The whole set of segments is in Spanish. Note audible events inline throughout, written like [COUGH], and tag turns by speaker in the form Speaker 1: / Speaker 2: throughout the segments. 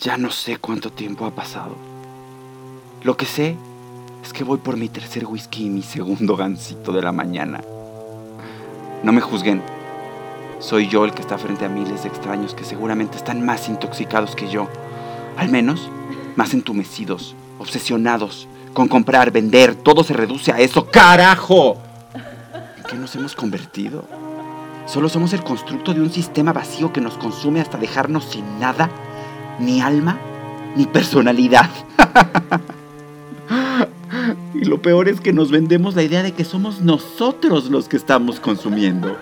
Speaker 1: Ya no sé cuánto tiempo ha pasado. Lo que sé es que voy por mi tercer whisky y mi segundo gansito de la mañana. No me juzguen. Soy yo el que está frente a miles de extraños que seguramente están más intoxicados que yo. Al menos, más entumecidos, obsesionados, con comprar, vender. Todo se reduce a eso. ¡Carajo! ¿En qué nos hemos convertido? Solo somos el constructo de un sistema vacío que nos consume hasta dejarnos sin nada, ni alma, ni personalidad. [LAUGHS] y lo peor es que nos vendemos la idea de que somos nosotros los que estamos consumiendo.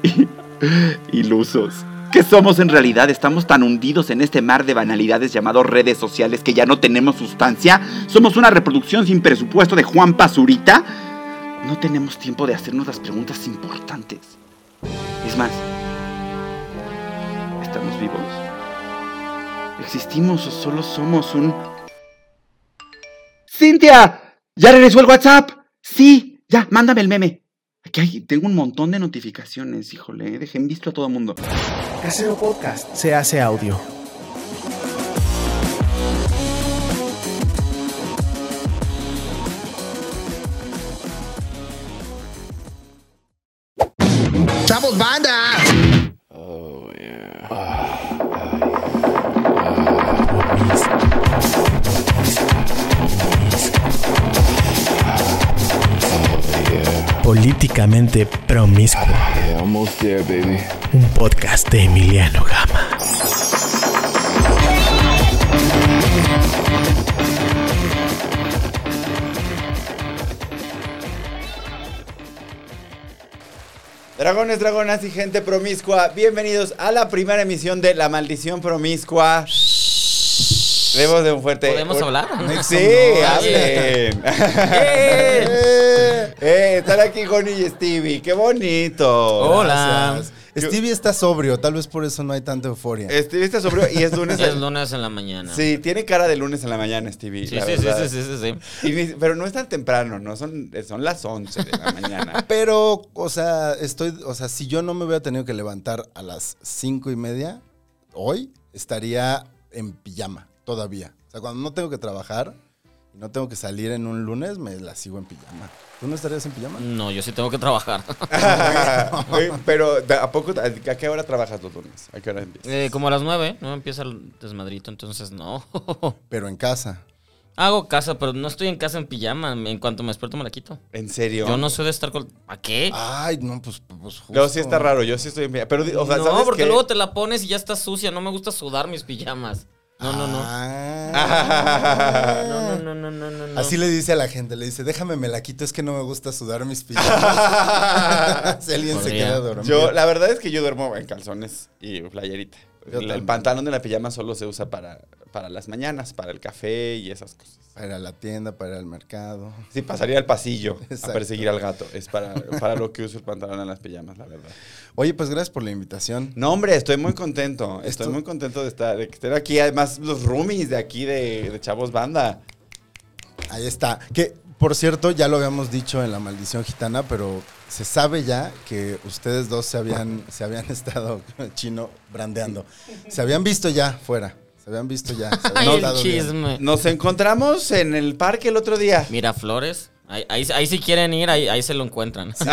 Speaker 1: [LAUGHS] Ilusos. ¿Qué somos en realidad? Estamos tan hundidos en este mar de banalidades llamado redes sociales que ya no tenemos sustancia. Somos una reproducción sin presupuesto de Juan Pazurita. No tenemos tiempo de hacernos las preguntas importantes. Es más, ¿estamos vivos? ¿Existimos o solo somos un... ¡Cintia! ¡Ya regresó el WhatsApp! Sí, ya, mándame el meme. Aquí hay- tengo un montón de notificaciones, híjole, dejé en visto a todo mundo.
Speaker 2: Casero Podcast se hace audio. ¡Chavos, banda!
Speaker 3: Políticamente Promiscuo,
Speaker 4: Yeah, almost there, baby.
Speaker 3: un podcast de Emiliano Gama.
Speaker 5: Dragones, dragonas y gente promiscua, bienvenidos a la primera emisión de La Maldición Promiscua. Debo de un fuerte.
Speaker 6: ¿Podemos
Speaker 5: un-
Speaker 6: hablar?
Speaker 5: [LAUGHS] Sí,
Speaker 6: No,
Speaker 5: [LAUGHS] hablen.
Speaker 6: ¡Eh!
Speaker 5: Eh, están aquí Goni y Stevie, qué
Speaker 6: Oh.
Speaker 5: bonito.
Speaker 6: Hola.
Speaker 5: Yo-
Speaker 7: Stevie está sobrio, tal vez por eso no hay tanta euforia.
Speaker 5: Stevie está sobrio y Este,
Speaker 6: [LAUGHS]
Speaker 5: es lunes.
Speaker 6: Es lunes en la mañana.
Speaker 5: Sí, tiene cara de lunes en la mañana, Stevie.
Speaker 6: Ah, sí,
Speaker 5: la
Speaker 6: sí, sí,
Speaker 5: verdad.
Speaker 6: sí, sí, sí, sí.
Speaker 5: Y ni- pero no es tan temprano, ¿no? Son, son las 11 de la mañana.
Speaker 7: Pero, o sea, estoy, o sea, si yo no me hubiera tenido que levantar a las cinco y media, hoy estaría en pijama todavía. O sea, cuando no tengo que trabajar y no tengo que salir en un lunes, me la sigo en pijama. ¿Tú no estarías en pijama?
Speaker 6: No, yo sí tengo que
Speaker 5: [LAUGHS]
Speaker 6: trabajar.
Speaker 5: Oye, pero ¿a poco a qué hora trabajas los lunes? ¿A qué hora empiezas?
Speaker 6: Eh, como a las nueve, ¿no? Empieza el desmadrito, entonces no. [LAUGHS]
Speaker 7: Pero en casa.
Speaker 6: Hago casa, pero no estoy en casa en pijama. En cuanto me despierto me la quito.
Speaker 5: ¿En serio?
Speaker 6: Yo no soy de estar con... ¿A qué?
Speaker 5: Ah,
Speaker 7: Ay, no, pues, pues justo.
Speaker 5: No, sí está raro, yo sí estoy en pijama. Pero, o sea,
Speaker 6: no,
Speaker 5: ¿sabes
Speaker 6: porque
Speaker 5: qué?
Speaker 6: luego te la pones y ya está sucia. No me gusta sudar mis pijamas. No, no, no.
Speaker 7: Ah.
Speaker 6: [LAUGHS] No, no, no, no, no, no.
Speaker 7: Así le dice a la gente, le dice, déjame, me la quito, es que no me gusta
Speaker 6: [LAUGHS]
Speaker 7: sudar mis pijamas. [LAUGHS] si alguien se
Speaker 6: Podría.
Speaker 7: queda dormido.
Speaker 5: Yo, la verdad es que yo duermo en calzones y playerita.
Speaker 7: Yo
Speaker 5: El, el
Speaker 7: también.
Speaker 5: pantalón de la pijama solo se usa para, para las mañanas, para el café y esas cosas.
Speaker 7: Para ir a la tienda, para ir al mercado.
Speaker 5: Sí, pasaría al pasillo a
Speaker 7: Exacto.
Speaker 5: perseguir al gato. Es para, para lo que uso el pantalón en las pijamas, la verdad.
Speaker 7: Oye, pues gracias por la invitación.
Speaker 5: No, hombre, estoy muy contento. Estoy
Speaker 7: Esto-
Speaker 5: muy contento de estar, de estar aquí. Además, los roomies de aquí de, de Chavos Banda.
Speaker 7: Ahí está. Que, por cierto, ya lo habíamos dicho en La Maldición Gitana, pero se sabe ya que ustedes dos se habían, se habían [LAUGHS] estado, chino, brandeando. Se habían visto ya fuera. Se habían visto ya. se
Speaker 6: [LAUGHS] [LAUGHS]
Speaker 7: habían
Speaker 6: Ay, el
Speaker 7: hablado bien.
Speaker 6: chisme.
Speaker 5: Nos encontramos en el parque el otro día.
Speaker 6: Mira, flores. Ahí, ahí, ahí si quieren ir, ahí, ahí se lo
Speaker 5: [LAUGHS]
Speaker 6: encuentran.
Speaker 7: Si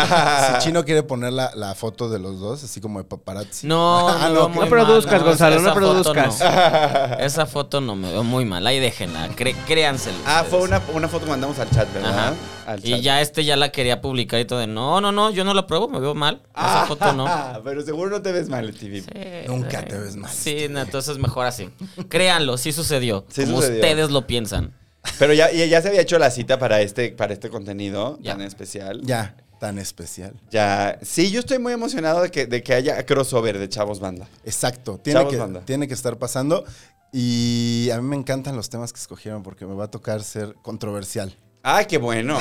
Speaker 7: Chino quiere poner la, la foto de los dos, así como de paparazzi.
Speaker 6: No,
Speaker 7: [LAUGHS] Ah,
Speaker 6: me
Speaker 7: no,
Speaker 6: veo
Speaker 7: que-
Speaker 6: muy
Speaker 8: No produzcas,
Speaker 6: mal.
Speaker 8: Gonzalo,
Speaker 6: esa
Speaker 8: no
Speaker 6: foto
Speaker 8: produzcas.
Speaker 6: no. Esa foto no me veo muy mal. Ahí déjenla, cre- créanselo.
Speaker 5: Ah, fue
Speaker 6: ustedes.
Speaker 5: una, una foto que mandamos al chat, ¿verdad?
Speaker 6: Ajá.
Speaker 5: Al chat.
Speaker 6: Y ya este ya la quería publicar y todo de no, no, no, yo no la apruebo, me veo mal. Esa foto no.
Speaker 5: Ah, [LAUGHS] Pero seguro no te ves mal, Stevie.
Speaker 6: Sí,
Speaker 7: Nunca
Speaker 6: sí.
Speaker 7: te ves mal.
Speaker 6: Sí, no, entonces mejor así. Créanlo, sí sucedió.
Speaker 5: Sí
Speaker 6: como
Speaker 5: sucedió.
Speaker 6: ustedes lo piensan.
Speaker 5: Pero ya, ya, ya se había hecho la cita para este, para este contenido
Speaker 6: Ya.
Speaker 5: tan especial.
Speaker 7: Ya, tan especial.
Speaker 5: Ya. Sí, yo estoy muy emocionado de que, de que haya crossover de Chavos Banda.
Speaker 7: Exacto. Tiene
Speaker 5: Chavos
Speaker 7: que,
Speaker 5: banda.
Speaker 7: tiene que estar pasando. Y a mí me encantan los temas que escogieron porque me va a tocar ser controversial.
Speaker 5: Ah, qué
Speaker 7: [LAUGHS]
Speaker 5: bueno.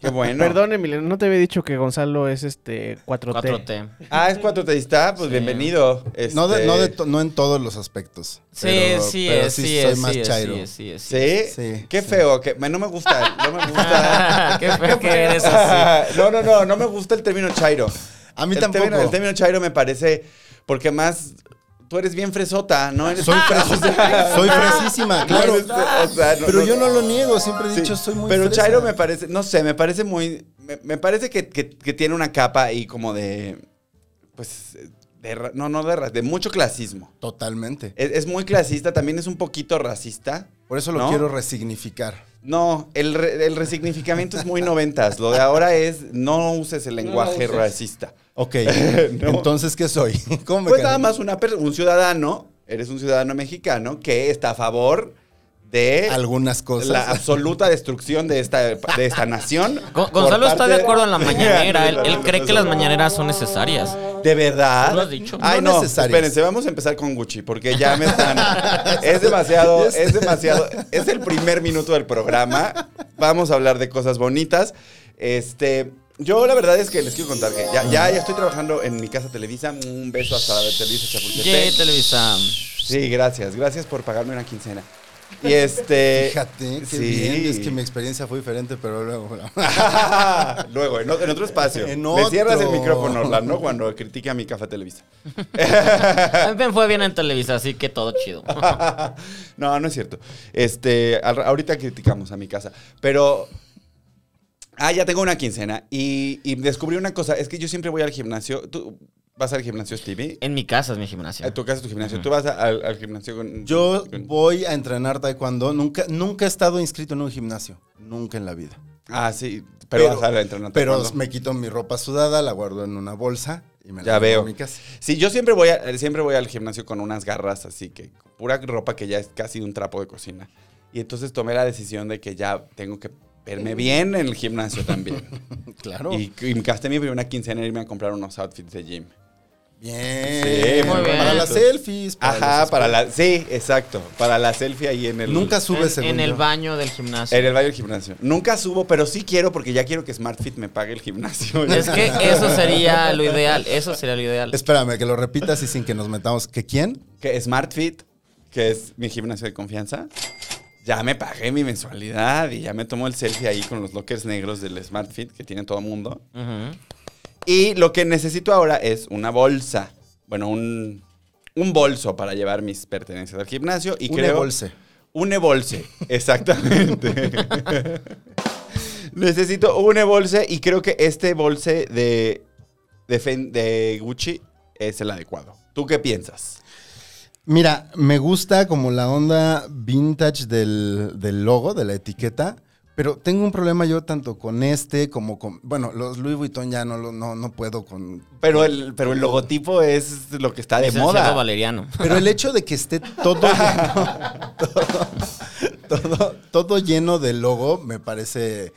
Speaker 5: Qué bueno.
Speaker 8: Perdón, Emiliano, no te había dicho que Gonzalo es este 4T.
Speaker 6: 4T.
Speaker 5: Ah, es cuatro está, pues
Speaker 6: Sí.
Speaker 5: bienvenido.
Speaker 7: No, de-
Speaker 5: Este,
Speaker 7: no, de to- no en todos los aspectos.
Speaker 6: Sí,
Speaker 7: pero-
Speaker 6: sí,
Speaker 7: pero
Speaker 6: es, sí,
Speaker 7: soy
Speaker 6: es,
Speaker 7: más
Speaker 6: sí, es,
Speaker 7: chairo.
Speaker 6: sí, es, sí, es, sí.
Speaker 5: ¿Sí?
Speaker 7: Sí,
Speaker 5: Qué
Speaker 7: sí.
Speaker 5: feo. Que, no me gusta. No me
Speaker 6: [LAUGHS]
Speaker 5: gusta.
Speaker 6: Ah, Qué feo que eres así.
Speaker 5: [LAUGHS] No, no, no. No me gusta el término chairo.
Speaker 7: A mí
Speaker 5: el
Speaker 7: tampoco.
Speaker 5: Término, el término chairo me parece. Porque más tú eres bien fresota, ¿no? Eres [LAUGHS]
Speaker 7: Soy fresísima. Soy fresísima, claro.
Speaker 5: Ah, No eres- o sea, no,
Speaker 7: Pero
Speaker 5: no-
Speaker 7: yo no lo niego, siempre he
Speaker 5: Sí,
Speaker 7: dicho, soy muy
Speaker 5: Pero
Speaker 7: fresa.
Speaker 5: Chairo me parece, no sé, me parece muy. Me, me parece que, que- que tiene una capa ahí como de. Pues. de ra- no, no de ra- de mucho clasismo.
Speaker 7: Totalmente.
Speaker 5: Es, es muy clasista, también es un poquito racista.
Speaker 7: Por eso lo
Speaker 5: ¿No?
Speaker 7: quiero resignificar.
Speaker 5: No, el, re- el resignificamiento es muy noventas. Lo de ahora es no uses el lenguaje racista.
Speaker 7: Ok,
Speaker 5: [LAUGHS] No.
Speaker 7: entonces, ¿qué soy? [LAUGHS] ¿Cómo me
Speaker 5: Pues nada
Speaker 7: califico?
Speaker 5: más una per- un ciudadano, eres un ciudadano mexicano que está a favor de
Speaker 7: Algunas cosas.
Speaker 5: la absoluta destrucción de esta, de esta nación.
Speaker 6: Go-
Speaker 5: por
Speaker 6: Gonzalo está
Speaker 5: parte-
Speaker 6: de acuerdo en
Speaker 5: [LAUGHS]
Speaker 6: la mañanera. él, él cree que las
Speaker 5: Eso.
Speaker 6: mañaneras son necesarias.
Speaker 5: ¿De verdad?
Speaker 6: Tú lo has dicho.
Speaker 5: Ay,
Speaker 7: No
Speaker 5: no,
Speaker 7: necesarias.
Speaker 5: espérense, vamos a empezar con Gucci, porque ya me
Speaker 7: [LAUGHS]
Speaker 5: están... es demasiado, es demasiado... Es el primer minuto del programa. Vamos a hablar de cosas bonitas. Este... Yo la verdad es que les quiero contar que ya, ya, ya estoy trabajando en mi casa Televisa. Un beso hasta la Televisa Chapultepec.
Speaker 6: Yay, Televisa.
Speaker 5: Sí, gracias. Gracias por pagarme una quincena. Y este...
Speaker 7: Fíjate, qué
Speaker 5: sí.
Speaker 7: bien. Es que mi experiencia fue diferente, pero luego.
Speaker 5: [LAUGHS] Luego, en, o- en otro espacio.
Speaker 7: En
Speaker 5: Le cierras el
Speaker 7: otro.
Speaker 5: micrófono, Orlando, cuando critique a mi café Televisa.
Speaker 6: A mí me fue bien en Televisa, así que todo chido.
Speaker 5: [LAUGHS] no, no es cierto. Este, al- ahorita criticamos a mi casa, pero ah, ya tengo una quincena y, y descubrí una cosa, es que yo siempre voy al gimnasio. ¿Tú vas al gimnasio, Stevie?
Speaker 6: En mi casa es mi gimnasio.
Speaker 5: Eh, ¿Tú qué haces tu gimnasio? ¿Tú vas a- al, al gimnasio con
Speaker 7: Yo
Speaker 5: con-
Speaker 7: voy a entrenar taekwondo. Nunca, nunca he estado inscrito en un gimnasio. Nunca en la vida.
Speaker 5: Ah, sí, pero,
Speaker 7: Pero-
Speaker 5: vas a la entrenamiento.
Speaker 7: Pero
Speaker 5: ¿cuándo?
Speaker 7: me quito mi ropa sudada, la guardo en una bolsa y me la
Speaker 5: Ya
Speaker 7: llevo
Speaker 5: veo.
Speaker 7: a mi casa. [LAUGHS]
Speaker 5: Sí, yo siempre voy, a- siempre voy al gimnasio con unas garras, así que pura ropa que ya es casi un trapo de cocina. Y entonces tomé la decisión de que ya tengo que verme bien en el gimnasio también.
Speaker 7: Claro.
Speaker 5: Y, y gasté mi primera quincena en irme a comprar unos outfits de gym.
Speaker 7: bien.
Speaker 5: Sí,
Speaker 6: muy bien.
Speaker 7: Para las selfies. para
Speaker 5: Ajá,
Speaker 7: los-
Speaker 5: para la. Sí, exacto. Para la selfie ahí en el.
Speaker 7: Nunca subes
Speaker 6: En, en el
Speaker 7: baño.
Speaker 6: baño del gimnasio.
Speaker 5: En el baño del gimnasio. Nunca subo, pero sí quiero porque ya quiero que SmartFit me pague el gimnasio.
Speaker 6: Es que eso sería lo ideal. Eso sería lo ideal.
Speaker 7: Espérame, que lo repitas y sin que nos metamos. ¿Que quién?
Speaker 5: [LAUGHS] que SmartFit, que es mi gimnasio de confianza, ya me pagué mi mensualidad y ya me tomo el selfie ahí con los lockers negros del SmartFit que tiene todo mundo.
Speaker 6: Ujú.
Speaker 5: Y lo que necesito ahora es una bolsa. Bueno, un, un bolso para llevar mis pertenencias al gimnasio. Y
Speaker 7: Un
Speaker 5: creo,
Speaker 7: ebolse.
Speaker 5: Un ebolse, exactamente. [LAUGHS] Necesito un ebolse y creo que este bolse de, de, Fen- de Gucci es el adecuado. ¿Tú qué piensas?
Speaker 7: Mira, me gusta como la onda vintage del, del logo, de la etiqueta, pero tengo un problema yo tanto con este como con... Bueno, los Louis Vuitton ya no, lo- no, no puedo con...
Speaker 5: Pero el, pero el logotipo es lo que está de
Speaker 6: Licenciado
Speaker 5: moda.
Speaker 6: Valeriano.
Speaker 7: Pero el hecho de que esté todo lleno, [LAUGHS] todo, todo- todo lleno de logo me parece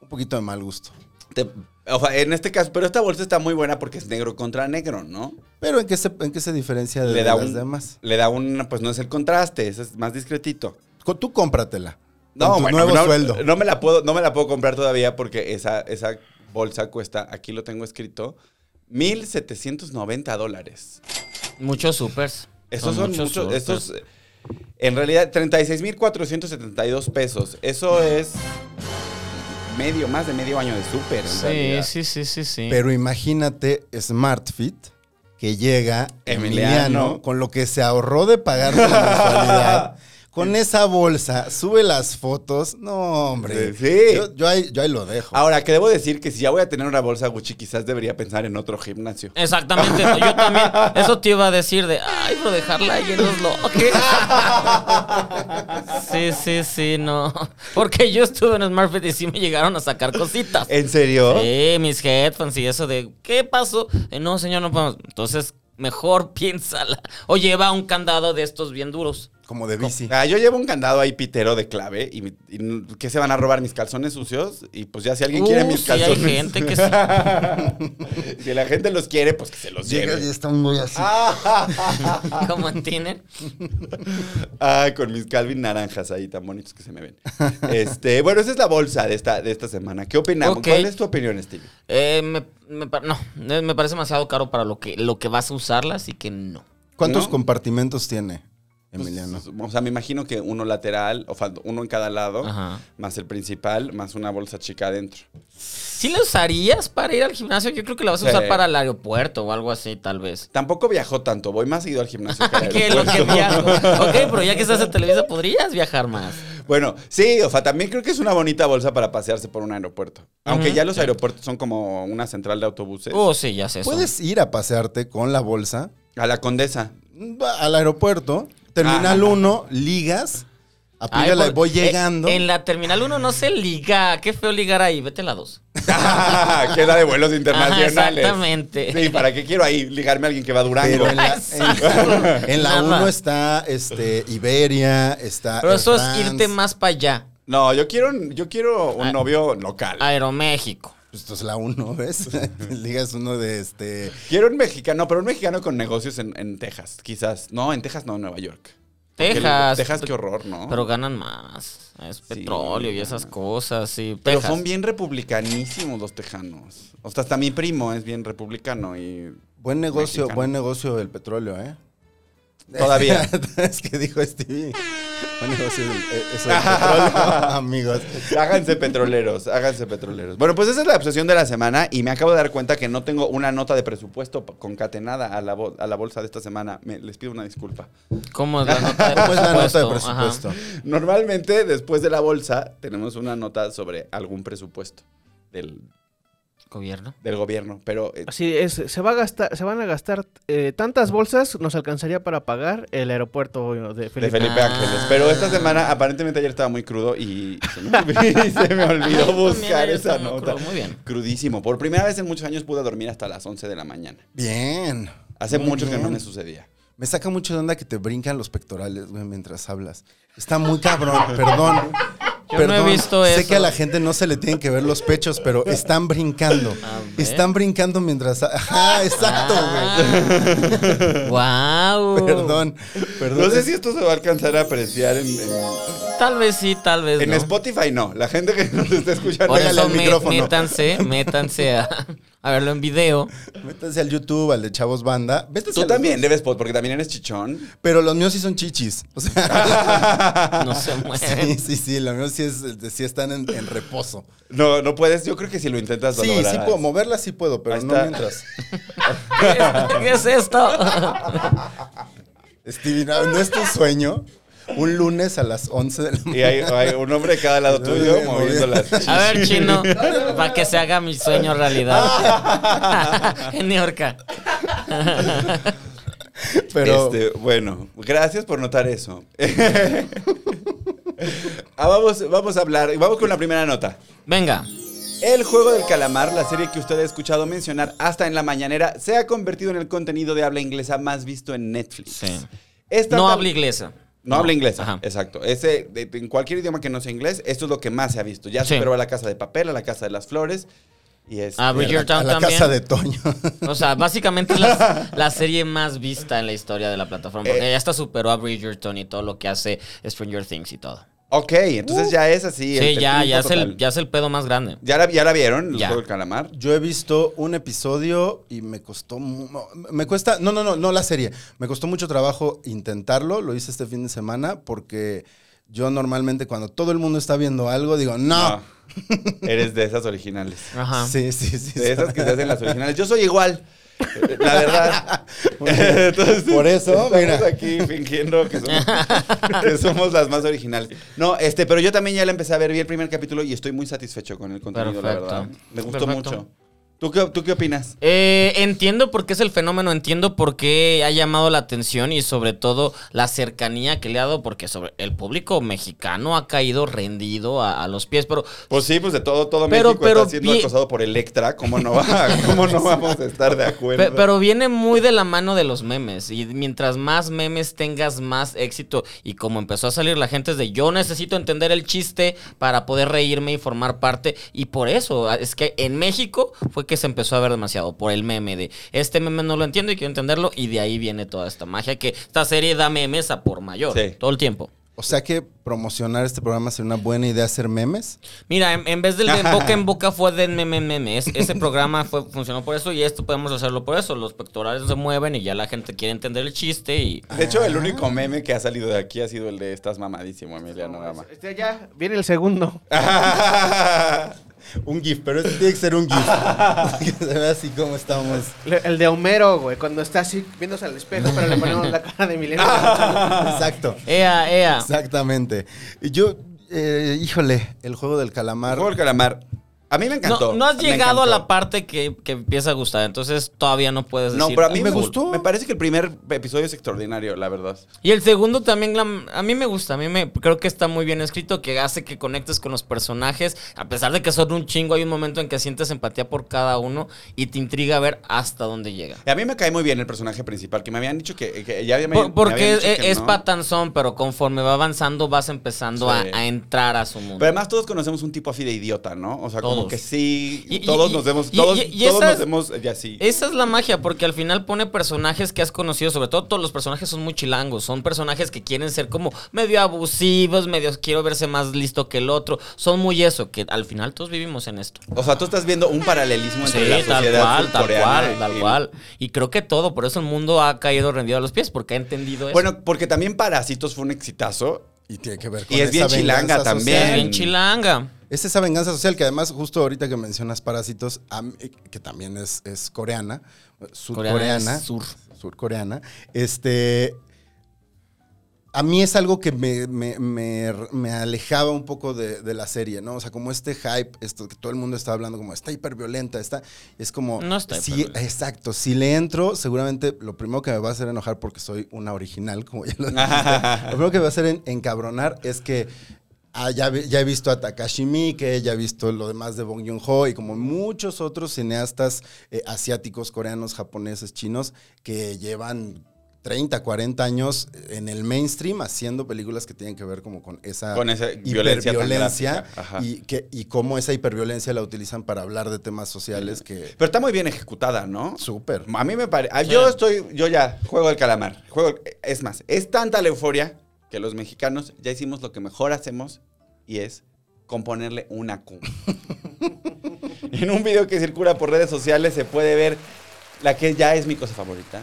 Speaker 7: un poquito de mal gusto.
Speaker 5: Te- o sea, en este caso, pero esta bolsa está muy buena porque es negro contra negro, ¿no?
Speaker 7: Pero ¿en qué se, en qué se diferencia de,
Speaker 5: Le da
Speaker 7: las
Speaker 5: un,
Speaker 7: demás?
Speaker 5: le da un, pues no es el contraste, eso es más discretito.
Speaker 7: Co- Tú cómpratela.
Speaker 5: No,
Speaker 7: con tu
Speaker 5: bueno,
Speaker 7: nuevo
Speaker 5: no,
Speaker 7: sueldo.
Speaker 5: no me la puedo, no me la puedo comprar todavía porque esa, esa bolsa cuesta, aquí lo tengo escrito, 1.790 dólares.
Speaker 6: Muchos supers.
Speaker 5: Estos son, muchos,
Speaker 6: supers.
Speaker 5: estos, eh, en realidad, 36.472 pesos. Eso es medio, más de medio año de súper. en
Speaker 6: Sí,
Speaker 5: realidad.
Speaker 6: sí, sí, sí, sí.
Speaker 7: Pero imagínate SmartFit que llega
Speaker 5: Emiliano.
Speaker 7: Emiliano, con lo que se ahorró de pagar su mensualidad. Con esa bolsa, sube las fotos. No, hombre.
Speaker 5: Sí, sí.
Speaker 7: Yo, yo ahí, yo ahí lo
Speaker 5: [LAUGHS]
Speaker 7: dejo.
Speaker 5: Ahora, que debo decir que si ya voy a tener una bolsa Gucci, quizás debería pensar en otro gimnasio.
Speaker 6: Exactamente, yo
Speaker 5: [LAUGHS]
Speaker 6: también. Eso te iba a decir de, ay, pero dejarla ahí en los
Speaker 5: [LAUGHS]
Speaker 6: lockers. Sí, sí, sí, no. Porque yo estuve en SmartFit y sí me llegaron a sacar cositas.
Speaker 5: ¿En serio?
Speaker 6: Sí, mis headphones y eso de, ¿qué pasó? Eh, no, señor, no podemos. Entonces, mejor [LAUGHS] piénsala. O lleva un candado de estos bien duros. [LAUGHS]
Speaker 7: como de bici.
Speaker 5: Ah, yo llevo un candado ahí pitero de clave y, y ¿qué se van a robar mis calzones sucios? Y pues ya si alguien quiere
Speaker 6: Uh,
Speaker 5: mis
Speaker 6: sí, hay
Speaker 5: calzones.
Speaker 6: gente que sí.
Speaker 5: [LAUGHS] si la gente los quiere, pues que se los
Speaker 7: Llega y
Speaker 5: lleve.
Speaker 7: está muy así.
Speaker 6: Como en Tinder.
Speaker 5: [LAUGHS] Ah, con mis Calvin naranjas ahí tan bonitos que se me ven. Este, bueno, esa es la bolsa de esta, de esta semana. ¿Qué opinamos?
Speaker 6: Ok.
Speaker 5: ¿Cuál es tu opinión, Steve?
Speaker 6: Eh, me- me pa- no, eh, me parece demasiado caro para lo que, lo que vas a usarla, así que no.
Speaker 7: ¿Cuántos
Speaker 5: ¿No?
Speaker 7: compartimentos tiene?
Speaker 5: Pues,
Speaker 7: Emiliano.
Speaker 5: o sea, me imagino que uno lateral, o fa- uno en cada lado,
Speaker 6: Ajá.
Speaker 5: más el principal, más una bolsa chica adentro.
Speaker 6: ¿Sí la usarías para ir al gimnasio? Yo creo que la vas a usar
Speaker 5: Sí.
Speaker 6: para el aeropuerto o algo así, tal vez.
Speaker 5: Tampoco viajó tanto, voy más seguido al gimnasio. que
Speaker 6: [LAUGHS]
Speaker 5: al
Speaker 6: Que lo que
Speaker 5: aeropuerto.
Speaker 6: viajo.
Speaker 7: [LAUGHS]
Speaker 6: Ok, pero ya que estás en Televisa, podrías viajar más.
Speaker 5: Bueno, sí, o sea, también creo que es una bonita bolsa para pasearse por un aeropuerto. Aunque
Speaker 6: Ujú.
Speaker 5: ya los aeropuertos son como una central de autobuses.
Speaker 6: Oh, sí, ya sé eso.
Speaker 7: Puedes ir a pasearte con la bolsa
Speaker 5: A la condesa. [LAUGHS]
Speaker 7: mm, va al aeropuerto, terminal
Speaker 5: Ah.
Speaker 7: 1, ligas,
Speaker 6: Ay,
Speaker 7: aplícala y
Speaker 6: por-
Speaker 7: voy
Speaker 6: eh,
Speaker 7: llegando.
Speaker 6: en la terminal 1 no se liga. Qué feo ligar ahí. Vete a la 2.
Speaker 5: que es la de vuelos internacionales.
Speaker 6: Ajá, exactamente.
Speaker 5: Sí, ¿para qué quiero ahí ligarme a alguien que va a Durango?
Speaker 7: Pero en la, en, en la
Speaker 6: Nada.
Speaker 7: 1 está este, Iberia,
Speaker 5: Ah,
Speaker 7: está.
Speaker 6: Pero
Speaker 7: Air
Speaker 6: eso es
Speaker 7: France.
Speaker 6: irte más para allá.
Speaker 5: No, yo quiero, yo quiero un
Speaker 6: Ah.
Speaker 5: novio local.
Speaker 6: Aeroméxico.
Speaker 7: Pues esto es la 1, ¿ves? [LAUGHS] Ligas uno de este.
Speaker 5: Quiero un mexicano, pero un mexicano con negocios en, en Texas, quizás. No, en Texas no, en Nueva York. Porque el-
Speaker 6: Texas.
Speaker 5: Texas, qué horror, ¿no?
Speaker 6: Pero ganan más. Es petróleo y esas cosas. Sí.
Speaker 5: Pero
Speaker 6: Texas.
Speaker 5: son bien republicanísimos los tejanos. O sea, hasta mi primo es bien
Speaker 6: [LAUGHS]
Speaker 5: republicano y
Speaker 7: Buen negocio,
Speaker 5: Mexicano.
Speaker 7: buen negocio el petróleo, ¿eh?
Speaker 5: todavía.
Speaker 7: [LAUGHS] es que dijo Stevie. Buen negocio el- eh, eso del petróleo, [LAUGHS] amigos.
Speaker 5: háganse petroleros, háganse petroleros. Bueno, pues esa es la obsesión de la semana y me acabo de dar cuenta que no tengo una nota de presupuesto concatenada a la, bol- a la bolsa de esta semana. Me- les pido una disculpa.
Speaker 6: ¿Cómo
Speaker 5: [LAUGHS]
Speaker 6: es la nota de
Speaker 7: ¿Cómo es Pues la nota de
Speaker 6: presupuesto? Ajá.
Speaker 7: presupuesto?
Speaker 5: Normalmente, después de la bolsa, tenemos una nota sobre algún presupuesto del,
Speaker 6: Gobierno.
Speaker 5: del gobierno, pero...
Speaker 6: Ah,
Speaker 5: eh,
Speaker 8: Así es, se, va a gastar, se van a gastar eh, tantas bolsas, nos alcanzaría para pagar el aeropuerto de
Speaker 5: De
Speaker 8: Felipe.
Speaker 5: Felipe
Speaker 6: Ah.
Speaker 5: Ángeles. Pero esta semana, aparentemente ayer estaba muy crudo y se me, olvidó- [LAUGHS] y se me olvidó
Speaker 6: También
Speaker 5: buscar
Speaker 6: ayer
Speaker 5: esa
Speaker 6: estaba muy
Speaker 5: nota.
Speaker 6: crudo, muy bien.
Speaker 5: Crudísimo. Por primera vez en muchos años pude dormir hasta las 11 de la mañana.
Speaker 7: Bien.
Speaker 5: Hace
Speaker 7: Muy
Speaker 5: mucho que no
Speaker 7: bien.
Speaker 5: me sucedía.
Speaker 7: Me saca mucho de onda que te brincan los pectorales, güey, mientras hablas. Está muy cabrón, [LAUGHS] perdón.
Speaker 6: Yo no he visto
Speaker 7: sé
Speaker 6: eso.
Speaker 7: que a la gente no se le tienen que ver los pechos, pero están brincando.
Speaker 6: A ver.
Speaker 7: Están brincando mientras. Ajá,
Speaker 6: Ah,
Speaker 7: exacto, güey.
Speaker 6: wow.
Speaker 7: Perdón, perdón.
Speaker 5: No sé si esto se va a alcanzar a apreciar en, en-
Speaker 6: Tal vez sí, tal vez
Speaker 5: en
Speaker 6: no.
Speaker 5: Spotify, no. La gente que nos está escuchando,
Speaker 6: Por
Speaker 5: pégale
Speaker 6: eso
Speaker 5: al
Speaker 6: me-
Speaker 5: micrófono. [LAUGHS]
Speaker 6: métanse, métanse a, a verlo en video.
Speaker 7: Métanse al YouTube, al de Chavos Banda. Vete
Speaker 5: Tú también debes, pod- porque también eres chichón.
Speaker 7: Pero los míos sí son chichis. O sea,
Speaker 6: [LAUGHS] No se
Speaker 7: sí,
Speaker 6: mueven.
Speaker 7: sí, sí. Los míos sí, es- sí están en, en reposo.
Speaker 5: No, no puedes. Yo creo que si lo intentas, lo
Speaker 7: Sí, sí
Speaker 5: lograrás.
Speaker 7: puedo. Moverlas sí puedo, pero
Speaker 5: Ahí
Speaker 7: no
Speaker 5: está.
Speaker 7: mientras.
Speaker 6: ¿Qué, es esto?
Speaker 7: Stevie, ¿no, no es tu sueño? Un lunes a las 11 de la mañana.
Speaker 5: Y hay, hay un hombre de
Speaker 7: [LAUGHS]
Speaker 5: cada lado tuyo
Speaker 7: Muy bien, muy
Speaker 5: moviendo
Speaker 7: bien. Ah,
Speaker 5: las chichis.
Speaker 6: A ver, chino, para que se haga mi sueño [LAUGHS]
Speaker 5: [LAUGHS]
Speaker 6: realidad. en New York.
Speaker 7: Pero
Speaker 5: Este, bueno, gracias por notar eso. [LAUGHS] Ah, vamos, vamos a hablar, vamos con la primera nota.
Speaker 6: Venga.
Speaker 5: El juego del calamar, la serie que usted ha escuchado mencionar hasta en la mañanera, se ha convertido en el contenido de habla inglesa más visto en Netflix.
Speaker 6: Sí.
Speaker 5: Esta
Speaker 6: No
Speaker 5: tab-
Speaker 6: habla inglesa.
Speaker 5: No, habla inglés,
Speaker 6: Ajá.
Speaker 5: exacto. Ese, de- de- en cualquier idioma que no sea inglés, esto es lo que más se ha visto. Ya
Speaker 6: Sí. Ah,
Speaker 5: superó a la Casa de Papel, a la Casa de las Flores y es...
Speaker 6: A
Speaker 7: a
Speaker 6: Bridgerton
Speaker 7: la, a la
Speaker 6: también.
Speaker 7: casa de Toño.
Speaker 6: O sea, básicamente es la, la serie más vista en la historia de la plataforma.
Speaker 5: Eh.
Speaker 6: Porque ya hasta superó a Bridgerton y todo lo que hace Stranger Things y todo.
Speaker 5: Ok, entonces ya es así.
Speaker 6: Uh. Sí,
Speaker 5: el- el
Speaker 6: ya,
Speaker 5: triunfo
Speaker 6: ya es, el,
Speaker 5: total.
Speaker 6: ya es el pedo más grande.
Speaker 5: ¿Ya la, ya la vieron, el
Speaker 6: Ya.
Speaker 5: juego del calamar?
Speaker 7: Yo he visto un episodio y me costó. mu- Me cuesta. No, no, no, no la serie. Me costó mucho trabajo intentarlo. Lo hice este fin de semana porque yo normalmente cuando todo el mundo está viendo algo digo, no.
Speaker 5: No. Eres de esas originales.
Speaker 6: Ajá.
Speaker 7: Sí, sí, sí.
Speaker 5: De esas que se hacen las originales. Yo soy igual. La [LAUGHS] verdad. Entonces,
Speaker 7: Por eso,
Speaker 5: estamos
Speaker 7: mira.
Speaker 5: aquí fingiendo que somos, que somos las más originales. No, este, pero yo también ya la empecé a ver, vi el primer capítulo y estoy muy satisfecho con el contenido, la
Speaker 6: Perfecto.
Speaker 5: verdad. Me gustó
Speaker 6: Perfecto.
Speaker 5: mucho. ¿Tú qué, ¿Tú qué opinas?
Speaker 6: Eh, entiendo por qué es el fenómeno, entiendo por qué ha llamado la atención y sobre todo la cercanía que le ha dado, porque sobre el público mexicano ha caído rendido a, a los pies, pero
Speaker 5: Pues sí, pues de todo, todo
Speaker 6: Pero-
Speaker 5: México
Speaker 6: pero
Speaker 5: está siendo
Speaker 6: vi-
Speaker 5: acosado por Electra. ¿Cómo no, va- cómo no vamos a estar de acuerdo?
Speaker 6: Pe- pero viene muy de la mano de los memes. Y mientras más memes tengas, más éxito. Y como empezó a salir la gente es de yo necesito entender el chiste para poder reírme y formar parte. Y por eso, ah, es que en México fue que se empezó a ver demasiado. Por el meme de este meme no lo entiendo y quiero entenderlo. Y de ahí viene toda esta magia que esta serie da memes a por mayor.
Speaker 5: Sí.
Speaker 6: Todo el tiempo.
Speaker 7: O sea que promocionar este programa sería una buena idea hacer memes.
Speaker 6: Mira, en, en vez del de en boca
Speaker 5: [LAUGHS]
Speaker 6: en boca fue de meme en meme. Es- ese programa fue, funcionó por eso y esto podemos hacerlo por eso. Los pectorales se mueven y ya la gente quiere entender el chiste y...
Speaker 5: De hecho, el único meme que ha salido de aquí ha sido el de estás mamadísimo, Emiliano [LAUGHS] Gama.
Speaker 8: Este, ya, viene el segundo.
Speaker 7: Un GIF, pero este tiene que ser un [LAUGHS] GIF. que se vea así como estamos.
Speaker 8: Le- El de Homero, güey, cuando está así viéndose al espejo, pero le ponemos la cara de Emiliano.
Speaker 7: Exacto.
Speaker 6: Ea, ea.
Speaker 7: Exactamente. Y yo, eh, híjole, el juego del calamar.
Speaker 5: Juego del calamar. A mí me encantó.
Speaker 6: No, no has
Speaker 5: Me
Speaker 6: llegado a
Speaker 5: encantó.
Speaker 6: la parte que, que empieza a gustar, entonces todavía no puedes decir.
Speaker 5: No, pero a mí
Speaker 6: "Ah,
Speaker 5: me
Speaker 6: cool".
Speaker 5: gustó. Me parece que el primer episodio es extraordinario, la verdad.
Speaker 6: Y el segundo también, la- a mí me gusta, a mí me creo que está muy bien escrito, que hace que conectes con los personajes, a pesar de que son un chingo, hay un momento en que sientes empatía por cada uno y te intriga ver hasta dónde llega.
Speaker 5: A mí me cae muy bien el personaje principal, que me habían dicho que, que ya había- me
Speaker 6: Por-
Speaker 5: habían
Speaker 6: porque es,
Speaker 5: dicho que
Speaker 6: es
Speaker 5: no.
Speaker 6: patanzón, pero conforme va avanzando vas empezando
Speaker 5: Sí.
Speaker 6: a, a entrar a su mundo.
Speaker 5: Pero además todos conocemos un tipo así de idiota, ¿no? O sea, como
Speaker 6: Todos.
Speaker 5: que sí,
Speaker 6: Y- y-
Speaker 5: todos
Speaker 6: y-
Speaker 5: nos vemos,
Speaker 6: y-
Speaker 5: todos,
Speaker 6: y- y
Speaker 5: todos
Speaker 6: esas-
Speaker 5: nos vemos ya así.
Speaker 6: Esa es la magia, porque al final pone personajes que has conocido, sobre todo todos los personajes son muy chilangos, son personajes que quieren ser como medio abusivos, medio quiero verse más listo que el otro, son muy eso, que al final todos vivimos en esto.
Speaker 5: O sea, tú estás viendo un paralelismo entre
Speaker 6: Sí,
Speaker 5: la sociedad
Speaker 6: tal cual, tal
Speaker 5: surcoreana
Speaker 6: cual, tal
Speaker 5: y-
Speaker 6: cual. Y creo que todo, por eso el mundo ha caído rendido a los pies, porque ha entendido eso.
Speaker 5: Bueno, porque también Parásitos fue un exitazo.
Speaker 7: Y tiene que ver con
Speaker 5: Y es bien
Speaker 7: esa
Speaker 5: chilanga
Speaker 7: venganza
Speaker 5: también.
Speaker 7: social.
Speaker 6: es bien chilanga.
Speaker 7: Es esa venganza social que además, justo ahorita que mencionas Parásitos, a mí- que también es, es coreana,
Speaker 6: Coreana
Speaker 7: surcoreana,
Speaker 6: es sur.
Speaker 7: surcoreana, este... A mí es algo que me, me- me- me alejaba un poco de, de la serie, ¿no? O sea, como este hype, esto que todo el mundo está hablando, como está hiperviolenta, está. Es como.
Speaker 6: No está
Speaker 7: sí,
Speaker 6: hiperviolenta.
Speaker 7: Exacto. Si le entro, seguramente lo primero que me va a hacer enojar, porque soy una original, como ya lo dije.
Speaker 6: [LAUGHS]
Speaker 7: Lo primero que me va a hacer en- encabronar es que ah, ya, vi- ya he visto a Takashi Miike, ya he visto lo demás de Bong Joon-ho y como muchos otros cineastas eh, asiáticos, coreanos, japoneses, chinos que llevan 30, 40 años en el mainstream haciendo películas que tienen que ver como con esa,
Speaker 5: Con esa violencia tan
Speaker 7: hiperviolencia
Speaker 5: gráfica, ajá.
Speaker 7: y, que, y cómo esa hiperviolencia la utilizan para hablar de temas sociales que...
Speaker 5: Pero está muy bien ejecutada, ¿no?
Speaker 7: Súper.
Speaker 5: A mí me parece. Yo estoy. Yo ya. Juego del calamar. Juego, es más, es tanta la euforia que los mexicanos ya hicimos lo que mejor hacemos y es componerle una
Speaker 6: [LAUGHS]
Speaker 5: Q. en un video que circula por redes sociales se puede ver la que ya es mi cosa favorita.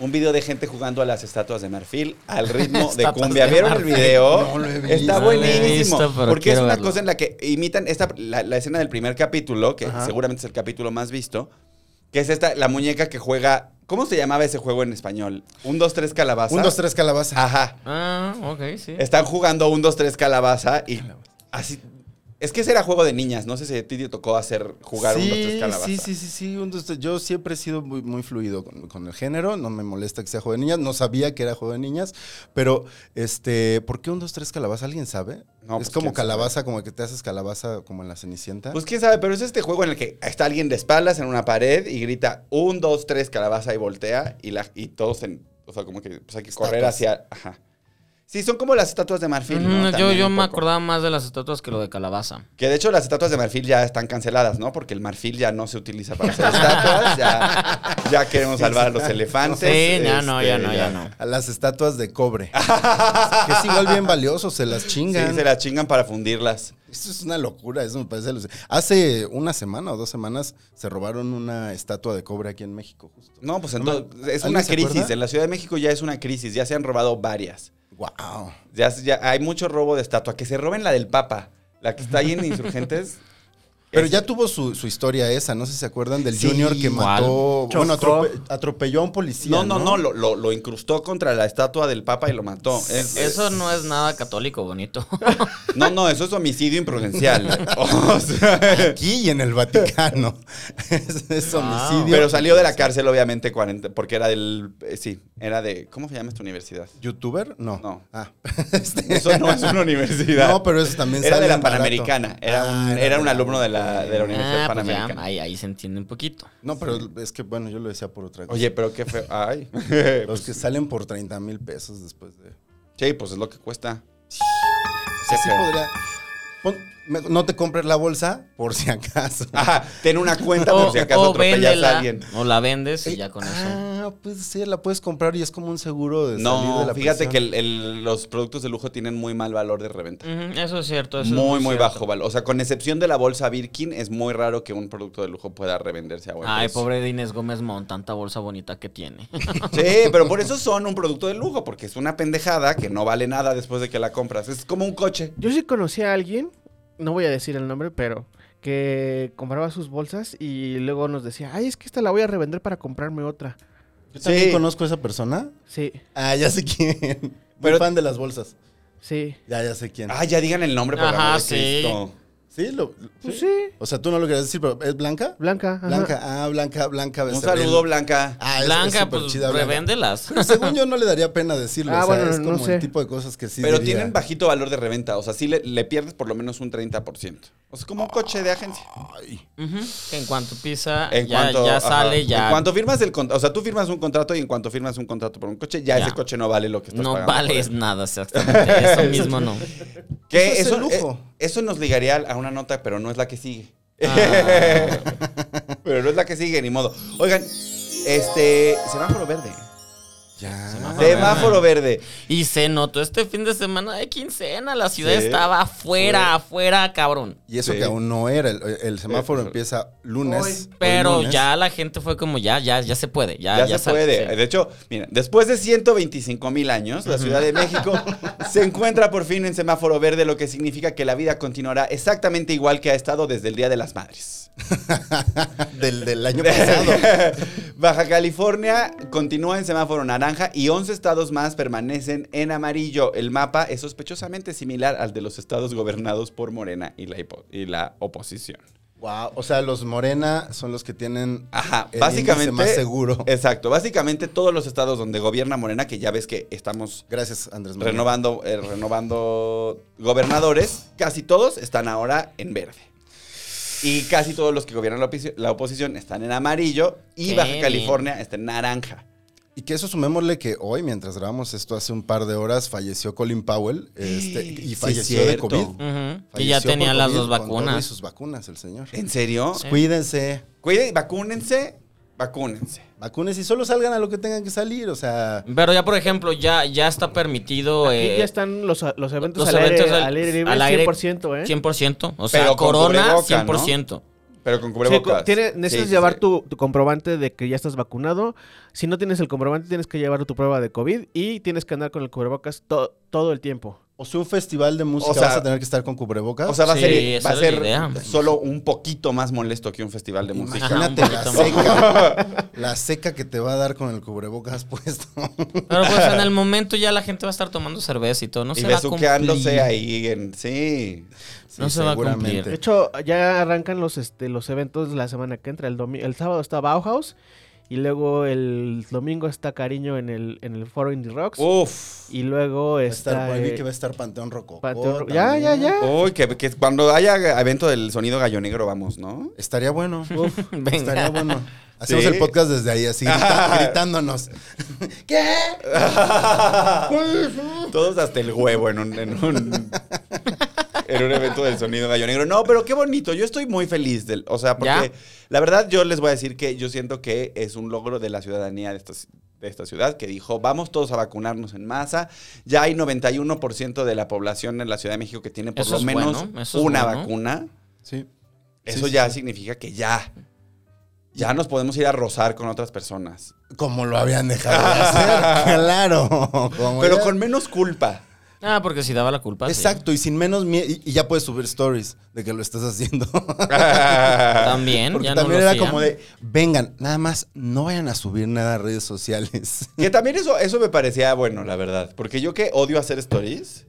Speaker 5: Un video de gente jugando a las estatuas de marfil
Speaker 6: [LAUGHS]
Speaker 5: al ritmo de
Speaker 6: Estatuas
Speaker 5: cumbia.
Speaker 6: de
Speaker 5: ¿Vieron el
Speaker 6: marfil.
Speaker 5: video?
Speaker 7: No lo he
Speaker 5: Está
Speaker 7: visto.
Speaker 5: buenísimo.
Speaker 6: No lo he visto, pero
Speaker 5: porque es
Speaker 6: quiero
Speaker 5: una
Speaker 6: verlo.
Speaker 5: cosa en la que imitan esta, la, la escena del primer capítulo, que seguramente es el capítulo más visto, que es esta, la muñeca que juega. ¿Cómo se llamaba ese juego en español? Un, dos, tres calabaza.
Speaker 7: Un, dos, tres, calabaza.
Speaker 5: Ajá.
Speaker 6: Ah, ok, sí.
Speaker 5: Están jugando un, dos, tres calabaza y así. Es que ese era juego de niñas. No sé si a ti te tocó hacer jugar un, dos, tres calabaza.
Speaker 7: Sí, sí, sí, sí. un, dos, tres. Yo siempre he sido muy, muy fluido con, con el género. No me molesta que sea juego de niñas. No sabía que era juego de niñas. Pero, este, ¿por qué un, dos, tres calabaza? ¿Alguien sabe?
Speaker 5: No,
Speaker 7: es
Speaker 5: pues,
Speaker 7: como
Speaker 5: ¿quién sabe?
Speaker 7: calabaza, como que te haces calabaza como en la Cenicienta.
Speaker 5: Pues quién sabe, pero es este juego en el que está alguien de espaldas en una pared y grita un, dos, tres, calabaza y voltea y, la, y todos en. O sea, como que pues hay que correr
Speaker 7: Estatuas.
Speaker 5: hacia. Ajá. Sí, son como las estatuas de marfil.
Speaker 6: Ujú,
Speaker 5: ¿no?
Speaker 6: yo
Speaker 5: También
Speaker 6: yo
Speaker 5: un
Speaker 6: me
Speaker 5: poco.
Speaker 6: acordaba más de las estatuas que lo de calabaza.
Speaker 5: Que de hecho las estatuas de marfil ya están canceladas, ¿no? Porque el marfil ya no se utiliza para hacer estatuas. Ya,
Speaker 6: [LAUGHS]
Speaker 5: ya queremos salvar a los elefantes. Este,
Speaker 6: Sí, ya no, ya no, ya no.
Speaker 7: a las estatuas de cobre.
Speaker 5: [LAUGHS]
Speaker 7: que es igual bien valioso, se las chingan.
Speaker 5: Sí, se las chingan para fundirlas.
Speaker 7: Eso es una locura, eso me parece alucinante. Hace una semana o dos semanas se robaron una estatua de cobre aquí en México, justo.
Speaker 5: No, pues
Speaker 7: No me-
Speaker 5: entonces es
Speaker 7: ¿alguien
Speaker 5: una
Speaker 7: se
Speaker 5: crisis.
Speaker 7: acuerda?
Speaker 5: En la Ciudad de México ya es una crisis. Ya se han robado varias.
Speaker 7: ¡Wow!
Speaker 5: Ya, ya hay mucho robo de estatua. Que se roben la del Papa. La que está
Speaker 6: [LAUGHS]
Speaker 5: ahí en Insurgentes.
Speaker 7: Pero
Speaker 5: Es-
Speaker 7: ya tuvo su, su historia esa, no sé si se acuerdan del
Speaker 6: Sí,
Speaker 7: Junior que
Speaker 6: igual.
Speaker 7: mató. Bueno,
Speaker 8: Chocó.
Speaker 7: atrope- atropelló a un policía.
Speaker 5: No, no, no. Lo, lo- lo incrustó contra la estatua del Papa y lo mató. Es-
Speaker 6: Eso no es nada católico bonito.
Speaker 5: No, no, eso es homicidio imprudencial.
Speaker 6: [LAUGHS]
Speaker 5: O sea,
Speaker 7: Aquí y en el Vaticano. [LAUGHS] es, es homicidio.
Speaker 5: Pero salió de la cárcel, obviamente, 40, porque era del. eh, sí, era de. ¿Cómo se llama esta universidad?
Speaker 7: ¿Youtuber? No.
Speaker 5: No.
Speaker 7: Ah. [LAUGHS] Este-
Speaker 5: [LAUGHS] Eso no es una universidad.
Speaker 7: No, pero eso también
Speaker 5: Era
Speaker 7: sale
Speaker 5: de la
Speaker 7: en barato.
Speaker 5: Panamericana. Era, un,
Speaker 7: Ah,
Speaker 5: era un alumno de la, de la
Speaker 6: [LAUGHS]
Speaker 5: Universidad
Speaker 6: Ah, pues ya,
Speaker 5: Panamericana.
Speaker 6: ahí, ahí se entiende un poquito.
Speaker 7: No, pero es que, bueno, yo lo decía por otra cosa.
Speaker 5: Oye, pues, pero qué feo. Ay. [LAUGHS]
Speaker 7: los que salen por 30 mil pesos después de.
Speaker 5: Sí, pues es lo que cuesta.
Speaker 7: O sea, sí
Speaker 5: feo.
Speaker 7: podría. Pon- me- no te compres la bolsa por si acaso.
Speaker 5: Ajá, ten una cuenta por si acaso atropellas
Speaker 6: Oh, véndela,
Speaker 5: a alguien.
Speaker 6: O la vendes y ya con eso.
Speaker 7: ah, pues sí, la puedes comprar y es como un seguro de salir de
Speaker 5: No,
Speaker 7: la
Speaker 5: fíjate
Speaker 7: prisión.
Speaker 5: que el- el- los productos de lujo tienen muy mal valor de reventa.
Speaker 6: Ujú, Eso es cierto. Mm, eso es
Speaker 5: muy, muy
Speaker 6: cierto.
Speaker 5: bajo valor. O sea, con excepción de la bolsa Birkin, es muy raro que un producto de lujo pueda revenderse a buen
Speaker 6: Ay,
Speaker 5: precio.
Speaker 6: pobre de Inés Gómez Mont, tanta bolsa bonita que
Speaker 5: [LAUGHS]
Speaker 6: tiene.
Speaker 5: Sí, pero por eso son un producto de lujo, porque es una pendejada que no vale nada después de que la compras. Es como un coche.
Speaker 8: Yo sí conocí a alguien, no voy a decir el nombre, pero que compraba sus bolsas y luego nos decía, ay, es que esta la voy a revender para comprarme otra.
Speaker 7: Yo también
Speaker 5: Sí.
Speaker 7: conozco a esa persona.
Speaker 8: Sí,
Speaker 7: Ah, ya sé quién. [LAUGHS] Muy
Speaker 5: Pero-
Speaker 7: fan de las bolsas.
Speaker 8: sí.
Speaker 7: Ya, ya sé quién.
Speaker 5: Ah, ya digan el nombre, por el
Speaker 6: Ajá,
Speaker 5: amor de
Speaker 6: sí.
Speaker 5: Cristo.
Speaker 7: Sí, lo-
Speaker 8: Pues
Speaker 7: sí.
Speaker 8: sí.
Speaker 7: O sea, tú no lo querías decir, pero ¿es Blanca?
Speaker 8: Blanca. ajá.
Speaker 7: Blanca, ah, Blanca, Blanca
Speaker 5: Un
Speaker 7: Becerril.
Speaker 5: saludo, Blanca.
Speaker 7: Ah, es- es
Speaker 6: Blanca,
Speaker 7: súper
Speaker 6: pues
Speaker 7: chida Blanca.
Speaker 5: [LAUGHS]
Speaker 6: revéndelas.
Speaker 7: Según yo no le daría pena decirlo.
Speaker 8: Ah,
Speaker 7: o sea,
Speaker 8: bueno,
Speaker 7: es
Speaker 8: no
Speaker 7: como
Speaker 8: sé.
Speaker 7: el tipo de cosas que sí.
Speaker 5: Pero
Speaker 7: diría.
Speaker 5: tienen bajito valor de reventa. O sea, sí le, le pierdes por lo menos un 30%. O sea, como un coche de agencia.
Speaker 7: Ay,
Speaker 6: Ujú, que en cuanto pisa,
Speaker 5: En
Speaker 6: Ah, ya,
Speaker 5: cuanto,
Speaker 6: ya
Speaker 5: ajá.
Speaker 6: sale, ya.
Speaker 5: En cuanto firmas el contrato, o sea, tú firmas un contrato y en cuanto firmas un contrato por un coche, ya,
Speaker 6: Ya.
Speaker 5: ese coche no vale lo que estás
Speaker 6: no
Speaker 5: pagando. por
Speaker 6: vales
Speaker 5: él. [LAUGHS]
Speaker 6: nada, exactamente. Eso mismo no.
Speaker 7: Eso
Speaker 5: Que eso,
Speaker 7: es el lujo.
Speaker 5: eh, eso nos ligaría a una nota, pero no es la que sigue.
Speaker 6: Ah.
Speaker 5: [LAUGHS] pero no es la que sigue, ni modo. Oigan, este. Semáforo verde.
Speaker 7: ya.
Speaker 5: Semáforo verde.
Speaker 6: Y se notó este fin de semana de quincena. La ciudad
Speaker 5: Sí.
Speaker 6: estaba afuera, afuera, cabrón.
Speaker 7: Y eso
Speaker 5: Sí.
Speaker 7: que aún no era. El, el semáforo
Speaker 5: Sí, pues,
Speaker 7: empieza lunes. hoy
Speaker 6: Pero
Speaker 7: lunes.
Speaker 6: ya la gente fue como, ya, ya, ya se puede. Ya,
Speaker 5: Ya,
Speaker 6: ya
Speaker 5: se
Speaker 6: sale,
Speaker 5: puede.
Speaker 6: sí.
Speaker 5: De hecho, mira, después de 125 mil años, la Ciudad
Speaker 6: [LAUGHS]
Speaker 5: de México se encuentra por fin en semáforo verde, lo que significa que la vida continuará exactamente igual que ha estado desde el Día de las Madres.
Speaker 7: del, del
Speaker 5: [LAUGHS]
Speaker 7: año pasado.
Speaker 5: Baja California continúa en semáforo naranja y 11 estados más permanecen en amarillo. El mapa es sospechosamente similar al de los estados gobernados por Morena y la, hipo- y la oposición.
Speaker 7: wow. O sea, los morena son los que tienen
Speaker 5: Ajá,
Speaker 7: el
Speaker 5: básicamente.
Speaker 7: índice más seguro.
Speaker 5: Exacto, básicamente todos los estados donde gobierna Morena, que ya ves que estamos
Speaker 7: Gracias, Andrés Manuel.
Speaker 5: renovando, eh, renovando gobernadores, casi todos están ahora en verde. Y casi todos los que gobiernan la, opici- la oposición están en amarillo y
Speaker 6: Qué
Speaker 5: Baja
Speaker 6: bien.
Speaker 5: California está en naranja.
Speaker 7: Y que eso sumémosle que hoy, mientras grabamos esto hace un par de horas, falleció Colin Powell este,
Speaker 5: Sí,
Speaker 7: y
Speaker 5: es
Speaker 7: falleció de
Speaker 5: cierto. Mm.
Speaker 7: COVID.
Speaker 5: Ujú.
Speaker 6: Ujú, Que
Speaker 7: Falleció
Speaker 6: ya
Speaker 7: por
Speaker 6: tenía las
Speaker 7: COVID
Speaker 6: dos
Speaker 7: con todo y
Speaker 6: vacunas.
Speaker 7: sus vacunas, el señor.
Speaker 5: ¿En serio?
Speaker 7: Cuídense,
Speaker 5: Cuiden, vacúnense, vacúnense.
Speaker 7: vacunas y solo salgan a lo que tengan que salir, o sea,
Speaker 6: Pero ya, por ejemplo, ya, ya está permitido. eh,
Speaker 8: Aquí ya están los, los eventos,
Speaker 6: los
Speaker 8: al,
Speaker 6: eventos
Speaker 8: aire,
Speaker 6: al-
Speaker 8: al aire libre,
Speaker 6: al aire-
Speaker 8: 100%, ¿eh?
Speaker 6: 100%. O sea,
Speaker 5: Pero con
Speaker 6: corona,
Speaker 5: cubreboca,
Speaker 6: 100%.
Speaker 5: Pero con
Speaker 8: Sí,
Speaker 5: cubrebocas.
Speaker 8: co- tiene-
Speaker 5: Sí,
Speaker 8: necesitas
Speaker 5: sí,
Speaker 8: llevar
Speaker 5: sí.
Speaker 8: Tu, tu comprobante de que ya estás vacunado. Si no tienes el comprobante, tienes que llevar tu prueba de COVID y tienes que andar con el cubrebocas to- todo el tiempo.
Speaker 7: o sea, un festival de música
Speaker 5: O sea,
Speaker 7: vas a tener que estar con cubrebocas.
Speaker 5: O sea, va a
Speaker 6: Sí,
Speaker 5: ser,
Speaker 6: esa
Speaker 5: va a
Speaker 6: es la
Speaker 5: ser
Speaker 6: idea.
Speaker 5: solo un poquito más molesto que un festival de música. [LAUGHS]
Speaker 6: Ajá, un
Speaker 7: Pues imagínate la
Speaker 6: poquito más.
Speaker 7: seca, la seca que te va a dar con el cubrebocas [LAUGHS] puesto.
Speaker 6: Pero pues en el momento ya la gente va a estar tomando cerveza y todo. No
Speaker 5: y
Speaker 6: se va a
Speaker 5: besuqueándose
Speaker 6: cumplir.
Speaker 5: ahí en. Sí.
Speaker 6: No se va a
Speaker 7: seguramente.
Speaker 6: cumplir.
Speaker 8: De hecho, ya arrancan los, este, los eventos la semana que entra. El, domi- el sábado está Bauhaus y luego el domingo está Cariño en el, en el Foro Indie Rocks.
Speaker 5: Uf.
Speaker 8: Y luego
Speaker 7: Va a estar,
Speaker 8: está...
Speaker 7: por ahí
Speaker 8: eh,
Speaker 7: que va a estar Panteón Rococó.
Speaker 8: Panteón Ro- ya, ya,
Speaker 7: también.
Speaker 8: ya.
Speaker 5: Uy, que, que cuando haya evento del sonido gallo negro, vamos, ¿no?
Speaker 6: [LAUGHS]
Speaker 7: Estaría bueno.
Speaker 6: Venga.
Speaker 7: Estaría bueno. Hacemos
Speaker 5: Sí.
Speaker 7: el podcast desde ahí, así
Speaker 5: [LAUGHS]
Speaker 7: grita- gritándonos. ¿Qué?
Speaker 5: Todos hasta el huevo en un, en un- en un evento del sonido gallo negro. No, pero qué bonito. Yo estoy muy feliz. Del, o sea, porque
Speaker 6: ¿Ya?
Speaker 5: la verdad yo les voy a decir que yo siento que es un logro de la ciudadanía de esta, ci- de esta ciudad que dijo, vamos todos a vacunarnos en masa. Ya hay 91% de la población en la Ciudad de México que tiene por
Speaker 6: Eso
Speaker 5: lo
Speaker 6: es
Speaker 5: menos
Speaker 6: bueno, eso es
Speaker 5: una
Speaker 6: bueno.
Speaker 5: vacuna.
Speaker 7: Sí.
Speaker 5: Eso
Speaker 7: Sí,
Speaker 5: ya
Speaker 7: sí.
Speaker 5: significa que ya. Ya nos podemos ir a rozar con otras personas.
Speaker 7: Como lo habían dejado de
Speaker 5: [LAUGHS]
Speaker 7: hacer. claro. Como
Speaker 5: Pero
Speaker 7: ya-
Speaker 5: con menos culpa.
Speaker 6: Ah, porque si daba la culpa. sí.
Speaker 7: Exacto, y sin menos mie- y, y ya puedes subir stories de que lo
Speaker 6: [LAUGHS]
Speaker 7: estás haciendo.
Speaker 6: También,
Speaker 7: [LAUGHS] Porque
Speaker 6: ya no
Speaker 7: también
Speaker 6: lo
Speaker 7: era
Speaker 6: hacían.
Speaker 7: como de, vengan, nada más no vayan a subir nada a redes sociales. [LAUGHS]
Speaker 5: [LAUGHS] Que también eso, eso me parecía bueno, la verdad. Porque yo que odio hacer
Speaker 8: [LAUGHS]
Speaker 5: stories.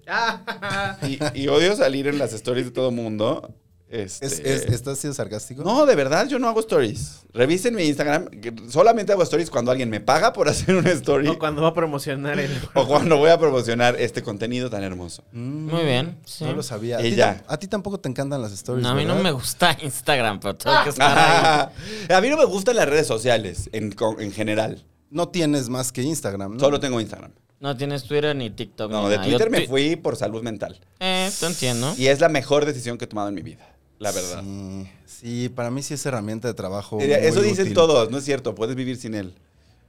Speaker 5: y, y odio salir en las stories de todo mundo. Este,
Speaker 7: ¿Es, es- ¿Estás siendo sarcástico?
Speaker 5: No, de verdad, yo no hago stories. Revisen mi Instagram. que Solamente hago stories cuando alguien me paga por [LAUGHS] hacer una story.
Speaker 8: o cuando va a promocionar el...
Speaker 5: [LAUGHS] o cuando voy a promocionar este contenido tan hermoso.
Speaker 7: Mm,
Speaker 6: Muy bien. sí.
Speaker 7: No lo sabía. A
Speaker 5: Y
Speaker 7: ti
Speaker 5: ya.
Speaker 7: tam- A ti tampoco te encantan las stories.
Speaker 6: No, a mí no
Speaker 7: ¿verdad?
Speaker 6: me gusta [LAUGHS] Instagram, pero tengo que estar ahí.
Speaker 5: [LAUGHS] a mí no me gustan las redes sociales en, con- en general.
Speaker 7: No tienes más que Instagram, ¿no?
Speaker 5: Solo tengo Instagram.
Speaker 6: No tienes Twitter ni TikTok.
Speaker 5: No,
Speaker 6: ni
Speaker 5: de
Speaker 7: ah,
Speaker 6: nada. Yo
Speaker 5: Twitter me
Speaker 6: tui-
Speaker 5: fui por salud mental.
Speaker 6: Eh, te entiendo.
Speaker 5: Y es la mejor decisión que he tomado en mi vida, la verdad.
Speaker 7: Sí, sí, para mí sí es herramienta de trabajo.
Speaker 5: Diría,
Speaker 7: muy
Speaker 5: Eso dicen
Speaker 7: útil.
Speaker 5: todos, no es cierto, puedes vivir sin él.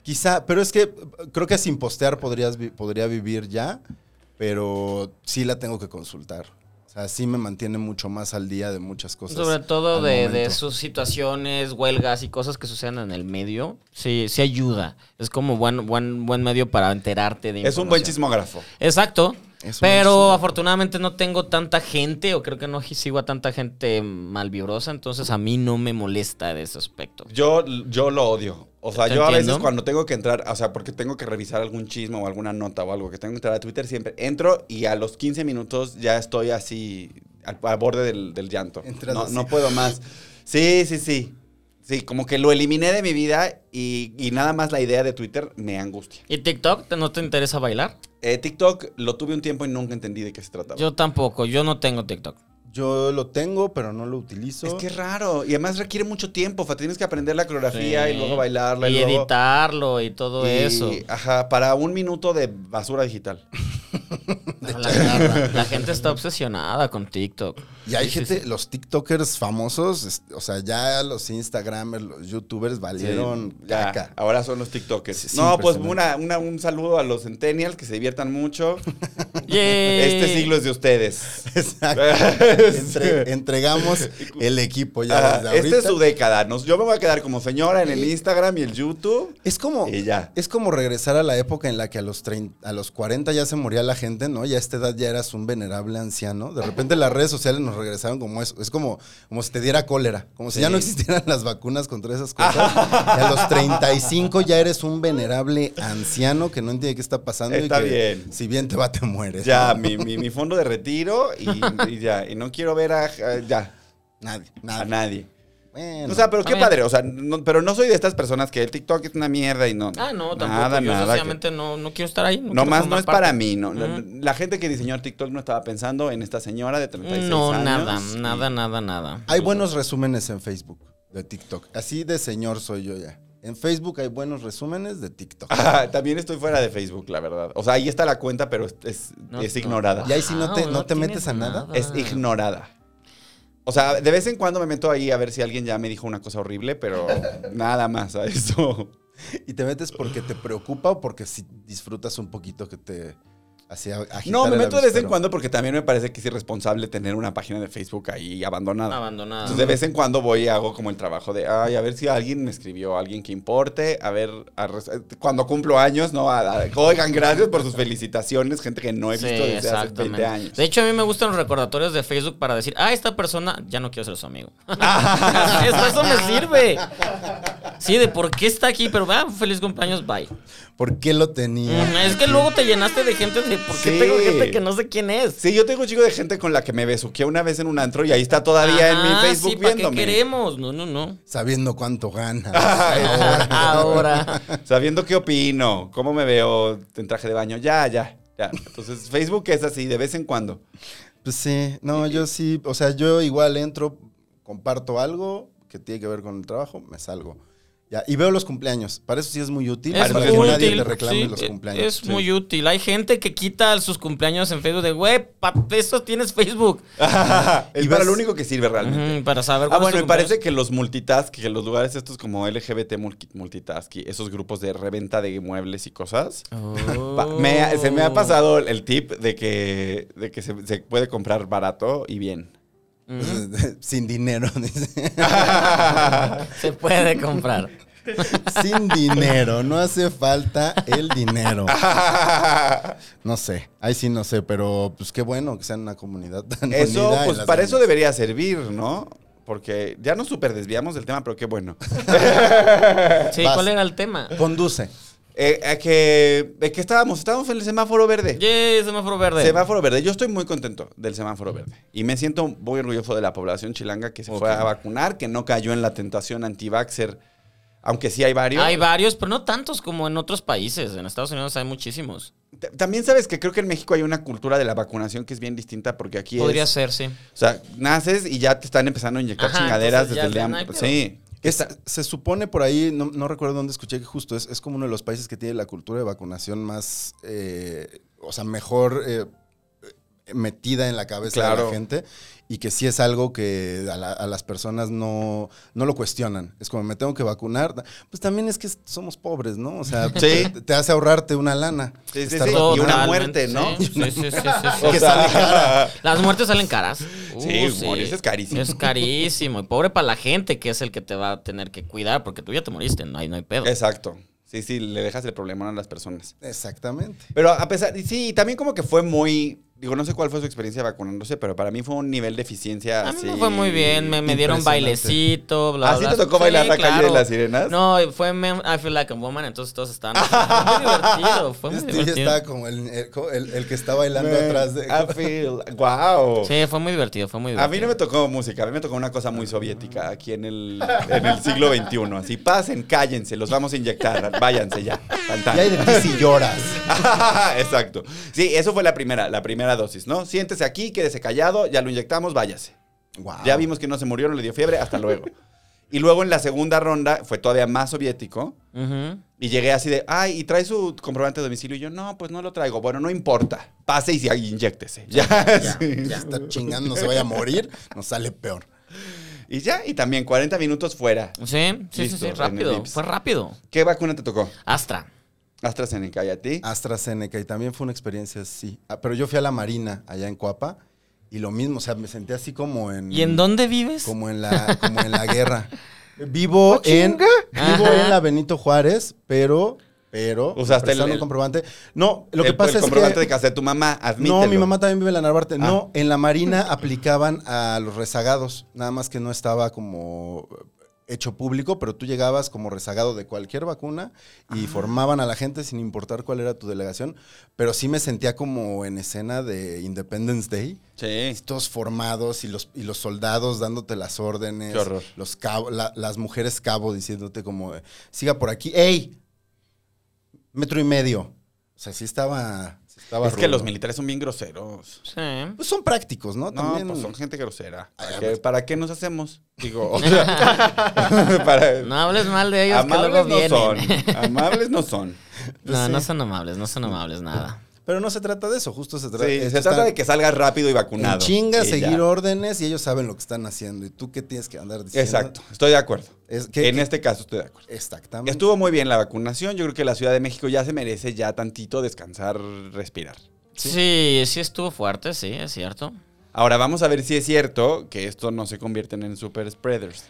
Speaker 7: Quizá, pero es que eh, creo que sin postear podrías vi- podría vivir ya, pero sí la tengo que consultar. O sea, sí me mantiene mucho más al día de muchas
Speaker 5: pues,
Speaker 7: cosas.
Speaker 6: Sobre todo
Speaker 7: al
Speaker 6: de, de
Speaker 7: momento.
Speaker 6: sus situaciones, huelgas y cosas que sucedan en el medio. Sí, sí ayuda. Es como buen, buen, buen medio para enterarte de
Speaker 5: Es un buen
Speaker 6: información.
Speaker 5: chismógrafo.
Speaker 6: Exacto.
Speaker 7: Es un
Speaker 6: Pero
Speaker 7: chismógrafo.
Speaker 6: afortunadamente no tengo tanta gente, o creo que no sigo a tanta gente malvibrosa, entonces a mí no me molesta de ese aspecto.
Speaker 5: Yo, yo lo odio. O sea,
Speaker 6: Te
Speaker 5: yo a veces
Speaker 6: entiendo.
Speaker 5: cuando tengo que entrar, o sea, porque tengo que revisar algún chisme o alguna nota o algo que tengo que entrar a Twitter, siempre entro y a los 15 minutos ya estoy así al, al borde del, del llanto.
Speaker 7: Entras
Speaker 5: No,
Speaker 7: así.
Speaker 5: no puedo más. Sí, sí, sí. Sí, como que lo eliminé de mi vida y, y nada más la idea de Twitter me angustia.
Speaker 6: ¿Y TikTok? ¿Te- ¿No te interesa bailar?
Speaker 5: Eh, TikTok lo tuve un tiempo y nunca entendí de qué se trataba.
Speaker 6: Yo tampoco, yo no tengo TikTok.
Speaker 7: Yo lo tengo, pero no lo utilizo.
Speaker 5: es que es raro y además requiere mucho tiempo. Fa, tienes que aprender la coreografía
Speaker 6: Sí.
Speaker 5: y luego bailarla
Speaker 6: Y
Speaker 5: y, luego-
Speaker 6: editarlo y todo
Speaker 5: y- [LAUGHS]
Speaker 6: eso.
Speaker 5: Ajá, para un minuto de basura digital.
Speaker 6: No, la, la- la gente está obsesionada con TikTok.
Speaker 7: Y hay
Speaker 6: Sí, sí,
Speaker 7: gente,
Speaker 6: sí.
Speaker 7: los TikTokers famosos, es- o sea, ya los Instagramers, los YouTubers valieron
Speaker 5: Sí, ya, [LAUGHS]
Speaker 7: caca.
Speaker 5: Ahora son los TikTokers.
Speaker 7: Sí, sí,
Speaker 5: no, pues una,
Speaker 7: impresionante.
Speaker 5: una- un saludo a los Centennials, que se
Speaker 6: [LAUGHS]
Speaker 5: diviertan mucho.
Speaker 6: Yay.
Speaker 5: Este siglo es de ustedes.
Speaker 7: Exacto. Entre- entregamos el equipo [LAUGHS] ya
Speaker 5: Ajá,
Speaker 7: desde
Speaker 5: esta
Speaker 7: ahorita.
Speaker 5: es su década. Nos- yo me voy a quedar como señora en el Instagram y el YouTube.
Speaker 7: Es como,
Speaker 5: Y ya.
Speaker 7: es como regresar a la época en la que a los, 30 a los 40 ya se moría la gente, ¿no? Ya a esta edad ya eras un venerable anciano. De repente las redes sociales nos regresaron como eso. Es como, como si te diera cólera. Como si ya no existieran las vacunas contra esas cosas. y a los 35 ya eres un venerable anciano que no entiende qué está pasando.
Speaker 5: Está
Speaker 7: y que,
Speaker 5: bien.
Speaker 7: Si bien te va, te mueres.
Speaker 5: Ya,
Speaker 7: ¿no?
Speaker 5: mi, mi- mi fondo de retiro y, y ya. Y no quiero ver a, a- ya,
Speaker 7: Nadie, nadie.
Speaker 5: a nadie.
Speaker 7: Bueno.
Speaker 5: O sea, pero
Speaker 6: A
Speaker 5: qué
Speaker 6: ver.
Speaker 5: padre. O sea, no- pero no soy de estas personas que el TikTok es una mierda y no.
Speaker 6: Ah, no, tampoco.
Speaker 5: Nada,
Speaker 6: yo
Speaker 5: nada. que-
Speaker 6: sencillamente no, no quiero estar ahí.
Speaker 5: No
Speaker 6: quiero
Speaker 5: más, no
Speaker 6: formar
Speaker 5: es para
Speaker 6: parte.
Speaker 5: mí. No, La-
Speaker 6: Ujú.
Speaker 5: La gente que diseñó el TikTok no estaba pensando en esta señora de 36
Speaker 6: No,
Speaker 5: años.
Speaker 6: nada,
Speaker 5: y-
Speaker 6: nada, nada, nada.
Speaker 7: Hay buenos resúmenes en Facebook de TikTok. Así de señor soy yo ya. En Facebook hay buenos resúmenes de TikTok.
Speaker 5: Ah, [LAUGHS] también estoy fuera de Facebook, la verdad. O sea, ahí está la cuenta, pero es, es-
Speaker 6: No,
Speaker 5: es
Speaker 6: no. Ah.
Speaker 5: ignorada.
Speaker 7: Y ahí sí no te,
Speaker 6: Wow,
Speaker 7: no
Speaker 6: no
Speaker 7: te
Speaker 6: tienes
Speaker 7: metes a nada.
Speaker 6: nada.
Speaker 5: Es ignorada. O sea, de vez en cuando me meto ahí a ver si alguien ya me dijo una cosa
Speaker 6: [LAUGHS]
Speaker 5: horrible, pero nada más a eso.
Speaker 7: Y te metes porque te preocupa o porque si disfrutas un poquito que te hacía agitar
Speaker 5: No, me
Speaker 7: el
Speaker 5: meto de vez en
Speaker 7: avispero.
Speaker 5: cuando porque también me parece que es irresponsable tener una página de Facebook ahí abandonada.
Speaker 6: Abandonada.
Speaker 5: Entonces, de vez en cuando voy y hago como el trabajo de, ay, a ver si alguien me escribió, alguien que importe, a ver, a res- eh, cuando cumplo años, ¿no? A- a- oigan, gracias por sus felicitaciones, gente que no he
Speaker 6: Sí,
Speaker 5: visto desde hace 20 años.
Speaker 6: De hecho, a mí me gustan los recordatorios de Facebook para decir, ah, esta persona ya no quiero ser su
Speaker 5: [LAUGHS]
Speaker 6: amigo. eso, eso me sirve. Sí, de por qué está aquí, pero ah, feliz cumpleaños, bye.
Speaker 7: ¿Por qué lo
Speaker 6: Mm,
Speaker 7: tenía?
Speaker 6: Es que luego te llenaste de gente de por qué
Speaker 5: Sí.
Speaker 6: tengo gente que no sé quién es.
Speaker 5: Sí, yo tengo un chico de gente con la que me besuqué una vez en un antro y ahí está todavía en mi
Speaker 6: Ah,
Speaker 5: Facebook
Speaker 6: sí, ¿para
Speaker 5: viéndome.
Speaker 6: qué queremos? No, no, no.
Speaker 7: Sabiendo cuánto gana.
Speaker 6: [LAUGHS] Ahora.
Speaker 5: [LAUGHS] Sabiendo qué opino, cómo me veo en traje de baño, ya, ya, ya. Entonces, Facebook es así, de vez en [LAUGHS] cuando.
Speaker 7: Pues sí, no, yo sí, o sea, yo igual entro, comparto algo que tiene que ver con el trabajo, me salgo. Ya, y veo los cumpleaños. Para eso sí es muy útil.
Speaker 6: Es
Speaker 7: para
Speaker 6: muy
Speaker 7: que
Speaker 6: útil.
Speaker 7: nadie te reclame
Speaker 6: sí,
Speaker 7: los
Speaker 6: es-
Speaker 7: cumpleaños.
Speaker 6: Es
Speaker 7: Sí.
Speaker 6: muy útil. Hay gente que quita sus cumpleaños en Facebook de, güey, para eso tienes Facebook.
Speaker 7: Y
Speaker 5: es para
Speaker 7: vas-
Speaker 5: lo único que sirve realmente.
Speaker 6: Ujú, para saber
Speaker 5: Ah,
Speaker 6: cuándo es
Speaker 5: bueno,
Speaker 6: tu
Speaker 5: me parece que los multitask, que los lugares estos como LGBT multi- multitask, y esos grupos de reventa de muebles y cosas.
Speaker 6: cumpleaños. Oh.
Speaker 5: pa- me ha- se me ha pasado el tip de que, de que se, se puede comprar barato
Speaker 7: [LAUGHS]
Speaker 5: y bien.
Speaker 6: Ujú. [LAUGHS]
Speaker 7: Sin dinero, [LAUGHS]
Speaker 5: [LAUGHS]
Speaker 7: dice.
Speaker 6: Se puede comprar.
Speaker 7: Sin dinero, no hace falta el
Speaker 5: [LAUGHS]
Speaker 7: dinero. No sé, ahí sí no sé, pero pues qué bueno que sean una comunidad tan
Speaker 5: Eso,
Speaker 7: unida en
Speaker 5: pues
Speaker 7: las
Speaker 5: para eso
Speaker 7: demás.
Speaker 5: debería servir, ¿no? Porque ya nos super desviamos del tema, pero qué bueno. [LAUGHS]
Speaker 6: Sí,
Speaker 7: Vas.
Speaker 6: ¿cuál era el tema?
Speaker 7: Conduce.
Speaker 5: Eh, eh, que, ¿De qué estábamos? Estábamos en el semáforo verde.
Speaker 6: Yay, semáforo verde.
Speaker 5: Semáforo verde. Yo estoy muy contento del semáforo verde. Y me siento muy orgulloso de la población chilanga que se fue a vacunar, que no cayó en la tentación anti-vaxxer, aunque sí hay varios.
Speaker 6: Hay varios, pero no tantos como en otros países. En Estados Unidos hay muchísimos.
Speaker 5: T- También sabes que creo que en México hay una cultura de la vacunación que es bien distinta porque aquí
Speaker 6: Podría
Speaker 5: es...
Speaker 6: ser, sí.
Speaker 5: O sea, naces y ya te están empezando a inyectar
Speaker 6: Ajá,
Speaker 5: chingaderas
Speaker 6: entonces ya
Speaker 5: desde el día...
Speaker 6: ya no hay pedo.
Speaker 5: sí.
Speaker 7: Es- se supone por ahí, no, no recuerdo dónde escuché que justo es, es como uno de los países que tiene la cultura de vacunación más, eh, o sea, mejor eh, metida en la cabeza de
Speaker 5: Claro.
Speaker 7: la gente y que sí es algo que a, la- a las personas no, no lo cuestionan. Es como, me tengo que vacunar. Pues también es que somos pobres, ¿no? O sea,
Speaker 5: Sí.
Speaker 7: te, te hace ahorrarte una lana.
Speaker 5: Sí, sí,
Speaker 7: Estar
Speaker 5: sí. Y
Speaker 7: vacunado.
Speaker 5: una
Speaker 6: Totalmente,
Speaker 5: muerte, ¿no?
Speaker 6: Sí, sí, sí, sí, sí, sí.
Speaker 5: [LAUGHS] O
Speaker 7: Que
Speaker 5: sea,
Speaker 6: [LAUGHS]
Speaker 7: sale cara.
Speaker 6: Las muertes salen caras. Uh,
Speaker 5: Sí, morirse es carísimo.
Speaker 6: Es carísimo. Y pobre para la gente que es el que te va a tener que cuidar, porque tú ya te moriste, no hay, no hay pedo.
Speaker 5: Exacto. Sí, sí, le dejas el problema a las personas.
Speaker 7: Exactamente.
Speaker 5: Pero a pesar, sí, también como que fue muy, digo, no sé cuál fue su experiencia vacunándose, pero para mí fue un nivel de eficiencia
Speaker 6: A mí
Speaker 5: así.
Speaker 6: me fue muy bien, me, me dieron
Speaker 7: Impresionante.
Speaker 6: bailecito, bla,
Speaker 5: ¿Ah, sí
Speaker 6: bla.
Speaker 5: te tocó bailar la calle de las sirenas?
Speaker 6: No, fue Men- I Feel Like a Woman, entonces todos
Speaker 5: [LAUGHS]
Speaker 6: estaban... Fue muy divertido, fue muy
Speaker 7: Steve
Speaker 6: divertido.
Speaker 7: Este está como el, el- como el- el que está bailando
Speaker 5: Man,
Speaker 7: atrás de...
Speaker 5: I feel, wow.
Speaker 6: Sí, fue muy divertido, fue muy
Speaker 5: A
Speaker 6: divertido.
Speaker 5: mí no me tocó música, a mí me tocó una cosa muy soviética aquí en el, en el siglo XXI. Así, pasen, cállense, los vamos a inyectar, váyanse ya. Tan, tan.
Speaker 7: Y hay de ti si lloras.
Speaker 5: [LAUGHS] Exacto. Sí, eso fue la primera, la primera dosis, ¿no? Siéntese aquí, quédese callado, ya lo inyectamos, váyase.
Speaker 7: Wow.
Speaker 5: Ya vimos que no se murió, no le dio fiebre, hasta luego. Y luego en la segunda ronda fue todavía más soviético.
Speaker 6: Ujú.
Speaker 5: Y llegué así de, ay, ¿y trae su comprobante de domicilio? Y yo, no, pues no lo traigo. Bueno, no importa. Pase y se- y inyéctese. [LAUGHS] Ya, sí.
Speaker 7: Ya está chingando, no se vaya a morir, nos sale peor.
Speaker 5: Y ya, y también 40 minutos fuera.
Speaker 6: Sí, sí, sí,
Speaker 5: Listo,
Speaker 6: sí,
Speaker 5: en el
Speaker 6: rápido,
Speaker 5: Vips.
Speaker 6: fue rápido.
Speaker 5: ¿Qué vacuna te tocó?
Speaker 6: Astra.
Speaker 5: AstraZeneca y a ti.
Speaker 7: AstraZeneca y también fue una experiencia así. Ah, pero yo fui a la Marina allá en Coapa y lo mismo, o sea, me senté así como en...
Speaker 6: ¿Y
Speaker 5: Mm.
Speaker 6: en dónde vives?
Speaker 7: Como en la, como en la guerra. [LAUGHS] ¿Oh, Vivo en, vivo
Speaker 6: Ajá.
Speaker 7: en la Benito Juárez, pero... Pero...
Speaker 5: Usaste el-
Speaker 7: prestaron
Speaker 5: el-
Speaker 7: comprobante. No, lo que
Speaker 5: El-
Speaker 7: pasa
Speaker 5: el
Speaker 7: es
Speaker 5: comprobante
Speaker 7: que...
Speaker 5: de casa de tu mamá, admítelo.
Speaker 7: No, mi mamá también vive en la Narvarte.
Speaker 5: Ah.
Speaker 7: No, en la Marina aplicaban a los rezagados, nada más que no estaba como hecho público, pero tú llegabas como rezagado de cualquier vacuna
Speaker 5: Ah.
Speaker 7: y formaban a la gente sin importar cuál era tu delegación, pero sí me sentía como en escena de Independence Day.
Speaker 5: Sí.
Speaker 7: Estos formados y los, y los soldados dándote las órdenes,
Speaker 5: Qué horror.
Speaker 7: los cabo- la- las mujeres cabo diciéndote como, eh, siga por aquí, ¡ey! Metro y medio. O sea, sí estaba... sí estaba
Speaker 5: Es que
Speaker 7: rudo.
Speaker 5: los militares son bien groseros.
Speaker 6: Sí.
Speaker 7: Pues son prácticos, ¿no?
Speaker 5: No,
Speaker 7: También. eh,
Speaker 5: pues son gente grosera. ¿Para
Speaker 7: Ay,
Speaker 5: qué,
Speaker 7: pues-
Speaker 5: para qué nos hacemos?
Speaker 7: [LAUGHS]
Speaker 5: Digo, o sea, [LAUGHS] para-
Speaker 6: No hables mal de ellos que luego
Speaker 5: Pues, amables no
Speaker 6: vienen. [LAUGHS]
Speaker 5: son. Amables no son.
Speaker 6: No, no son amables, no son amables nada.
Speaker 7: Pero no se trata de eso, justo se, trata
Speaker 5: Sí, se trata de que salgas rápido y vacunado.
Speaker 7: En chinga,
Speaker 5: Y
Speaker 7: seguir
Speaker 5: ya.
Speaker 7: órdenes y ellos saben lo que están haciendo. ¿Y tú qué tienes que andar diciendo?
Speaker 5: Exacto, estoy de acuerdo.
Speaker 7: Es que-
Speaker 5: en este caso estoy de acuerdo.
Speaker 7: Exactamente.
Speaker 5: Estuvo muy bien la vacunación. Yo creo que la Ciudad de México ya se merece ya tantito descansar, respirar.
Speaker 6: Sí, sí estuvo fuerte, sí, es cierto.
Speaker 5: Ahora vamos a ver si es cierto que esto no se convierten en super spreaders.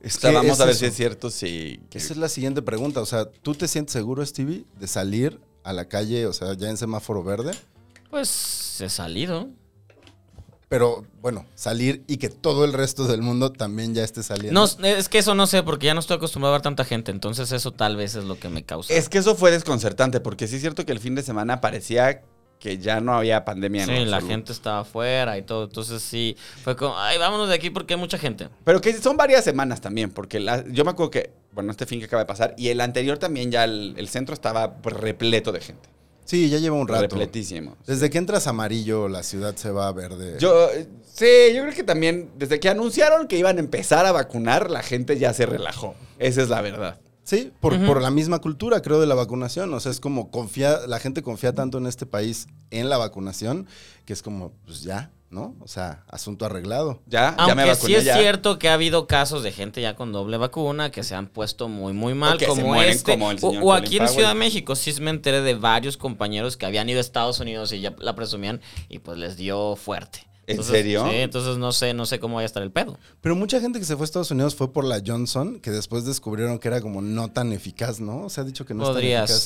Speaker 7: Es
Speaker 5: O sea,
Speaker 7: que
Speaker 5: vamos
Speaker 7: es
Speaker 5: a ver
Speaker 7: eso.
Speaker 5: si es cierto si que-
Speaker 7: Esa es la siguiente pregunta. O sea, ¿tú te sientes seguro, Stevie, de salir a la calle, o sea, ya en semáforo verde?
Speaker 6: Pues he salido.
Speaker 7: Pero bueno, salir y que todo el resto del mundo también ya esté saliendo.
Speaker 6: No, es que eso no sé, porque ya no estoy acostumbrado a ver tanta gente, entonces eso tal vez es lo que me causa.
Speaker 5: Es que eso fue desconcertante, porque sí es cierto que el fin de semana parecía que ya no había pandemia. en
Speaker 6: sí,
Speaker 5: lo
Speaker 6: la
Speaker 5: absoluto.
Speaker 6: gente estaba afuera y todo, entonces sí, fue como, ay, vámonos de aquí porque hay mucha gente.
Speaker 5: Pero que son varias semanas también, porque la- yo me acuerdo que, bueno, este fin que acaba de pasar, y el anterior también ya el, el centro estaba pues repleto de gente.
Speaker 7: Sí, ya lleva un rato.
Speaker 5: Repletísimo.
Speaker 7: Desde que entras amarillo, la ciudad se va a verde.
Speaker 5: Yo, eh, sí, yo creo que también, desde que anunciaron que iban a empezar a vacunar, la gente ya se relajó. Esa es la verdad.
Speaker 7: Sí, por,
Speaker 6: Ujú.
Speaker 7: por la misma cultura, creo, de la vacunación. O sea, es como confía, la gente confía tanto en este país en la vacunación que es como, pues ya, ¿no? O sea, asunto arreglado.
Speaker 5: Ya, ya me
Speaker 6: Aunque
Speaker 5: vacuné
Speaker 6: sí es
Speaker 5: ya.
Speaker 6: cierto que ha habido casos de gente ya con doble vacuna que se han puesto muy, muy mal,
Speaker 5: O que se
Speaker 6: como
Speaker 5: mueren
Speaker 6: este.
Speaker 5: como el
Speaker 6: O-
Speaker 5: señor
Speaker 6: o,
Speaker 5: Colin
Speaker 6: aquí en
Speaker 5: Powell.
Speaker 6: Ciudad de México sí me enteré de varios compañeros que habían ido a Estados Unidos y ya la presumían y pues les dio fuerte.
Speaker 5: ¿En
Speaker 6: Entonces,
Speaker 5: serio?
Speaker 6: Sí, entonces no sé, no sé cómo vaya a estar el pedo.
Speaker 7: Pero mucha gente que se fue a Estados Unidos fue por la Johnson, que después descubrieron que era como no tan eficaz, ¿no? Se ha dicho que no
Speaker 6: Podría
Speaker 7: es tan eficaz.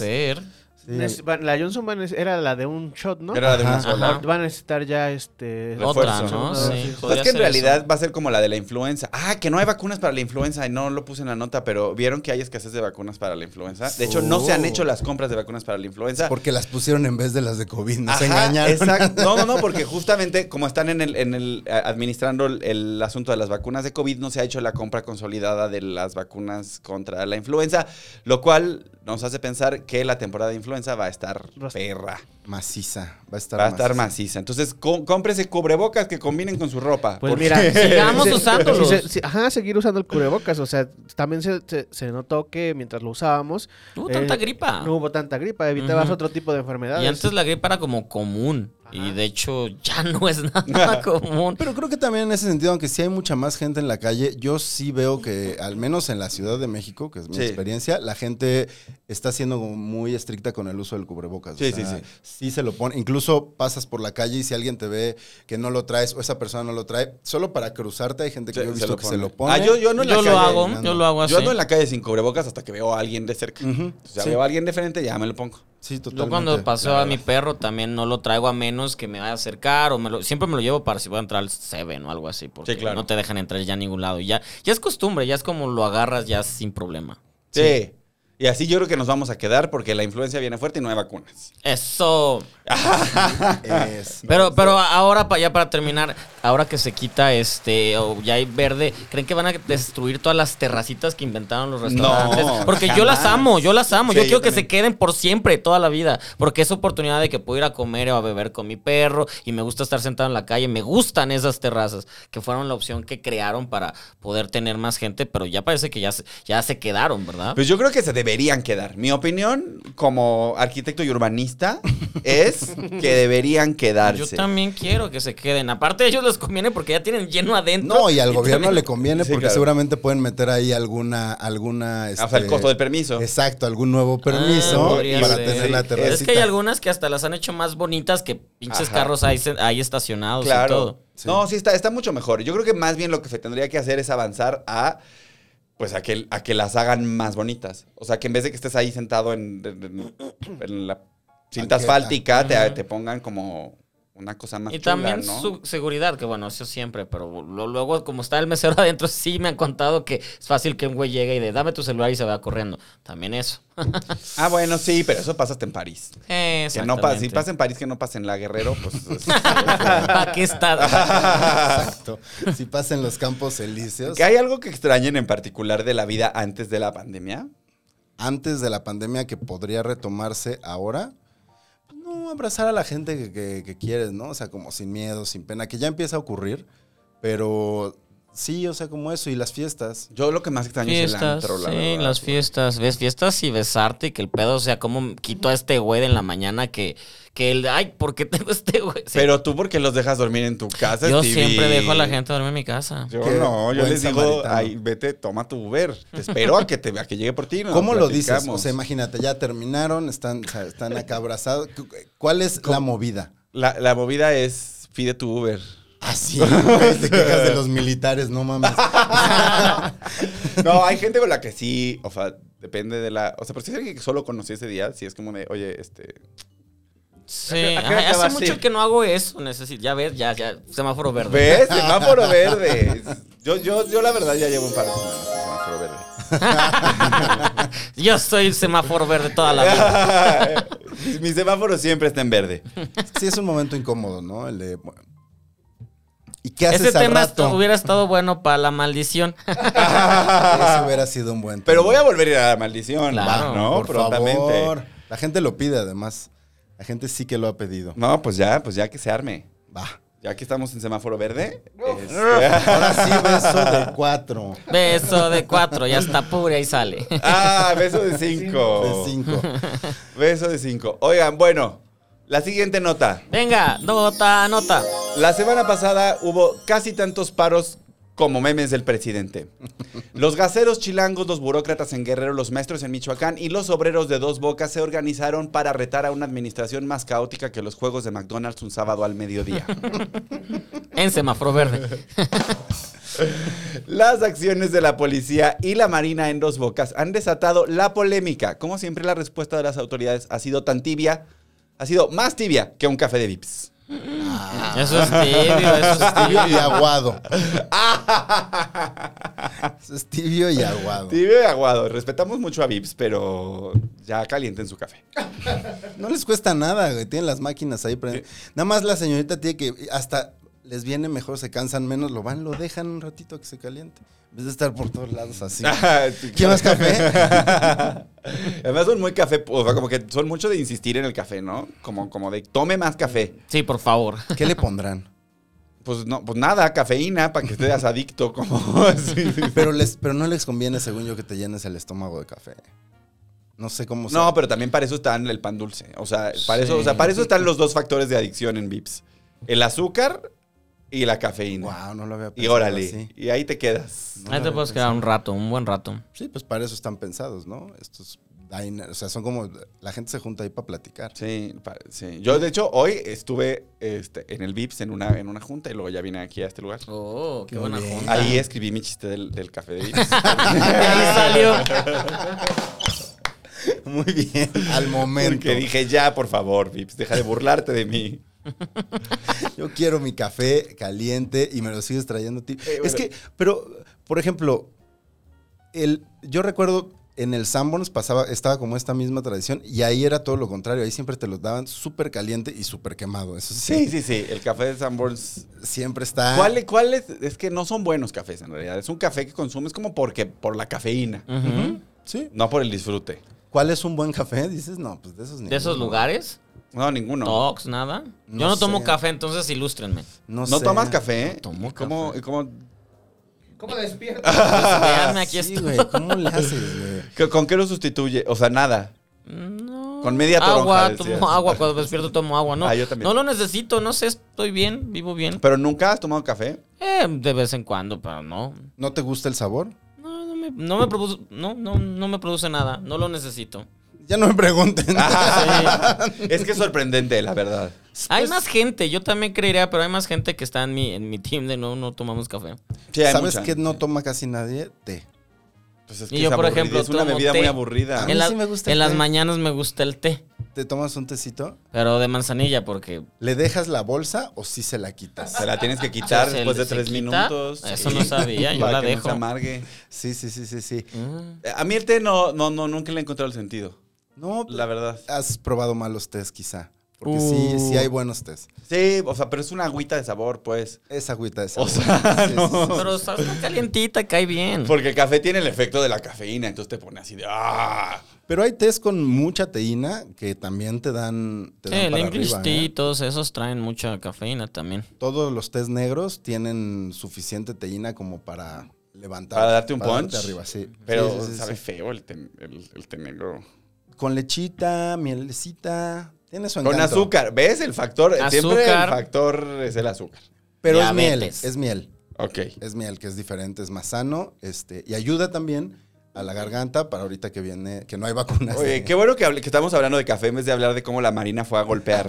Speaker 6: ser.
Speaker 7: Sí.
Speaker 8: Nes- va- La Johnson va a neces- era la de un shot, ¿no?
Speaker 5: Era la de una
Speaker 7: Ajá.
Speaker 5: sola.
Speaker 6: Ajá.
Speaker 8: Va a necesitar ya este.
Speaker 5: Refuerzo.
Speaker 6: Otra, ¿no?
Speaker 8: Refuerzo, sí.
Speaker 6: Sí,
Speaker 8: Es
Speaker 5: Pues Es
Speaker 6: podría
Speaker 5: que en
Speaker 6: ser
Speaker 5: realidad
Speaker 6: eso.
Speaker 5: va a ser como la de la influenza. Ah, que no hay vacunas para la influenza. Y no lo puse en la nota, pero vieron que hay escasez de vacunas para la influenza. De hecho, no se han
Speaker 7: Oh.
Speaker 5: hecho las compras de vacunas para la influenza.
Speaker 7: Porque las pusieron en vez de las de COVID, nos
Speaker 5: Ajá,
Speaker 7: engañaron.
Speaker 5: exacto. No, no, no, porque justamente como están en el, en el eh, administrando el, el asunto de las vacunas de COVID, no se ha hecho la compra consolidada de las vacunas contra la influenza, lo cual nos hace pensar que la temporada de influenza va a estar
Speaker 8: Ros-
Speaker 5: perra,
Speaker 7: Maciza, va a estar
Speaker 5: va a estar
Speaker 7: maciza.
Speaker 5: maciza. Entonces, có- cómprese cubrebocas que combinen con su ropa.
Speaker 8: Pues
Speaker 5: porque-
Speaker 8: [LAUGHS] mira,
Speaker 6: Sigamos
Speaker 8: sí, sí,
Speaker 6: usándolos.
Speaker 8: sí, sí, ajá, seguir usando el cubrebocas. O sea, también se, se- se notó que mientras lo usábamos,
Speaker 6: No hubo
Speaker 8: Eh,
Speaker 6: tanta gripa.
Speaker 8: no hubo tanta gripa, evitabas
Speaker 6: Ah. Ujú.
Speaker 8: otro tipo de enfermedades.
Speaker 6: Y antes la gripa era como común. Y de hecho ya [LAUGHS] no es
Speaker 5: [LAUGHS]
Speaker 6: nada común.
Speaker 7: Pero creo que también en ese sentido, aunque sí hay mucha más gente en la calle, yo sí veo que, al menos en la Ciudad de México, que es mi
Speaker 5: Sí.
Speaker 7: experiencia, la gente está siendo como muy estricta con el uso del cubrebocas.
Speaker 5: Sí, sí, sí.
Speaker 7: Sí se lo pone. Incluso pasas por la calle y si alguien te ve que no lo traes o esa persona no lo trae, solo para cruzarte hay gente que
Speaker 5: Se-
Speaker 7: yo he
Speaker 5: se
Speaker 7: visto
Speaker 5: lo
Speaker 7: que
Speaker 5: pone.
Speaker 7: se lo pone.
Speaker 5: Ah, yo, yo no en la
Speaker 6: Yo lo
Speaker 5: calle.
Speaker 6: hago,
Speaker 7: caminando.
Speaker 6: yo lo hago así.
Speaker 5: Yo ando en la calle sin cubrebocas hasta que veo a alguien de cerca.
Speaker 7: Ujú,
Speaker 5: O sea,
Speaker 7: sí.
Speaker 5: veo a alguien de frente, ya me lo pongo.
Speaker 7: Sí, totalmente.
Speaker 6: Yo cuando
Speaker 7: [LAUGHS]
Speaker 6: paseo
Speaker 5: la
Speaker 6: a mi perro también no lo traigo a menos que me vaya a acercar o me lo, siempre me lo llevo para si voy a entrar al Seven o algo así, porque
Speaker 5: Sí, claro.
Speaker 6: no te dejan entrar ya a ningún lado. Y Ya, ya es costumbre, ya es como lo agarras ya sin problema.
Speaker 5: Sí. Y así yo creo que nos vamos a quedar porque la influencia viene fuerte y no hay vacunas.
Speaker 6: Eso.
Speaker 7: Es-
Speaker 6: Pero, pero ahora pa- ya para terminar, ahora que se quita este, o ya hay verde, ¿creen que van a destruir todas las terracitas que inventaron los restaurantes?
Speaker 5: No,
Speaker 6: porque yo las
Speaker 5: jamás.
Speaker 6: amo, yo las amo,
Speaker 5: Sí,
Speaker 6: yo
Speaker 5: yo
Speaker 6: quiero que
Speaker 5: también.
Speaker 6: se queden por siempre, toda la vida, porque es oportunidad de que puedo ir a comer o a beber con mi perro y me gusta estar sentado en la calle, me gustan esas terrazas, que fueron la opción que crearon para poder tener más gente, pero ya parece que ya se, ya se quedaron, ¿verdad?
Speaker 5: Pues yo creo que se deberían quedar. Mi opinión como arquitecto
Speaker 6: [LAUGHS]
Speaker 5: y urbanista es que deberían quedarse.
Speaker 6: Yo también quiero que se queden. Aparte, a ellos les conviene porque ya tienen lleno adentro. [LAUGHS]
Speaker 7: No, y al gobierno
Speaker 6: también-
Speaker 7: le conviene
Speaker 5: Sí,
Speaker 7: porque
Speaker 5: claro.
Speaker 7: seguramente pueden meter ahí alguna... alguna
Speaker 5: O sea, el
Speaker 7: este,
Speaker 5: costo del permiso.
Speaker 7: Exacto, algún nuevo
Speaker 6: Ah,
Speaker 7: permiso
Speaker 6: podría
Speaker 7: para
Speaker 6: ser.
Speaker 7: tener la
Speaker 5: Es que
Speaker 7: terracita.
Speaker 6: Es que hay algunas que hasta las han hecho más bonitas que pinches
Speaker 5: Ajá.
Speaker 6: carros ahí, se- ahí estacionados y
Speaker 5: Claro.
Speaker 6: todo.
Speaker 7: Sí.
Speaker 5: No, sí está, está mucho mejor. Yo creo que más bien lo que se tendría que hacer es avanzar a pues a que, a que las hagan más bonitas. O sea, que en vez de que estés ahí sentado en, en- en la
Speaker 7: Banqueta.
Speaker 5: cinta asfáltica, te,
Speaker 6: Ajá.
Speaker 5: te pongan como una cosa más
Speaker 6: Y
Speaker 5: chula,
Speaker 6: también
Speaker 5: ¿no?
Speaker 6: su seguridad, que bueno, eso siempre, pero lo- luego como está el mesero [LAUGHS] adentro, sí me han contado que es fácil que un güey llegue y de dame tu celular y se va corriendo. También eso.
Speaker 5: Ah, bueno, sí, pero eso pasa hasta en París. Que no pasa, si pasa en París, que no pasa en La Guerrero, pues... es-
Speaker 6: [LAUGHS] ¿Para qué está?
Speaker 5: [LAUGHS]
Speaker 7: Exacto. Si pasa en los campos elíseos.
Speaker 5: ¿Que ¿Hay algo que extrañen en particular de la vida antes de la pandemia?
Speaker 7: Antes de la pandemia que podría retomarse ahora, pues no abrazar a la gente que, que- que quieres, ¿no? O sea, como sin miedo, sin pena, que ya empieza a ocurrir, pero sí, o sea, como eso, y las fiestas.
Speaker 5: Yo lo que más extraño es el
Speaker 6: Fiestas,
Speaker 5: antro, la
Speaker 6: sí,
Speaker 5: verdad.
Speaker 6: las fiestas, ves fiestas y besarte y que el pedo sea como quito a este güey de en la mañana que, que el, ay, ¿por qué tengo este güey? Sí.
Speaker 5: Pero tú, ¿por qué los dejas dormir en tu casa?
Speaker 6: Yo
Speaker 5: Stevie?
Speaker 6: siempre dejo a la gente dormir en mi casa.
Speaker 5: Yo
Speaker 7: Qué
Speaker 5: no, yo
Speaker 7: buen
Speaker 5: les digo,
Speaker 7: samaritano.
Speaker 5: ay, vete, toma tu Uber. Te espero a que, te, a que llegue por ti. nos
Speaker 7: ¿Cómo lo
Speaker 5: platicamos.
Speaker 7: dices? O sea, imagínate, ya terminaron, están, o sea, están acá abrazados. ¿Cuál es la movida?
Speaker 5: la, la movida es, pide
Speaker 7: [LAUGHS]
Speaker 5: tu Uber.
Speaker 7: Así, güey, te quejas de los militares, no mames.
Speaker 5: No, hay gente con la que sí, o sea, depende de la... O sea, pero si es alguien que solo conocí ese día, si es como de, oye, este...
Speaker 6: Sí,
Speaker 5: ¿A qué- a qué
Speaker 6: ajá,
Speaker 5: hora te
Speaker 6: hace
Speaker 5: vas a
Speaker 6: mucho
Speaker 5: ir?
Speaker 6: que no hago eso. Necesito, ya ves, ya, ya, semáforo verde.
Speaker 5: ¿Ves?
Speaker 7: [LAUGHS]
Speaker 5: Semáforo verde. Yo, yo, yo la verdad ya llevo un par de semanas con semáforo verde.
Speaker 6: Yo soy semáforo verde toda la vida.
Speaker 7: [LAUGHS]
Speaker 5: [LAUGHS] Mi semáforo siempre está en verde. [LAUGHS]
Speaker 7: Sí, es un momento incómodo, ¿no? El de, bueno. ¿Y qué haces
Speaker 6: Ese
Speaker 7: al
Speaker 6: tema
Speaker 7: rato?
Speaker 6: estu- hubiera estado bueno para la maldición.
Speaker 7: Ese hubiera sido un buen tema.
Speaker 5: Pero voy a volver a ir a la maldición,
Speaker 6: Claro,
Speaker 5: ¿no?
Speaker 7: Por
Speaker 5: Prontamente.
Speaker 7: favor. La gente lo pide, además. La gente sí que lo ha pedido.
Speaker 5: No, pues ya, pues ya que se arme.
Speaker 7: Va.
Speaker 5: Ya que estamos en semáforo verde. este- [LAUGHS]
Speaker 7: Ahora sí, beso de cuatro.
Speaker 6: Beso de cuatro, ya está pura y sale. [LAUGHS]
Speaker 5: Ah, beso de cinco.
Speaker 7: De cinco.
Speaker 5: Beso de cinco. Oigan, bueno, la siguiente nota.
Speaker 6: Venga, nota, nota.
Speaker 5: La semana pasada hubo casi tantos paros como memes del presidente. Los gaceros chilangos, los burócratas en Guerrero, los maestros en Michoacán y los obreros de Dos Bocas se organizaron para retar a una administración más caótica que los juegos de McDonald's un sábado al mediodía.
Speaker 6: En semáforo verde.
Speaker 5: Las acciones de la policía y la marina en Dos Bocas han desatado la polémica. Como siempre, la respuesta de las autoridades ha sido tan tibia, ha sido más tibia que un café de Vips.
Speaker 7: Ah.
Speaker 6: Eso es tibio, eso
Speaker 7: [LAUGHS]
Speaker 6: es
Speaker 7: Tibio y
Speaker 6: tibio.
Speaker 7: aguado. Eso es tibio y aguado.
Speaker 5: Tibio y aguado. Respetamos mucho a Vips, pero ya calienten su café.
Speaker 7: No les cuesta nada, güey. Tienen las máquinas ahí. prend- Nada más la señorita tiene que. Hasta les viene mejor, se cansan menos, lo van, lo dejan un ratito a que se caliente. En vez de estar por todos lados [LAUGHS]
Speaker 5: [LAUGHS]
Speaker 7: así. ¿Quién más café?
Speaker 5: Ah, Además son muy café, o sea, como que son mucho de insistir en el café, ¿no? Como, como de tome más café.
Speaker 6: Sí, por favor.
Speaker 7: ¿Qué le pondrán?
Speaker 5: Pues no, pues nada, cafeína para que estés adicto, [LAUGHS] como así.
Speaker 7: Pero, les, pero no les conviene, según yo, que te llenes el estómago de café. No sé cómo sea.
Speaker 5: No, pero también para eso están el pan dulce. O sea, para eso, o sea, para eso están los dos factores de adicción en VIPS. El azúcar y la cafeína.
Speaker 7: Wow, no lo había
Speaker 5: Y
Speaker 7: pensado
Speaker 5: órale.
Speaker 7: así.
Speaker 5: Y ahí te quedas.
Speaker 6: Ahí
Speaker 7: No lo
Speaker 6: te
Speaker 7: había
Speaker 6: puedes
Speaker 7: pensado.
Speaker 6: quedar un rato, un buen rato.
Speaker 7: Sí, pues para eso están pensados, ¿no? Estos diners, o sea, son como la gente se junta ahí para platicar.
Speaker 5: Sí, [LAUGHS] pa- sí. Yo, de hecho, hoy estuve este, en el VIPS en una, en una junta y luego ya vine aquí a este lugar.
Speaker 6: Oh, qué buena junta.
Speaker 5: Ahí escribí mi chiste del, del café de VIPS.
Speaker 6: [LAUGHS] Ahí
Speaker 7: [LAUGHS]
Speaker 6: salió.
Speaker 7: Muy bien. Al momento.
Speaker 5: Porque dije, ya, por favor, VIPS, deja de burlarte de mí.
Speaker 7: Yo quiero mi café caliente y me lo sigues trayendo a ti.
Speaker 5: Eh,
Speaker 7: Es que, pero, por ejemplo, el, yo recuerdo en el Sanborns pasaba, estaba como esta misma tradición y ahí era todo lo contrario. Ahí siempre te lo daban súper caliente y súper quemado. Eso sí.
Speaker 5: Sí,
Speaker 7: Ah.
Speaker 5: sí, sí. El café de Sanborns.
Speaker 7: Siempre está.
Speaker 5: ¿Cuál, cuál es? Es que no son buenos cafés en realidad. Es un café que consumes como porque, por la cafeína,
Speaker 6: Ujú.
Speaker 7: Sí.
Speaker 5: no por el disfrute.
Speaker 7: ¿Cuál es un buen café? Dices, no, pues de esos
Speaker 6: ¿De esos
Speaker 7: ninguno.
Speaker 6: lugares?
Speaker 5: No, ninguno.
Speaker 6: Tox, nada.
Speaker 7: No
Speaker 6: Yo no tomo
Speaker 7: sé.
Speaker 6: café, entonces
Speaker 7: [LAUGHS]
Speaker 6: ilústrenme.
Speaker 7: No,
Speaker 5: ¿No
Speaker 7: sé.
Speaker 5: tomas café?
Speaker 6: No tomo
Speaker 5: ¿Y ¿Cómo,
Speaker 6: café.
Speaker 5: y cómo-
Speaker 8: ¿Cómo despiertas?
Speaker 6: Veanme, aquí
Speaker 7: Ah, Sí,
Speaker 6: estoy.
Speaker 7: güey, ¿Cómo le
Speaker 5: [LAUGHS]
Speaker 7: haces, güey?
Speaker 5: qué- ¿Con qué lo sustituye? O sea, nada.
Speaker 6: No.
Speaker 5: Con media toronja,
Speaker 6: Agua,
Speaker 5: decías.
Speaker 6: tomo agua. Cuando despierto tomo agua, ¿no?
Speaker 5: Ah, yo también.
Speaker 6: No lo necesito, no sé, estoy bien, vivo bien.
Speaker 5: ¿Pero nunca has tomado café?
Speaker 6: Eh, de vez en cuando, pero no.
Speaker 7: ¿No te gusta el sabor?
Speaker 6: No, no me, no me produce, no, no, no me produce nada, no lo
Speaker 7: [LAUGHS]
Speaker 6: necesito.
Speaker 7: Ya no me pregunten.
Speaker 5: es que es sorprendente, la verdad.
Speaker 7: Pues
Speaker 6: Hay más gente, yo también creería, pero hay más gente que está en mi, en mi team de no, no tomamos café.
Speaker 5: Sí, hay
Speaker 7: ¿Sabes
Speaker 5: mucha.
Speaker 7: qué no toma casi nadie? Té.
Speaker 5: Pues es
Speaker 6: Y yo,
Speaker 5: es
Speaker 6: por
Speaker 5: aburrida,
Speaker 6: ejemplo,
Speaker 5: es una
Speaker 6: tomo
Speaker 5: bebida
Speaker 6: té. Ah,
Speaker 5: muy aburrida.
Speaker 7: mí
Speaker 6: En, la-
Speaker 7: sí me gusta el
Speaker 6: en las
Speaker 7: té.
Speaker 6: mañanas me gusta el té,
Speaker 7: ¿Te tomas un tecito?
Speaker 6: pero de manzanilla porque...
Speaker 7: ¿Le dejas la bolsa o sí se la quitas?
Speaker 5: Se la tienes que quitar
Speaker 6: Se-
Speaker 5: después de
Speaker 6: se
Speaker 5: tres
Speaker 6: quita.
Speaker 5: minutos.
Speaker 6: Eso no sabía, yo
Speaker 5: Para
Speaker 6: la
Speaker 5: que
Speaker 6: dejo.
Speaker 5: No se amargue.
Speaker 7: Sí, sí, sí, sí, sí. [LAUGHS]
Speaker 6: Mm.
Speaker 5: Eh, A mí el té no, no, no, nunca le he encontrado el sentido.
Speaker 7: No,
Speaker 6: pues,
Speaker 5: La verdad.
Speaker 6: ah.
Speaker 7: has probado malos tés quizá. Porque
Speaker 6: Uh.
Speaker 7: sí, sí hay buenos tés.
Speaker 5: Sí, o sea, pero es una agüita de sabor, pues.
Speaker 7: Esa agüita de sabor.
Speaker 5: O sea,
Speaker 7: Sí,
Speaker 5: no.
Speaker 7: sí, sí, sí.
Speaker 6: Pero está está calientita, cae bien.
Speaker 5: Porque el café tiene el efecto de la cafeína, entonces te pone así de ¡ah!
Speaker 7: Pero hay tés con mucha teína que también te dan, te
Speaker 6: Sí,
Speaker 7: dan
Speaker 6: el
Speaker 7: para
Speaker 6: English
Speaker 7: arriba,
Speaker 6: Tea,
Speaker 7: ¿eh?
Speaker 6: todos esos traen mucha cafeína [LAUGHS] también.
Speaker 7: Todos los tés negros tienen suficiente teína como para levantar.
Speaker 5: Para darte un punch.
Speaker 7: darte arriba, sí.
Speaker 5: Pero
Speaker 7: Sí, sí, sí,
Speaker 5: sabe
Speaker 7: sí.
Speaker 5: feo el té, el, el té negro.
Speaker 7: Con lechita, mielecita. Tiene su
Speaker 5: Con
Speaker 7: encanto.
Speaker 5: azúcar, ¿ves? El factor, siempre el
Speaker 6: Azúcar.
Speaker 5: factor es el azúcar.
Speaker 7: Pero
Speaker 6: Diabetes.
Speaker 7: es miel, es miel.
Speaker 5: Ok.
Speaker 7: Es miel, que es diferente, es más sano, este, y ayuda también a la garganta para ahorita que viene, que no hay vacunas.
Speaker 5: Oye, qué bueno que, hable- que estamos hablando de café en vez de hablar de cómo la Marina fue a golpear.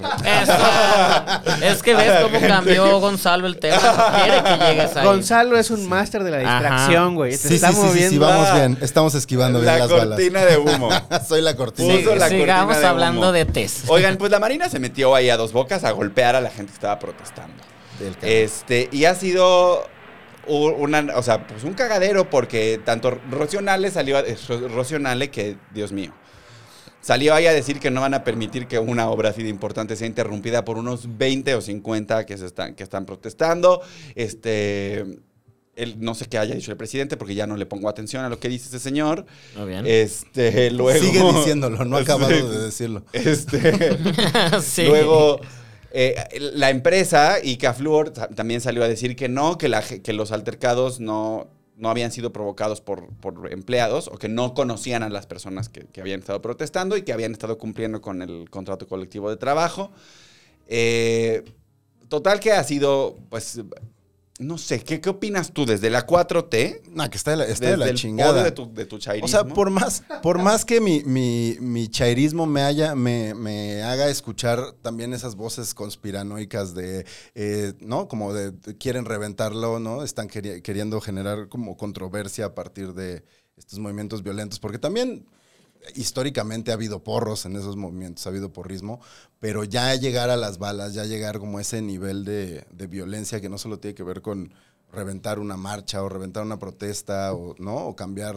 Speaker 5: [LAUGHS]
Speaker 6: Eso. es que ves cómo cambió Gonzalo el tema. No quiere que llegues ahí.
Speaker 8: Gonzalo es un máster de la
Speaker 6: Ajá.
Speaker 8: distracción, güey. Te
Speaker 7: Sí, sí,
Speaker 8: está
Speaker 7: sí, sí, sí,
Speaker 8: moviendo.
Speaker 7: vamos bien, estamos esquivando bien
Speaker 5: la
Speaker 7: las
Speaker 5: cortina de humo.
Speaker 7: balas. [LAUGHS] Soy la cortina.
Speaker 6: Sí,
Speaker 5: Puso la
Speaker 6: sigamos
Speaker 5: cortina de
Speaker 6: hablando
Speaker 5: humo.
Speaker 6: de test.
Speaker 5: Oigan, pues la Marina se metió ahí a dos bocas a golpear a la gente que estaba protestando.
Speaker 7: del ca-
Speaker 5: Este, y ha sido u- una, o sea, pues un cagadero porque tanto Rocío Nale salió, a- eh, Ro- Rocío Nale, que Dios mío, salió ahí a decir que no van a permitir que una obra así de importante sea interrumpida por unos 20 o 50 que, se están, que están protestando. Este, él, no sé qué haya dicho el presidente porque ya no le pongo atención a lo que dice ese señor.
Speaker 6: Muy bien.
Speaker 5: Este, [LAUGHS] luego...
Speaker 7: Sigue diciéndolo, no ha acabado
Speaker 5: [LAUGHS] Sí.
Speaker 7: de decirlo.
Speaker 5: Este...
Speaker 6: [LAUGHS] [LAUGHS] Sí.
Speaker 5: Luego, eh, la empresa y Caflúor ta- también salió a decir que no, que, la ge- que los altercados no, no habían sido provocados por, por empleados o que no conocían a las personas que, que habían estado protestando y que habían estado cumpliendo con el contrato colectivo de trabajo. Eh, total que ha sido, pues, no sé, ¿qué, qué opinas tú desde la 4T?
Speaker 7: No, que está de la, está de
Speaker 5: Desde
Speaker 7: la
Speaker 5: el
Speaker 7: chingada.
Speaker 5: odio de tu, de tu
Speaker 7: O sea,
Speaker 5: chairismo.
Speaker 7: por más, por más que mi, mi, mi chairismo me haya, me, me haga escuchar también esas voces conspiranoicas de, eh, ¿no? Como de, de quieren reventarlo, ¿no? Están queri- queriendo generar como controversia a partir de estos movimientos violentos, porque también eh, históricamente ha habido porros en esos movimientos, ha habido porrismo, pero ya llegar a las balas, ya llegar como a ese nivel de, de violencia que no solo tiene que ver con reventar una marcha o reventar una protesta o no o cambiar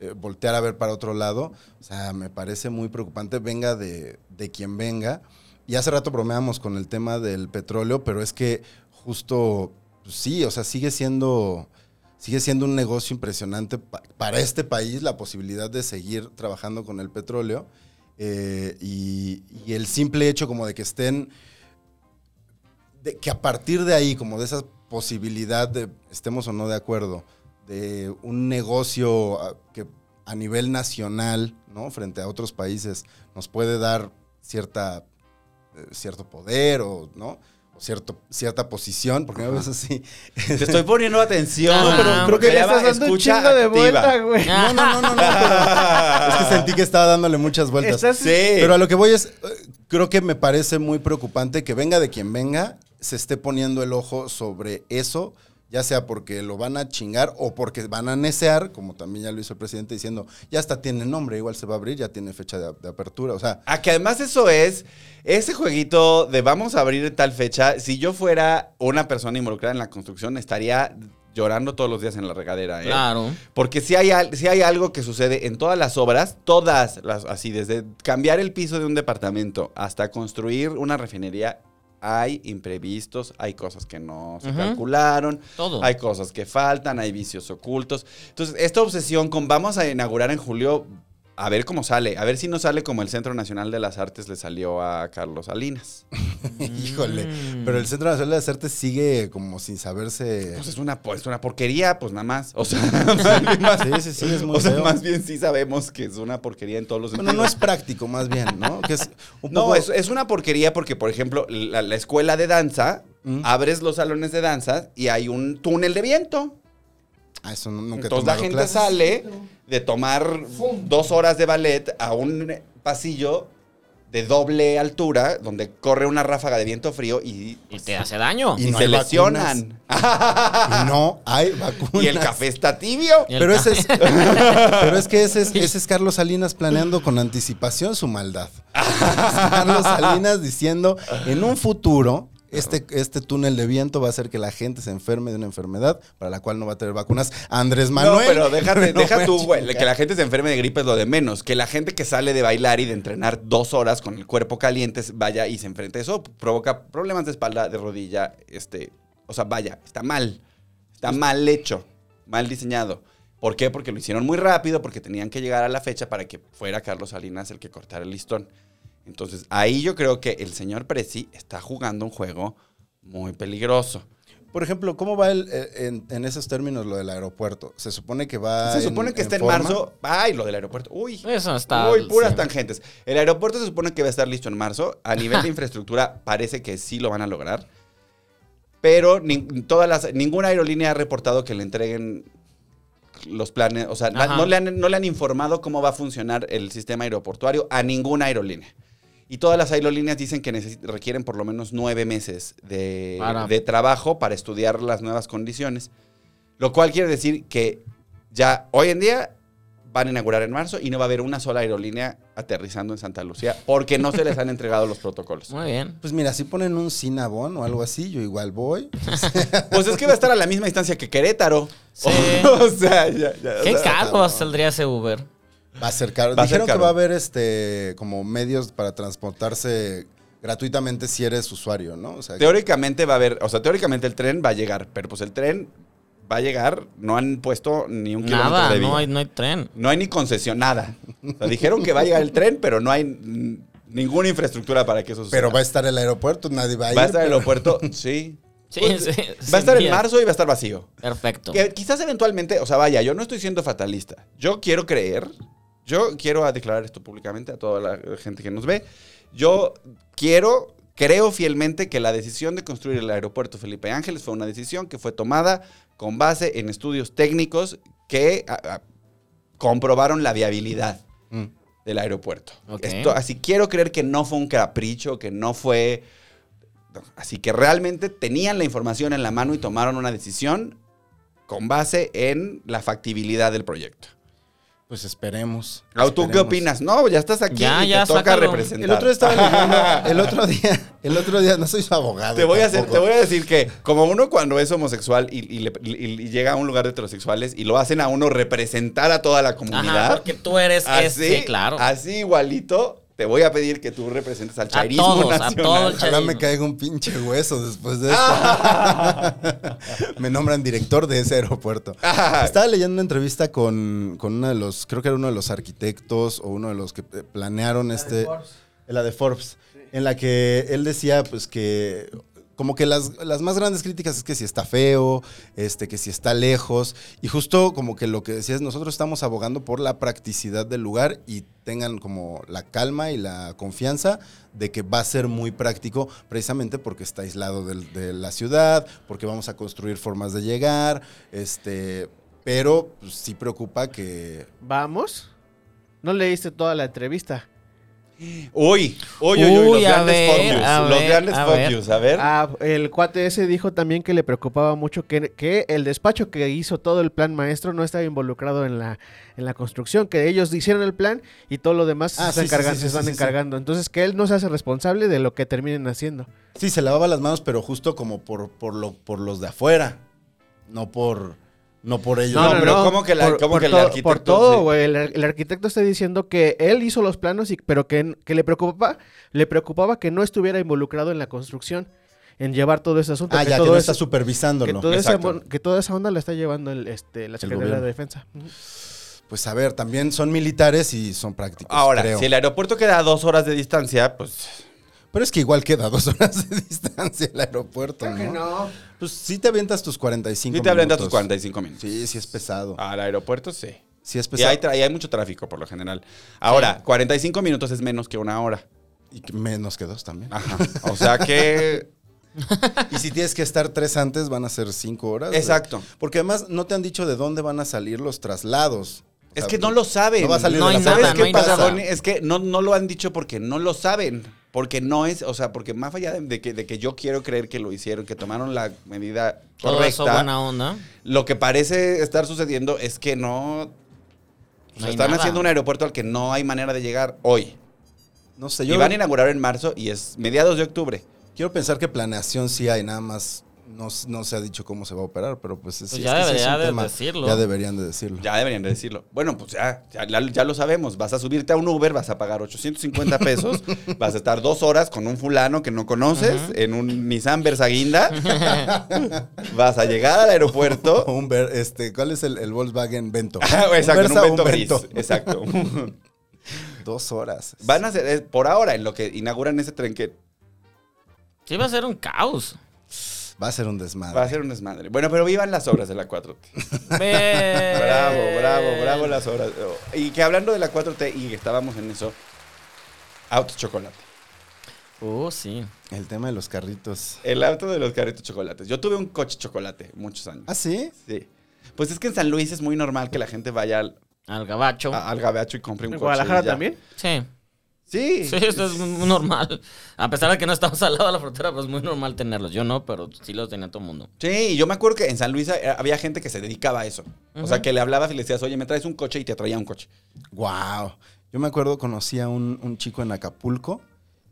Speaker 7: eh, voltear a ver para otro lado. O sea, me parece muy preocupante, venga de, de quien venga. Y hace rato bromeamos con el tema del petróleo, pero es que justo, pues, sí, o sea, sigue siendo, sigue siendo un negocio impresionante pa- para este país la posibilidad de seguir trabajando con el petróleo. Eh, y, y el simple hecho como de que estén, de que a partir de ahí, como de esa posibilidad de, estemos o no de acuerdo, de un negocio ah, que a nivel nacional, ¿no? Frente a otros países, nos puede dar cierta, eh, cierto poder o, ¿no? O cierto, cierta posición, porque a veces así.
Speaker 5: [LAUGHS] Te estoy poniendo atención.
Speaker 6: Ah, pero creo
Speaker 8: que
Speaker 5: Se
Speaker 8: le
Speaker 5: llama
Speaker 8: estás dando un
Speaker 5: escucha
Speaker 8: chingo de
Speaker 5: activa.
Speaker 8: vuelta, güey.
Speaker 7: No, no, no, no, no,
Speaker 5: [LAUGHS]
Speaker 7: pero es que sentí que estaba dándole muchas vueltas.
Speaker 8: Estás-
Speaker 5: Sí.
Speaker 7: Pero a lo que voy es, eh, creo que me parece muy preocupante que venga de quien venga, se esté poniendo el ojo sobre eso, ya sea porque lo van a chingar o porque van a necear, como también ya lo hizo el presidente diciendo, ya hasta tiene nombre, igual se va a abrir, ya tiene fecha de, de apertura. O sea, [LAUGHS]
Speaker 5: A que además eso es, ese jueguito de vamos a abrir en tal fecha, si yo fuera una persona involucrada en la construcción, estaría llorando todos los días en la regadera.
Speaker 6: [LAUGHS]
Speaker 5: ¿eh?
Speaker 6: Claro.
Speaker 5: Porque si hay, al- si hay algo que sucede en todas las obras, todas las, así, desde cambiar el piso de un departamento hasta construir una refinería, hay imprevistos, hay cosas que no se
Speaker 6: Ujú.
Speaker 5: calcularon,
Speaker 6: Todo.
Speaker 5: hay cosas que faltan, hay vicios ocultos. Entonces, esta obsesión con vamos a inaugurar en julio, a ver cómo sale, a ver si no sale como el Centro Nacional de las Artes le salió a Carlos Salinas.
Speaker 7: híjole.
Speaker 6: Mm.
Speaker 7: Pero el Centro Nacional de las Artes sigue como sin saberse.
Speaker 5: Pues es una, pues una porquería, pues nada más. O sea, [LAUGHS]
Speaker 7: Pues, [LAUGHS] Sí, sí, sí, es muy
Speaker 5: o sea,
Speaker 7: feo.
Speaker 5: más bien sí sabemos que es una porquería en todos los
Speaker 7: Bueno, no es práctico, más bien, ¿no? Que es un
Speaker 5: No,
Speaker 7: poco-
Speaker 5: es, es una porquería porque, por ejemplo, la, la escuela de danza,
Speaker 7: Mm.
Speaker 5: abres los salones de danza y hay un túnel de viento.
Speaker 7: Ah, eso nu- nunca he
Speaker 5: Entonces la
Speaker 7: tomado
Speaker 5: gente
Speaker 7: clases.
Speaker 5: sale de tomar dos horas de ballet a un pasillo de doble altura donde corre una ráfaga de viento frío y,
Speaker 6: Y te hace daño.
Speaker 7: Y
Speaker 5: y
Speaker 7: no
Speaker 5: se
Speaker 7: hay [LAUGHS]
Speaker 5: lesionan.
Speaker 7: Y no hay vacunas.
Speaker 5: [LAUGHS] y el café está tibio.
Speaker 6: Y el
Speaker 7: Pero
Speaker 6: ca-
Speaker 7: ese es, pero es que
Speaker 5: [LAUGHS]
Speaker 7: ese es, ese es Carlos Salinas planeando con anticipación su maldad. Carlos Salinas diciendo, en un futuro, este, este túnel de viento va a hacer que la gente se enferme de una enfermedad para la cual no va a tener vacunas. Andrés Manuel.
Speaker 5: no, pero déjate,
Speaker 7: [LAUGHS] no
Speaker 5: deja
Speaker 7: me
Speaker 5: tú,
Speaker 7: chingas.
Speaker 5: güey. Que la gente se enferme de gripe es lo de menos. Que la gente que sale de bailar y de entrenar dos horas con el cuerpo caliente vaya y se enfrente a eso, provoca problemas de espalda, de rodilla, este. O sea, vaya, está mal. Está mal hecho, mal diseñado. ¿Por qué? Porque lo hicieron muy rápido, porque tenían que llegar a la fecha para que fuera Carlos Salinas el que cortara el listón. Entonces, ahí yo creo que el señor Prezi está jugando un juego muy peligroso.
Speaker 7: Por ejemplo, ¿cómo va el, eh, en, en esos términos lo del aeropuerto? Se supone que va.
Speaker 5: Se supone que está en,
Speaker 7: forma.
Speaker 5: marzo. Ay, lo del aeropuerto. Uy.
Speaker 6: Eso está.
Speaker 5: Uy, puras
Speaker 6: sí.
Speaker 5: tangentes. El aeropuerto se supone que va a estar listo en marzo. A nivel de infraestructura [LAUGHS] parece que sí lo van a lograr. Pero ni- todas las, ninguna aerolínea ha reportado que le entreguen los planes. O sea, na-
Speaker 6: Ajá.
Speaker 5: no le, han, no le han informado cómo va a funcionar el sistema aeroportuario a ninguna aerolínea. Y todas las aerolíneas dicen que necesi- requieren por lo menos nueve meses de,
Speaker 6: Para-
Speaker 5: de trabajo para estudiar las nuevas condiciones. Lo cual quiere decir que ya hoy en día van a inaugurar en marzo y no va a haber una sola aerolínea aterrizando en Santa Lucía porque no se les han entregado los protocolos.
Speaker 6: Muy bien.
Speaker 7: Pues mira, si ponen un Cinnabon o algo así, yo igual voy.
Speaker 5: Pues es que va a estar a la misma distancia que Querétaro.
Speaker 6: Sí.
Speaker 5: [LAUGHS] o sea, ya, ya, o
Speaker 6: ¿Qué
Speaker 5: sea,
Speaker 6: caro saldría ese Uber?
Speaker 7: Va a ser caro.
Speaker 5: Va a ser
Speaker 7: Dijeron
Speaker 5: caro.
Speaker 7: que va a haber este como medios para transportarse gratuitamente si eres usuario, ¿no? O sea,
Speaker 5: Teóricamente va a haber, o sea, teóricamente el tren va a llegar, pero pues el tren va a llegar, no han puesto ni un kilómetro
Speaker 6: Nada,
Speaker 5: de vía.
Speaker 6: no hay, no hay tren.
Speaker 5: No hay ni concesión, nada. O sea, dijeron que va a llegar el tren, pero no hay mm, ninguna infraestructura para que eso suceda.
Speaker 7: pero va a estar el aeropuerto, nadie va a ir.
Speaker 5: Va a estar el
Speaker 7: pero-
Speaker 5: aeropuerto, sí.
Speaker 6: Sí,
Speaker 5: Pues,
Speaker 6: sí,
Speaker 5: Va a
Speaker 6: sin
Speaker 5: estar en
Speaker 6: vía.
Speaker 5: marzo y va a estar vacío.
Speaker 6: Perfecto.
Speaker 5: Que quizás eventualmente, o sea, vaya, yo no estoy siendo fatalista. Yo quiero creer, yo quiero a declarar esto públicamente a toda la gente que nos ve. Yo quiero, creo fielmente que la decisión de construir el aeropuerto Felipe Ángeles fue una decisión que fue tomada con base en estudios técnicos que a- a- comprobaron la viabilidad
Speaker 7: Mm.
Speaker 5: del aeropuerto.
Speaker 6: Ok.
Speaker 5: Esto, así quiero creer que no fue un capricho, que no fue... no, Así que realmente tenían la información en la mano y tomaron una decisión con base en la factibilidad del proyecto.
Speaker 7: Pues esperemos.
Speaker 5: Lau, ¿tú qué
Speaker 7: esperemos.
Speaker 5: opinas? No, ya estás aquí
Speaker 6: Ya,
Speaker 5: y
Speaker 6: ya,
Speaker 5: te toca
Speaker 6: sácalo.
Speaker 5: representar.
Speaker 7: El otro día
Speaker 5: [LAUGHS]
Speaker 7: estaba leyendo, el otro día, el otro día, no soy su abogado.
Speaker 5: Te voy, a hacer,
Speaker 7: tampoco.
Speaker 5: te voy a decir que como uno cuando es homosexual y, y le- y- y llega a un lugar de heterosexuales y lo hacen a uno representar a toda la comunidad.
Speaker 6: Ajá, porque tú eres
Speaker 5: ¿Ah,
Speaker 6: este, claro.
Speaker 5: Así igualito, te voy a pedir que tú representes al
Speaker 6: A
Speaker 5: chairismo
Speaker 6: todos, a
Speaker 5: nacional.
Speaker 6: todos.
Speaker 5: [LAUGHS]
Speaker 7: Ojalá me
Speaker 6: Chayino.
Speaker 7: caiga un pinche hueso después de esto. [LAUGHS] me nombran director de ese
Speaker 5: [LAUGHS]
Speaker 7: aeropuerto.
Speaker 5: Ah.
Speaker 7: Estaba leyendo una entrevista con, con uno de los, creo que era uno de los arquitectos o uno de los que eh, planearon este... La de Forbes. En la que él decía, pues, que Como que las, las más grandes críticas es que si está feo, este, que si está lejos. Y justo como que lo que decías, nosotros estamos abogando por la practicidad del lugar y tengan como la calma y la confianza de que va a ser muy práctico precisamente porque está aislado del- de la ciudad, porque vamos a construir formas de llegar, este, pero pues, sí preocupa que
Speaker 8: ¿Vamos? No leíste toda la entrevista.
Speaker 5: Uy, uy, uy, uy, los
Speaker 6: Uy, a
Speaker 5: grandes
Speaker 6: ver,
Speaker 5: fuck yous,
Speaker 6: a
Speaker 5: los
Speaker 6: ver,
Speaker 5: grandes
Speaker 6: a
Speaker 5: fuck
Speaker 6: ver.
Speaker 5: yous, a ver.
Speaker 8: Ah, el cuate ese dijo también que le preocupaba mucho que, que el despacho que hizo todo el plan maestro no estaba involucrado en la, en la construcción, que ellos hicieron el plan y todo lo demás
Speaker 7: Ah,
Speaker 8: se,
Speaker 7: sí, sí,
Speaker 8: encargan-
Speaker 7: sí,
Speaker 8: se
Speaker 7: sí,
Speaker 8: están
Speaker 7: sí, sí.
Speaker 8: encargando. Entonces que él no se hace responsable de lo que terminen haciendo.
Speaker 7: Sí, se lavaba las manos, pero justo como por, por, lo, por los de afuera. No por, no ah, por ellos.
Speaker 5: No, no, pero ¿cómo que la- cómo que el
Speaker 8: todo-
Speaker 5: arquitecto,
Speaker 8: Por todo,
Speaker 5: sí?
Speaker 8: güey. El, ar- el arquitecto está diciendo que él hizo los planos, y, pero que, que le, preocupaba, le preocupaba que no estuviera involucrado en la construcción, en llevar todo ese asunto.
Speaker 7: ah, ya, que
Speaker 8: todo
Speaker 7: no
Speaker 8: ese-
Speaker 7: está supervisándolo.
Speaker 8: que, toda esa,
Speaker 5: Exacto.
Speaker 8: mon- que toda esa onda la está llevando el, este, la Secretaría de
Speaker 7: gobierno.
Speaker 8: Defensa. Ujú.
Speaker 7: Pues a ver, también son militares y son prácticos,
Speaker 5: Ahora,
Speaker 7: creo.
Speaker 5: si el aeropuerto queda a dos horas de distancia, pues
Speaker 7: Pero es que igual queda dos horas de [LAUGHS] distancia el aeropuerto, ¿no? Pues sí te avientas tus 45
Speaker 5: sí te hablan de tus
Speaker 7: minutos.
Speaker 5: 45 minutos.
Speaker 7: Sí, Pues sí es pesado.
Speaker 5: Al aeropuerto, sí.
Speaker 7: Sí es
Speaker 5: Ah, y, hay
Speaker 7: pesado.
Speaker 5: tra- y hay mucho tráfico por lo general. Ahora, 45 minutos es menos que una hora.
Speaker 7: Y que menos que dos también.
Speaker 5: Ajá. O sea
Speaker 7: [LAUGHS]
Speaker 5: que.
Speaker 7: Y si tienes que estar tres antes, van a ser cinco horas. de-
Speaker 5: Exacto.
Speaker 7: Porque además no te han dicho de dónde van a salir los traslados. O
Speaker 5: Es
Speaker 7: sea,
Speaker 5: que no lo saben.
Speaker 7: No va a salir
Speaker 6: No
Speaker 7: de
Speaker 6: hay
Speaker 7: la
Speaker 6: nada,
Speaker 7: fábrica.
Speaker 5: ¿Sabes
Speaker 6: no
Speaker 5: qué
Speaker 6: hay
Speaker 5: pasa,
Speaker 6: nada.
Speaker 5: Bonnie? Es que no, no lo han dicho porque no lo saben. Porque no es, o sea, porque más allá de, de que, de que yo quiero creer que lo hicieron, que tomaron la medida
Speaker 6: Todo
Speaker 5: correcta,
Speaker 6: eso buena onda.
Speaker 5: lo que parece estar sucediendo es que no. o sea,
Speaker 6: No hay
Speaker 5: están
Speaker 6: nada.
Speaker 5: haciendo un aeropuerto al que no hay manera de llegar hoy.
Speaker 7: No sé,
Speaker 5: y
Speaker 7: yo
Speaker 5: van a inaugurar en marzo y es mediados de octubre.
Speaker 7: quiero pensar que planeación sí hay, nada más no, no se ha dicho cómo se va a operar, pero pues, sí,
Speaker 6: Pues ya
Speaker 7: que sí
Speaker 6: debería de decirlo.
Speaker 7: Ya deberían de decirlo.
Speaker 5: Ya deberían de decirlo. Bueno, pues ya, ya, la- ya lo sabemos. Vas a subirte a un Uber, vas a pagar 850 pesos, vas a estar dos horas con un fulano que no conoces en un Nissan Versaguinda. [LAUGHS] vas a llegar al aeropuerto. [LAUGHS]
Speaker 7: O [LAUGHS] un ver- este, ¿Cuál es el, el Volkswagen Vento?
Speaker 5: Ah, Exacto, en
Speaker 7: Versa
Speaker 5: un
Speaker 7: o
Speaker 5: Vento gris.
Speaker 7: Vento.
Speaker 5: Exacto.
Speaker 7: Dos horas.
Speaker 5: Van a hacer, eh, por ahora, en lo que inauguran ese tren que
Speaker 6: Sí, va a ser un caos.
Speaker 7: Va a ser un desmadre.
Speaker 5: va a ser un desmadre. Bueno, pero vivan las obras de la 4T.
Speaker 6: Ven.
Speaker 5: Bravo, bravo, bravo las horas. Y que hablando de la 4T y que estábamos en eso, auto chocolate.
Speaker 6: Oh, sí.
Speaker 7: El tema de los carritos.
Speaker 5: El auto de los carritos chocolates. Yo tuve un coche chocolate muchos años.
Speaker 7: ¿Ah, sí?
Speaker 5: Sí. Pues es que en San Luis es muy normal que la gente vaya al,
Speaker 6: Al gabacho.
Speaker 5: a- al gabacho y compre un
Speaker 8: ¿En
Speaker 5: coche.
Speaker 8: Guadalajara
Speaker 5: y ya.
Speaker 8: también?
Speaker 6: Sí.
Speaker 5: Sí.
Speaker 6: Sí, esto es muy normal. A pesar de que no estamos al lado de la frontera, pues es muy normal tenerlos. Yo no, pero sí los tenía todo el mundo.
Speaker 5: Sí, y yo me acuerdo que en San Luis eh, había gente que se dedicaba a eso. O sea, que le hablabas y le decías, oye, me traes un coche y te traía un coche.
Speaker 7: Wow. Yo me acuerdo, conocí a un, un chico en Acapulco,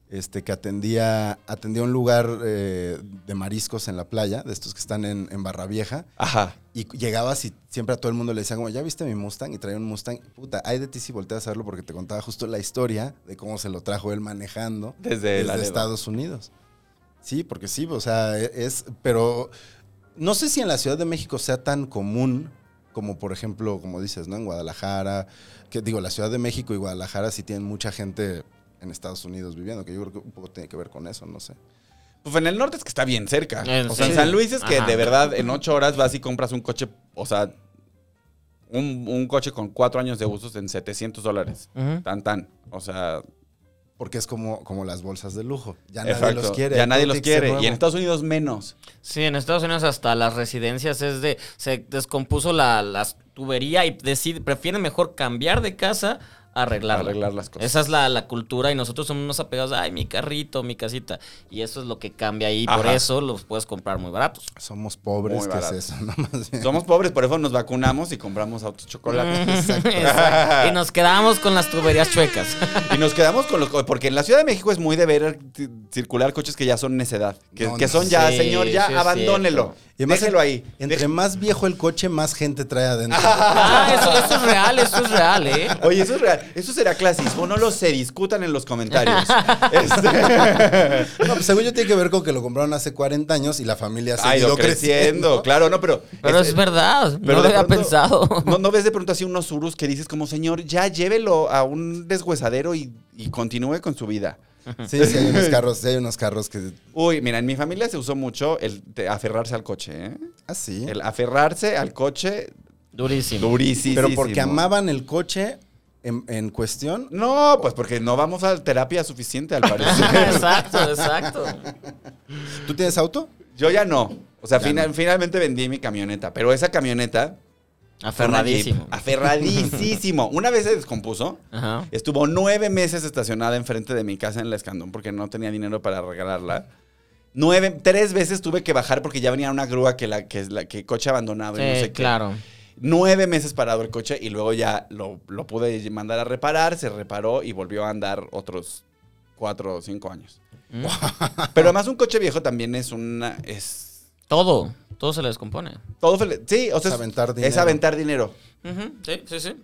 Speaker 7: este, que atendía, atendía un lugar eh, de mariscos en la playa, de estos que están en, en Barra Vieja.
Speaker 5: Ajá.
Speaker 7: Y llegabas y siempre a todo el mundo le decían como, ¿ya viste mi Mustang? Y traía un Mustang. Puta, ay de ti si volteas a verlo porque te contaba justo la historia de cómo se lo trajo él manejando
Speaker 5: Desde, la
Speaker 7: Estados Unidos. Sí, porque sí, o sea, e- es... Pero no sé si en la Ciudad de México sea tan común como, por ejemplo, como dices, ¿no? En Guadalajara, que digo, la Ciudad de México y Guadalajara sí tienen mucha gente en Estados Unidos viviendo, que yo creo que un poco tiene que ver con eso, no sé.
Speaker 5: Pues en el norte es que está bien cerca.
Speaker 6: En-
Speaker 5: o sea, en
Speaker 6: sí.
Speaker 5: San Luis es que
Speaker 6: Ajá.
Speaker 5: de verdad en ocho horas vas y compras un coche, o sea, un, un coche con cuatro años de usos en 700 dólares.
Speaker 6: Ujú.
Speaker 5: Tan, tan. O sea,
Speaker 7: Porque es como, como las bolsas de lujo. Ya nadie
Speaker 5: exacto.
Speaker 7: los quiere.
Speaker 5: Ya
Speaker 7: todo
Speaker 5: nadie los
Speaker 7: tiene que ser
Speaker 5: quiere. Y en
Speaker 7: nuevo.
Speaker 5: Estados Unidos menos.
Speaker 6: Sí, en Estados Unidos hasta las residencias es de. Se descompuso la, las tubería y decide, prefieren mejor cambiar de casa a arreglarla.
Speaker 5: Arreglar las cosas.
Speaker 6: Esa es la, la cultura y nosotros somos más apegados. Ay, mi carrito, mi casita. Y eso es lo que cambia ahí. Por
Speaker 5: Ajá.
Speaker 6: eso los puedes comprar muy baratos.
Speaker 7: Somos pobres,
Speaker 5: Muy
Speaker 7: ¿qué es
Speaker 5: barato.
Speaker 7: eso? [LAUGHS] Nada más bien.
Speaker 5: Somos pobres, por eso nos vacunamos y compramos autos
Speaker 6: [LAUGHS]
Speaker 5: chocolates. [LAUGHS]
Speaker 6: Exacto. Exacto. Y nos quedamos con las tuberías chuecas.
Speaker 5: Y nos quedamos con los co- porque en la Ciudad de México es muy de ver t- circular coches que ya son necedad, que,
Speaker 7: No,
Speaker 5: que
Speaker 7: no.
Speaker 5: son ya,
Speaker 6: Sí,
Speaker 5: señor, ya
Speaker 6: sí es
Speaker 5: abandónelo.
Speaker 6: cierto.
Speaker 7: Y además,
Speaker 5: Déjelo ahí.
Speaker 7: Entre
Speaker 5: Deje-
Speaker 7: más viejo el coche, más gente trae
Speaker 5: [LAUGHS]
Speaker 7: adentro.
Speaker 6: Ah, eso, eso es real, eso es real, ¿eh?
Speaker 5: Oye, eso es real. Eso será clasismo, no lo se discutan en los
Speaker 6: [LAUGHS]
Speaker 5: comentarios.
Speaker 7: [LAUGHS]
Speaker 5: Este-
Speaker 7: No, pues según yo tiene que ver con que lo compraron hace 40 años y la familia ha
Speaker 5: Ha
Speaker 7: seguido [LAUGHS]
Speaker 5: ido creciendo, claro, no, pero
Speaker 6: Pero
Speaker 5: es-
Speaker 6: es verdad,
Speaker 5: pero
Speaker 6: no
Speaker 5: de
Speaker 6: lo había
Speaker 5: pronto-
Speaker 6: pensado.
Speaker 5: No, no ves de pronto así unos surus que dices como, señor, ya llévelo a un deshuesadero y, y continúe con su vida.
Speaker 7: Sí, sí, hay unos carros, sí, hay unos carros que.
Speaker 5: Uy, mira, en mi familia se usó mucho el te- aferrarse al coche, ¿eh?
Speaker 7: Ah, sí.
Speaker 5: El aferrarse al coche
Speaker 6: Durísimo.
Speaker 5: durísimo.
Speaker 7: Pero porque amaban el coche en, en cuestión.
Speaker 5: No, pues porque no vamos a terapia suficiente, al parecer.
Speaker 6: [LAUGHS] [LAUGHS] exacto, exacto.
Speaker 7: ¿Tú tienes auto?
Speaker 5: Yo ya no. O sea,
Speaker 7: Ya
Speaker 5: fina-
Speaker 7: no.
Speaker 5: finalmente vendí mi camioneta. Pero esa camioneta. fue una Jeep.
Speaker 6: Aferradísimo. [LAUGHS]
Speaker 5: Aferradísimo. Una vez se descompuso.
Speaker 6: Ajá.
Speaker 5: Estuvo nueve meses estacionada enfrente de mi casa en la Escandón porque no tenía dinero para regalarla. Nueve, tres veces tuve que bajar porque ya venía una grúa que la que, es la, que coche abandonado y no
Speaker 6: Sí,
Speaker 5: sé qué.
Speaker 6: claro.
Speaker 5: Nueve meses parado el coche y luego ya lo, lo pude mandar a reparar, se reparó y volvió a andar otros cuatro o cinco años.
Speaker 6: Mm.
Speaker 5: [LAUGHS] Pero además un coche viejo también es una... Es,
Speaker 6: Todo. Todo se le descompone.
Speaker 5: todo fel- sí, o sea,
Speaker 7: Es
Speaker 5: es-
Speaker 7: aventar
Speaker 5: es
Speaker 7: dinero.
Speaker 5: aventar dinero
Speaker 6: Ujú, Sí, sí, sí.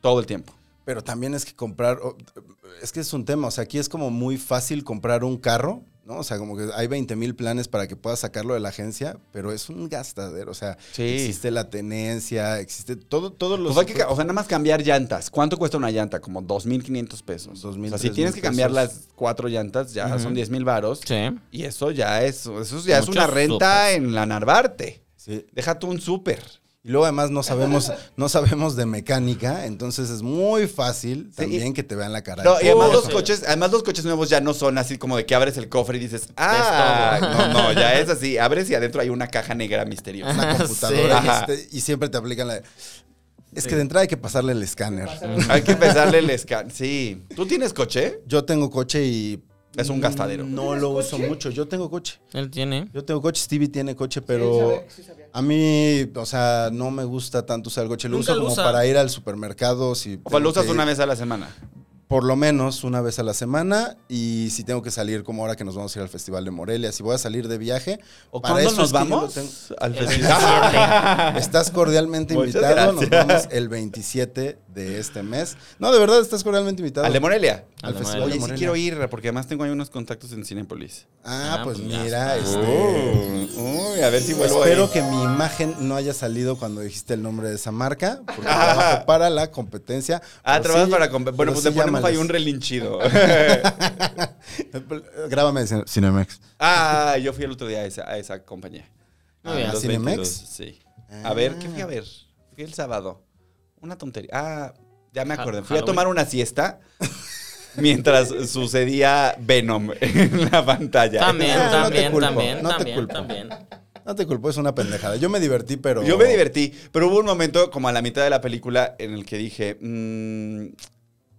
Speaker 5: todo el tiempo.
Speaker 7: Pero también es que comprar. o- Es que es un tema. O sea, aquí es como muy fácil comprar un carro, ¿no? O sea, como que hay 20 mil planes para que puedas sacarlo de la agencia, pero es un gastadero. O sea,
Speaker 5: Sí.
Speaker 7: existe la tenencia, existe todo, todos los.
Speaker 5: Pues hay que ca- o sea, nada más cambiar llantas. ¿Cuánto cuesta una llanta? Como 2.500 pesos.
Speaker 7: 2,000,
Speaker 5: o sea, si tienes
Speaker 7: 3,000
Speaker 5: que cambiar
Speaker 7: pesos.
Speaker 5: las cuatro llantas, ya son 10.000 varos.
Speaker 6: Sí.
Speaker 5: Y eso ya es, eso ya es
Speaker 6: Muchos
Speaker 5: una renta
Speaker 6: supers.
Speaker 5: en la Narvarte.
Speaker 7: Sí.
Speaker 5: Déjate un súper.
Speaker 7: Y luego además no sabemos, no sabemos de mecánica, entonces es muy fácil también que te vean la cara.
Speaker 5: No, y además los
Speaker 6: sí.
Speaker 5: coches, además los coches nuevos ya no son así como de que abres el cofre y dices, ah,
Speaker 6: todo.
Speaker 5: no, no, ya es así. Abres y adentro hay una caja negra
Speaker 7: [LAUGHS]
Speaker 5: misteriosa.
Speaker 7: una computadora
Speaker 5: [LAUGHS]
Speaker 7: y,
Speaker 5: Sí.
Speaker 7: este- y siempre te aplican la de, Es que de entrada hay que pasarle el escáner.
Speaker 5: hay que empezarle el escan. Sí. ¿Tú tienes coche?
Speaker 7: Yo tengo coche y...
Speaker 5: Es un gastadero.
Speaker 7: No lo uso mucho. Yo tengo coche.
Speaker 6: Él tiene.
Speaker 7: Yo tengo coche. Stevie tiene coche, pero... A mí, o sea, no me gusta tanto usar el coche. Lo
Speaker 6: Nunca
Speaker 7: uso
Speaker 6: lo
Speaker 7: como
Speaker 6: usa.
Speaker 7: para ir al supermercado. Si
Speaker 5: O sea,
Speaker 7: tengo
Speaker 5: lo usas
Speaker 7: que
Speaker 5: una
Speaker 7: ir
Speaker 5: vez a la semana.
Speaker 7: Por lo menos una vez a la semana. Y si tengo que salir, como ahora que nos vamos a ir al Festival de Morelia, si voy a salir de viaje...
Speaker 5: ¿O
Speaker 7: para
Speaker 5: cuándo
Speaker 7: eso es
Speaker 5: nos
Speaker 7: que yo lo
Speaker 5: vamos?
Speaker 7: tengo-
Speaker 5: Al
Speaker 6: El
Speaker 5: festival.
Speaker 6: 27.
Speaker 7: [LAUGHS] Estás cordialmente
Speaker 5: Muchas
Speaker 7: invitado. Nos
Speaker 5: gracias.
Speaker 7: vamos el 27 de este mes. No, de verdad, estás cordialmente invitado.
Speaker 5: Al de Morelia.
Speaker 7: Al
Speaker 6: Al de
Speaker 7: Festival
Speaker 6: Morelia.
Speaker 7: de
Speaker 5: Oye, sí
Speaker 7: Morelia.
Speaker 5: quiero ir, porque además tengo ahí unos contactos en Cinépolis.
Speaker 7: Ah,
Speaker 6: Ah,
Speaker 7: pues
Speaker 6: pues ya
Speaker 7: mira,
Speaker 5: Oh.
Speaker 6: está.
Speaker 7: este,
Speaker 5: uy, a ver si vuelvo
Speaker 7: espero
Speaker 5: ahí.
Speaker 7: que mi imagen no haya salido cuando dijiste el nombre de esa marca, porque trabajo para la competencia.
Speaker 5: Ah,
Speaker 7: pero
Speaker 5: trabajas
Speaker 7: sí-
Speaker 5: para... comp-
Speaker 7: pero
Speaker 5: Bueno, pues
Speaker 7: sí
Speaker 5: le ponemos ahí
Speaker 7: llámales.
Speaker 5: un [LAUGHS] relinchido.
Speaker 7: [LAUGHS] Grábame Cine- Cinemex.
Speaker 5: ah, yo fui el otro día a esa, a esa compañía.
Speaker 7: Ah,
Speaker 6: Muy bien.
Speaker 5: Ah, A Ah. los
Speaker 7: ¿Cinemex?
Speaker 5: 22, Sí. A ver, ¿qué fui a ver? Fui el sábado. Una tontería. Ah, ya me
Speaker 6: Ha-
Speaker 5: acordé. Fui a
Speaker 6: Halloween.
Speaker 5: tomar una siesta mientras sucedía Venom en la pantalla.
Speaker 6: También,
Speaker 7: Ah, no te
Speaker 6: también,
Speaker 7: culpo,
Speaker 6: también,
Speaker 7: no te
Speaker 6: también,
Speaker 7: culpo.
Speaker 6: también.
Speaker 7: No te culpo, es una pendejada. Yo me divertí, pero.
Speaker 5: Yo me divertí, pero hubo un momento como a la mitad de la película en el que dije, "Mm,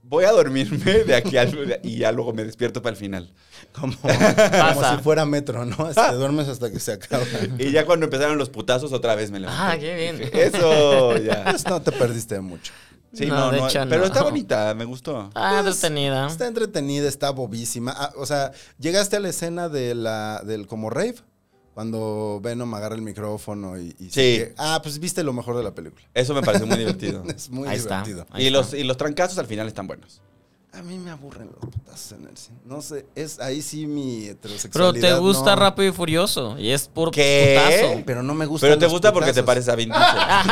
Speaker 5: voy a dormirme de aquí
Speaker 6: [LAUGHS]
Speaker 5: al, y ya luego me despierto para el final.
Speaker 7: Como, como
Speaker 6: Pasa.
Speaker 7: si fuera metro, ¿no? Así
Speaker 5: Ah.
Speaker 7: Te duermes hasta que se acaba.
Speaker 5: Y ya cuando empezaron los putazos otra vez me levanté.
Speaker 6: Ah, qué bien.
Speaker 5: Dije, Eso
Speaker 6: [LAUGHS]
Speaker 5: ya.
Speaker 7: Pues no te perdiste de mucho.
Speaker 5: Sí,
Speaker 6: No,
Speaker 5: no,
Speaker 6: de
Speaker 5: no,
Speaker 6: hecho,
Speaker 5: pero
Speaker 6: no.
Speaker 5: está bonita, me gustó.
Speaker 6: Ah, detenida.
Speaker 7: Está entretenida, está bobísima. Ah, o sea, llegaste a la escena de la, del como rave, cuando Venom agarra el micrófono y... y
Speaker 5: Sí.
Speaker 7: se- ah, pues viste lo mejor de la película.
Speaker 5: Eso me pareció muy divertido.
Speaker 7: [LAUGHS] Es muy
Speaker 6: Ahí está.
Speaker 7: divertido.
Speaker 6: [LAUGHS] Ahí
Speaker 5: Y
Speaker 6: está.
Speaker 5: los, y los trancazos al final están buenos.
Speaker 7: A mí me aburren los putazos en el cine. No sé, es ahí sí mi
Speaker 6: Pero te
Speaker 7: heterosexualidad.
Speaker 6: gusta
Speaker 7: no-
Speaker 6: Rápido y Furioso. Y es por
Speaker 5: ¿Qué?
Speaker 7: Pero no me gusta.
Speaker 5: Pero te gusta porque te pareces a
Speaker 6: [LAUGHS]
Speaker 5: Vin Diesel.
Speaker 6: putazo.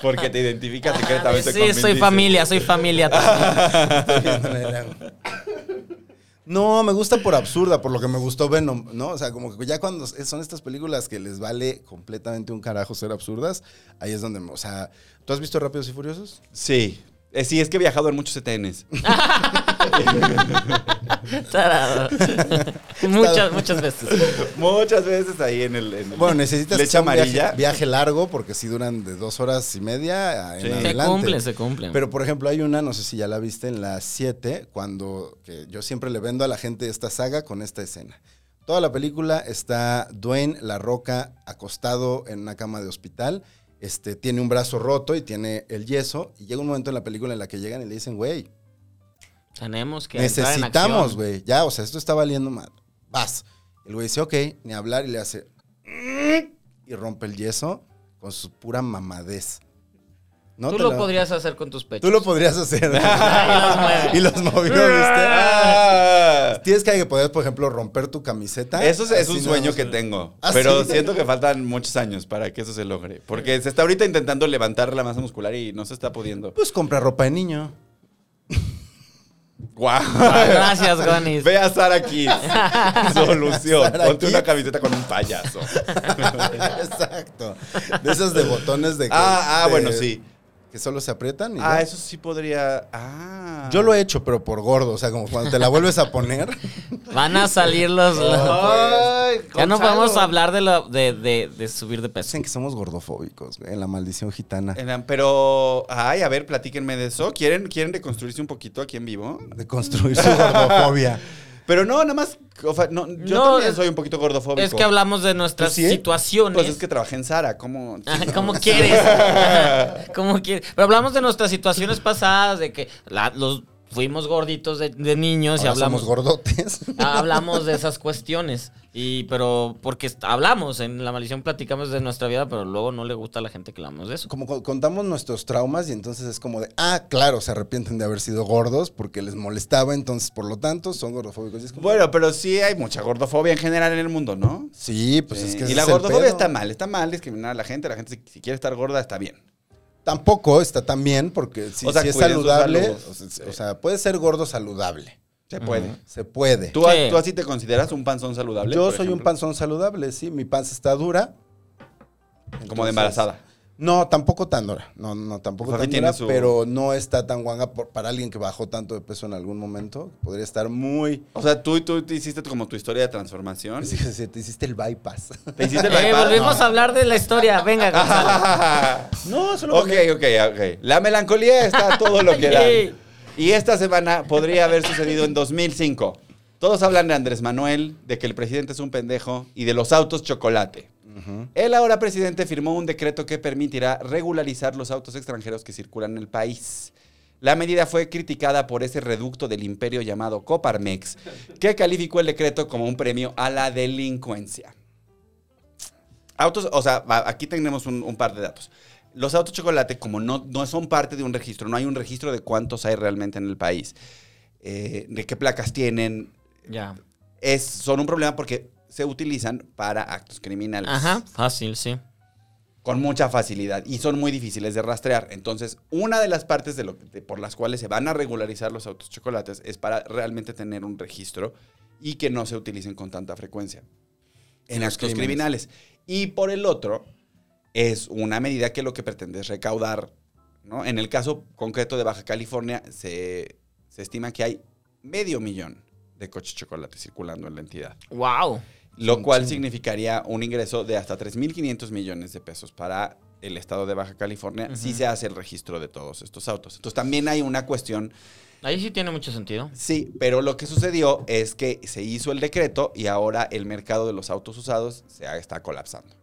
Speaker 5: Porque te identificas secretamente
Speaker 6: Sí,
Speaker 5: con Vin
Speaker 6: soy
Speaker 5: Diesel.
Speaker 6: familia, soy familia.
Speaker 7: [LAUGHS]
Speaker 6: también.
Speaker 7: [LAUGHS] No, me gusta por absurda, por lo que me gustó Venom, ¿no? O sea, como que ya cuando es- son estas películas que les vale completamente un carajo ser absurdas, ahí es donde, me- o sea, ¿tú has visto Rápidos y Furiosos?
Speaker 5: [LAUGHS] Sí. Eh, sí, es que he viajado en muchos ETNs.
Speaker 7: [LAUGHS]
Speaker 6: Tarado. muchas, muchas veces.
Speaker 5: Muchas veces ahí en el... en el-
Speaker 7: Bueno, necesitas
Speaker 5: Leche
Speaker 7: que sea un viaje-
Speaker 5: amarilla.
Speaker 7: Viaje, largo porque si duran de dos horas y media a- en
Speaker 5: Sí. Se
Speaker 6: Se
Speaker 7: adelante.
Speaker 6: cumplen, se cumplen.
Speaker 7: Pero por ejemplo, hay una, no sé si ya la viste, en la 7, cuando que yo siempre le vendo a la gente esta saga con esta escena. Toda la película está Dwayne La Roca acostado en una cama de hospital. Este, tiene un brazo roto y tiene el yeso. Y llega un momento en la película en la que llegan y le dicen, güey,
Speaker 6: Tenemos que entrar en
Speaker 7: necesitamos,
Speaker 6: acción.
Speaker 7: güey. Ya, o sea, esto está valiendo mal. Vas. El güey dice, ok, ni hablar y le hace... Y rompe el yeso con su pura mamadez. No
Speaker 6: Tú
Speaker 7: te
Speaker 6: lo
Speaker 7: la-
Speaker 6: podrías hacer con tus pechos.
Speaker 7: Tú lo podrías
Speaker 5: [LAUGHS]
Speaker 7: hacer.
Speaker 6: Ah, y
Speaker 7: y
Speaker 6: los
Speaker 7: los movió, ¿viste? Ah.
Speaker 5: Ah.
Speaker 7: Tienes que poder, por ejemplo, romper tu camiseta.
Speaker 5: Eso es, es
Speaker 7: Así
Speaker 5: un
Speaker 7: nada
Speaker 5: sueño
Speaker 7: más.
Speaker 5: que tengo.
Speaker 7: ¿Ah,
Speaker 5: pero
Speaker 7: sí?
Speaker 5: siento que faltan muchos años para que eso se logre. Porque se está ahorita intentando [LAUGHS] levantar la masa muscular y no se está pudiendo.
Speaker 7: Pues compra ropa de niño.
Speaker 5: ¡Guau!
Speaker 7: [LAUGHS]
Speaker 6: Ah, Gracias, Gonis.
Speaker 5: Ve a Sara Kids. Solución.
Speaker 7: Sara
Speaker 5: Ponte una
Speaker 7: Kids.
Speaker 5: camiseta con un
Speaker 7: [LAUGHS]
Speaker 5: payaso.
Speaker 7: Exacto. De esas de botones de que,
Speaker 5: Ah, ah,
Speaker 7: de-
Speaker 5: bueno, sí.
Speaker 7: que solo se aprietan y
Speaker 5: Ah,
Speaker 7: ya.
Speaker 5: eso sí podría. Ah.
Speaker 7: Yo lo he hecho, pero por gordo. O sea, como cuando te la vuelves a
Speaker 5: [LAUGHS]
Speaker 7: poner.
Speaker 6: Van a salir los. ya no vamos a hablar de, lo, de, de, de subir de peso.
Speaker 7: Dicen que somos gordofóbicos, güey, en la maldición gitana.
Speaker 5: En la- Pero, ay, a ver, platíquenme de eso. ¿Quieren, ¿Quieren reconstruirse un poquito aquí en vivo?
Speaker 7: De construir su
Speaker 5: [LAUGHS]
Speaker 7: gordofobia.
Speaker 5: Pero no, nada más. o fa- no, yo
Speaker 6: No,
Speaker 5: también
Speaker 6: es-
Speaker 5: soy un poquito gordofóbico.
Speaker 6: Es que hablamos de nuestras
Speaker 7: Pues sí, ¿eh?
Speaker 6: situaciones.
Speaker 5: Pues es que trabajé en
Speaker 6: [LAUGHS]
Speaker 5: Sara. ¿Cómo?
Speaker 6: Ajá, ¿Cómo
Speaker 7: [LAUGHS]
Speaker 6: quieres? Ajá, ¿Cómo quieres? Pero hablamos de nuestras situaciones pasadas, de que la- los fuimos gorditos de, de niños y
Speaker 7: Ahora
Speaker 6: hablamos.
Speaker 7: somos gordotes.
Speaker 6: Ah, hablamos de esas cuestiones. Y, pero, porque est- hablamos, en la maldición platicamos de nuestra vida, pero luego no le gusta a la gente que hablamos
Speaker 5: [LAUGHS]
Speaker 6: de eso.
Speaker 7: Como co- contamos nuestros traumas y entonces es como de, ah, claro, se arrepienten de haber sido gordos porque les molestaba, entonces por lo tanto son gordofóbicos. Y es como-
Speaker 5: Bueno, pero sí hay mucha gordofobia en general en el mundo, ¿no?
Speaker 7: sí, pues
Speaker 5: Sí,
Speaker 7: es que ese
Speaker 5: y la
Speaker 7: es el
Speaker 5: gordofobia
Speaker 7: pedo.
Speaker 5: está mal, está mal discriminar a la gente. La gente, si, si quiere estar gorda, está bien.
Speaker 7: Tampoco está tan bien porque si,
Speaker 5: O sea,
Speaker 7: si es
Speaker 5: cuiden sus
Speaker 7: saludable,
Speaker 5: saludos.
Speaker 7: o sea, o sea, puede ser gordo saludable.
Speaker 5: Se puede.
Speaker 7: Se puede.
Speaker 5: ¿Tú,
Speaker 6: Sí.
Speaker 5: tú así te consideras un panzón saludable?
Speaker 7: Yo
Speaker 5: por
Speaker 7: soy un
Speaker 5: ejemplo?
Speaker 7: panzón saludable, sí, mi panza está dura.
Speaker 5: Como
Speaker 7: Entonces-
Speaker 5: de embarazada.
Speaker 7: No, tampoco tan dura. No, no, tampoco
Speaker 5: Fafi
Speaker 7: tan
Speaker 5: tiene
Speaker 7: dura,
Speaker 5: su-
Speaker 7: pero no está tan guanga por- para alguien que bajó tanto de peso en algún momento. Podría estar muy...
Speaker 5: O sea, tú, tú te hiciste como tu historia de [LAUGHS] transformación.
Speaker 7: Sí, sí, te hiciste el
Speaker 5: [LAUGHS]
Speaker 7: bypass.
Speaker 5: Te hiciste el
Speaker 6: Eh,
Speaker 5: bypass?
Speaker 6: volvimos
Speaker 5: [LAUGHS]
Speaker 6: a hablar de la historia. Venga, Gonzalo.
Speaker 7: No, solo
Speaker 5: Ok, ok, ok. La melancolía está a todo lo que da.
Speaker 6: Yay.
Speaker 5: Y esta semana podría haber sucedido en 2005. Todos hablan de Andrés Manuel, de que el presidente es un pendejo y de los autos chocolate. El ahora presidente firmó un decreto que permitirá regularizar los autos extranjeros que circulan en el país. La medida fue criticada por ese reducto del imperio llamado Coparmex, que calificó el decreto como un premio a la delincuencia. Autos, o sea, va- aquí tenemos un, un par de datos. Los autos chocolate, como no, no son parte de un registro, no hay un registro de cuántos hay realmente en el país, eh, de qué placas tienen,
Speaker 6: Ya.
Speaker 5: es, son un problema porque se utilizan para actos criminales
Speaker 6: Ajá, fácil, sí.
Speaker 5: con mucha facilidad y son muy difíciles de rastrear. Entonces, una de las partes de lo, de- por las cuales se van a regularizar los autos chocolates es para realmente tener un registro y que no se utilicen con tanta frecuencia en,
Speaker 7: En los
Speaker 5: actos
Speaker 7: crímenes.
Speaker 5: criminales. Y por el otro, es una medida que lo que pretende es recaudar. ¿no? En el caso concreto de Baja California, se, se estima que hay medio millón de coches chocolate circulando en la entidad
Speaker 6: Wow.
Speaker 5: lo cual significaría un ingreso de hasta 3.500 millones de pesos para el estado de Baja California si se hace el registro de todos estos autos. Entonces también hay una cuestión,
Speaker 6: Ahí sí tiene mucho sentido.
Speaker 5: sí, pero lo que sucedió es que se hizo el decreto y ahora el mercado de los autos usados se ha- está colapsando.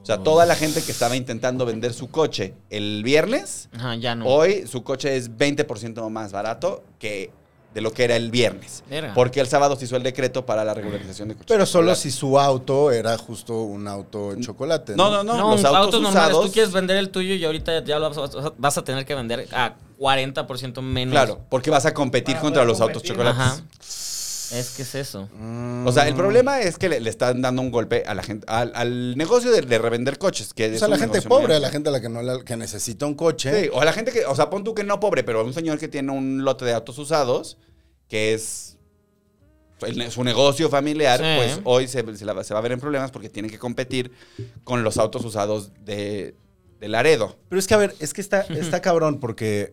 Speaker 5: O sea, toda la gente que estaba intentando vender su coche el viernes,
Speaker 6: Ajá, ya no.
Speaker 5: hoy su coche es 20% más barato que de lo que era el viernes.
Speaker 6: Verga.
Speaker 5: Porque el sábado se hizo el decreto para la regularización de coches.
Speaker 7: Pero solo
Speaker 5: chocolates.
Speaker 7: si su auto era justo un auto en chocolate.
Speaker 5: No, no, no.
Speaker 6: No,
Speaker 5: los autos, usados.
Speaker 6: normales. Tú quieres vender el tuyo y ahorita ya lo vas, vas- vas a tener que vender a 40% menos.
Speaker 5: Claro, porque vas a competir contra los autos chocolates.
Speaker 6: Ajá. Mm. Es que es eso.
Speaker 5: O sea, el problema es que le, le están dando un golpe a la gente, al, al negocio de, de revender coches.
Speaker 7: O
Speaker 5: Que es
Speaker 7: sea, a la
Speaker 5: un
Speaker 7: gente
Speaker 5: negocio
Speaker 7: pobre,
Speaker 5: muy-
Speaker 7: a la gente a la que, no la- que necesita un coche.
Speaker 5: Sí, o a la gente que, o sea, pon tú que no pobre, pero un señor que tiene un lote de autos usados, que es el- su negocio familiar,
Speaker 6: Sí.
Speaker 5: pues hoy se, se la- se va a ver en problemas porque tiene que competir con los autos usados de, de Laredo.
Speaker 7: Pero es que, a ver, es que está, está cabrón porque,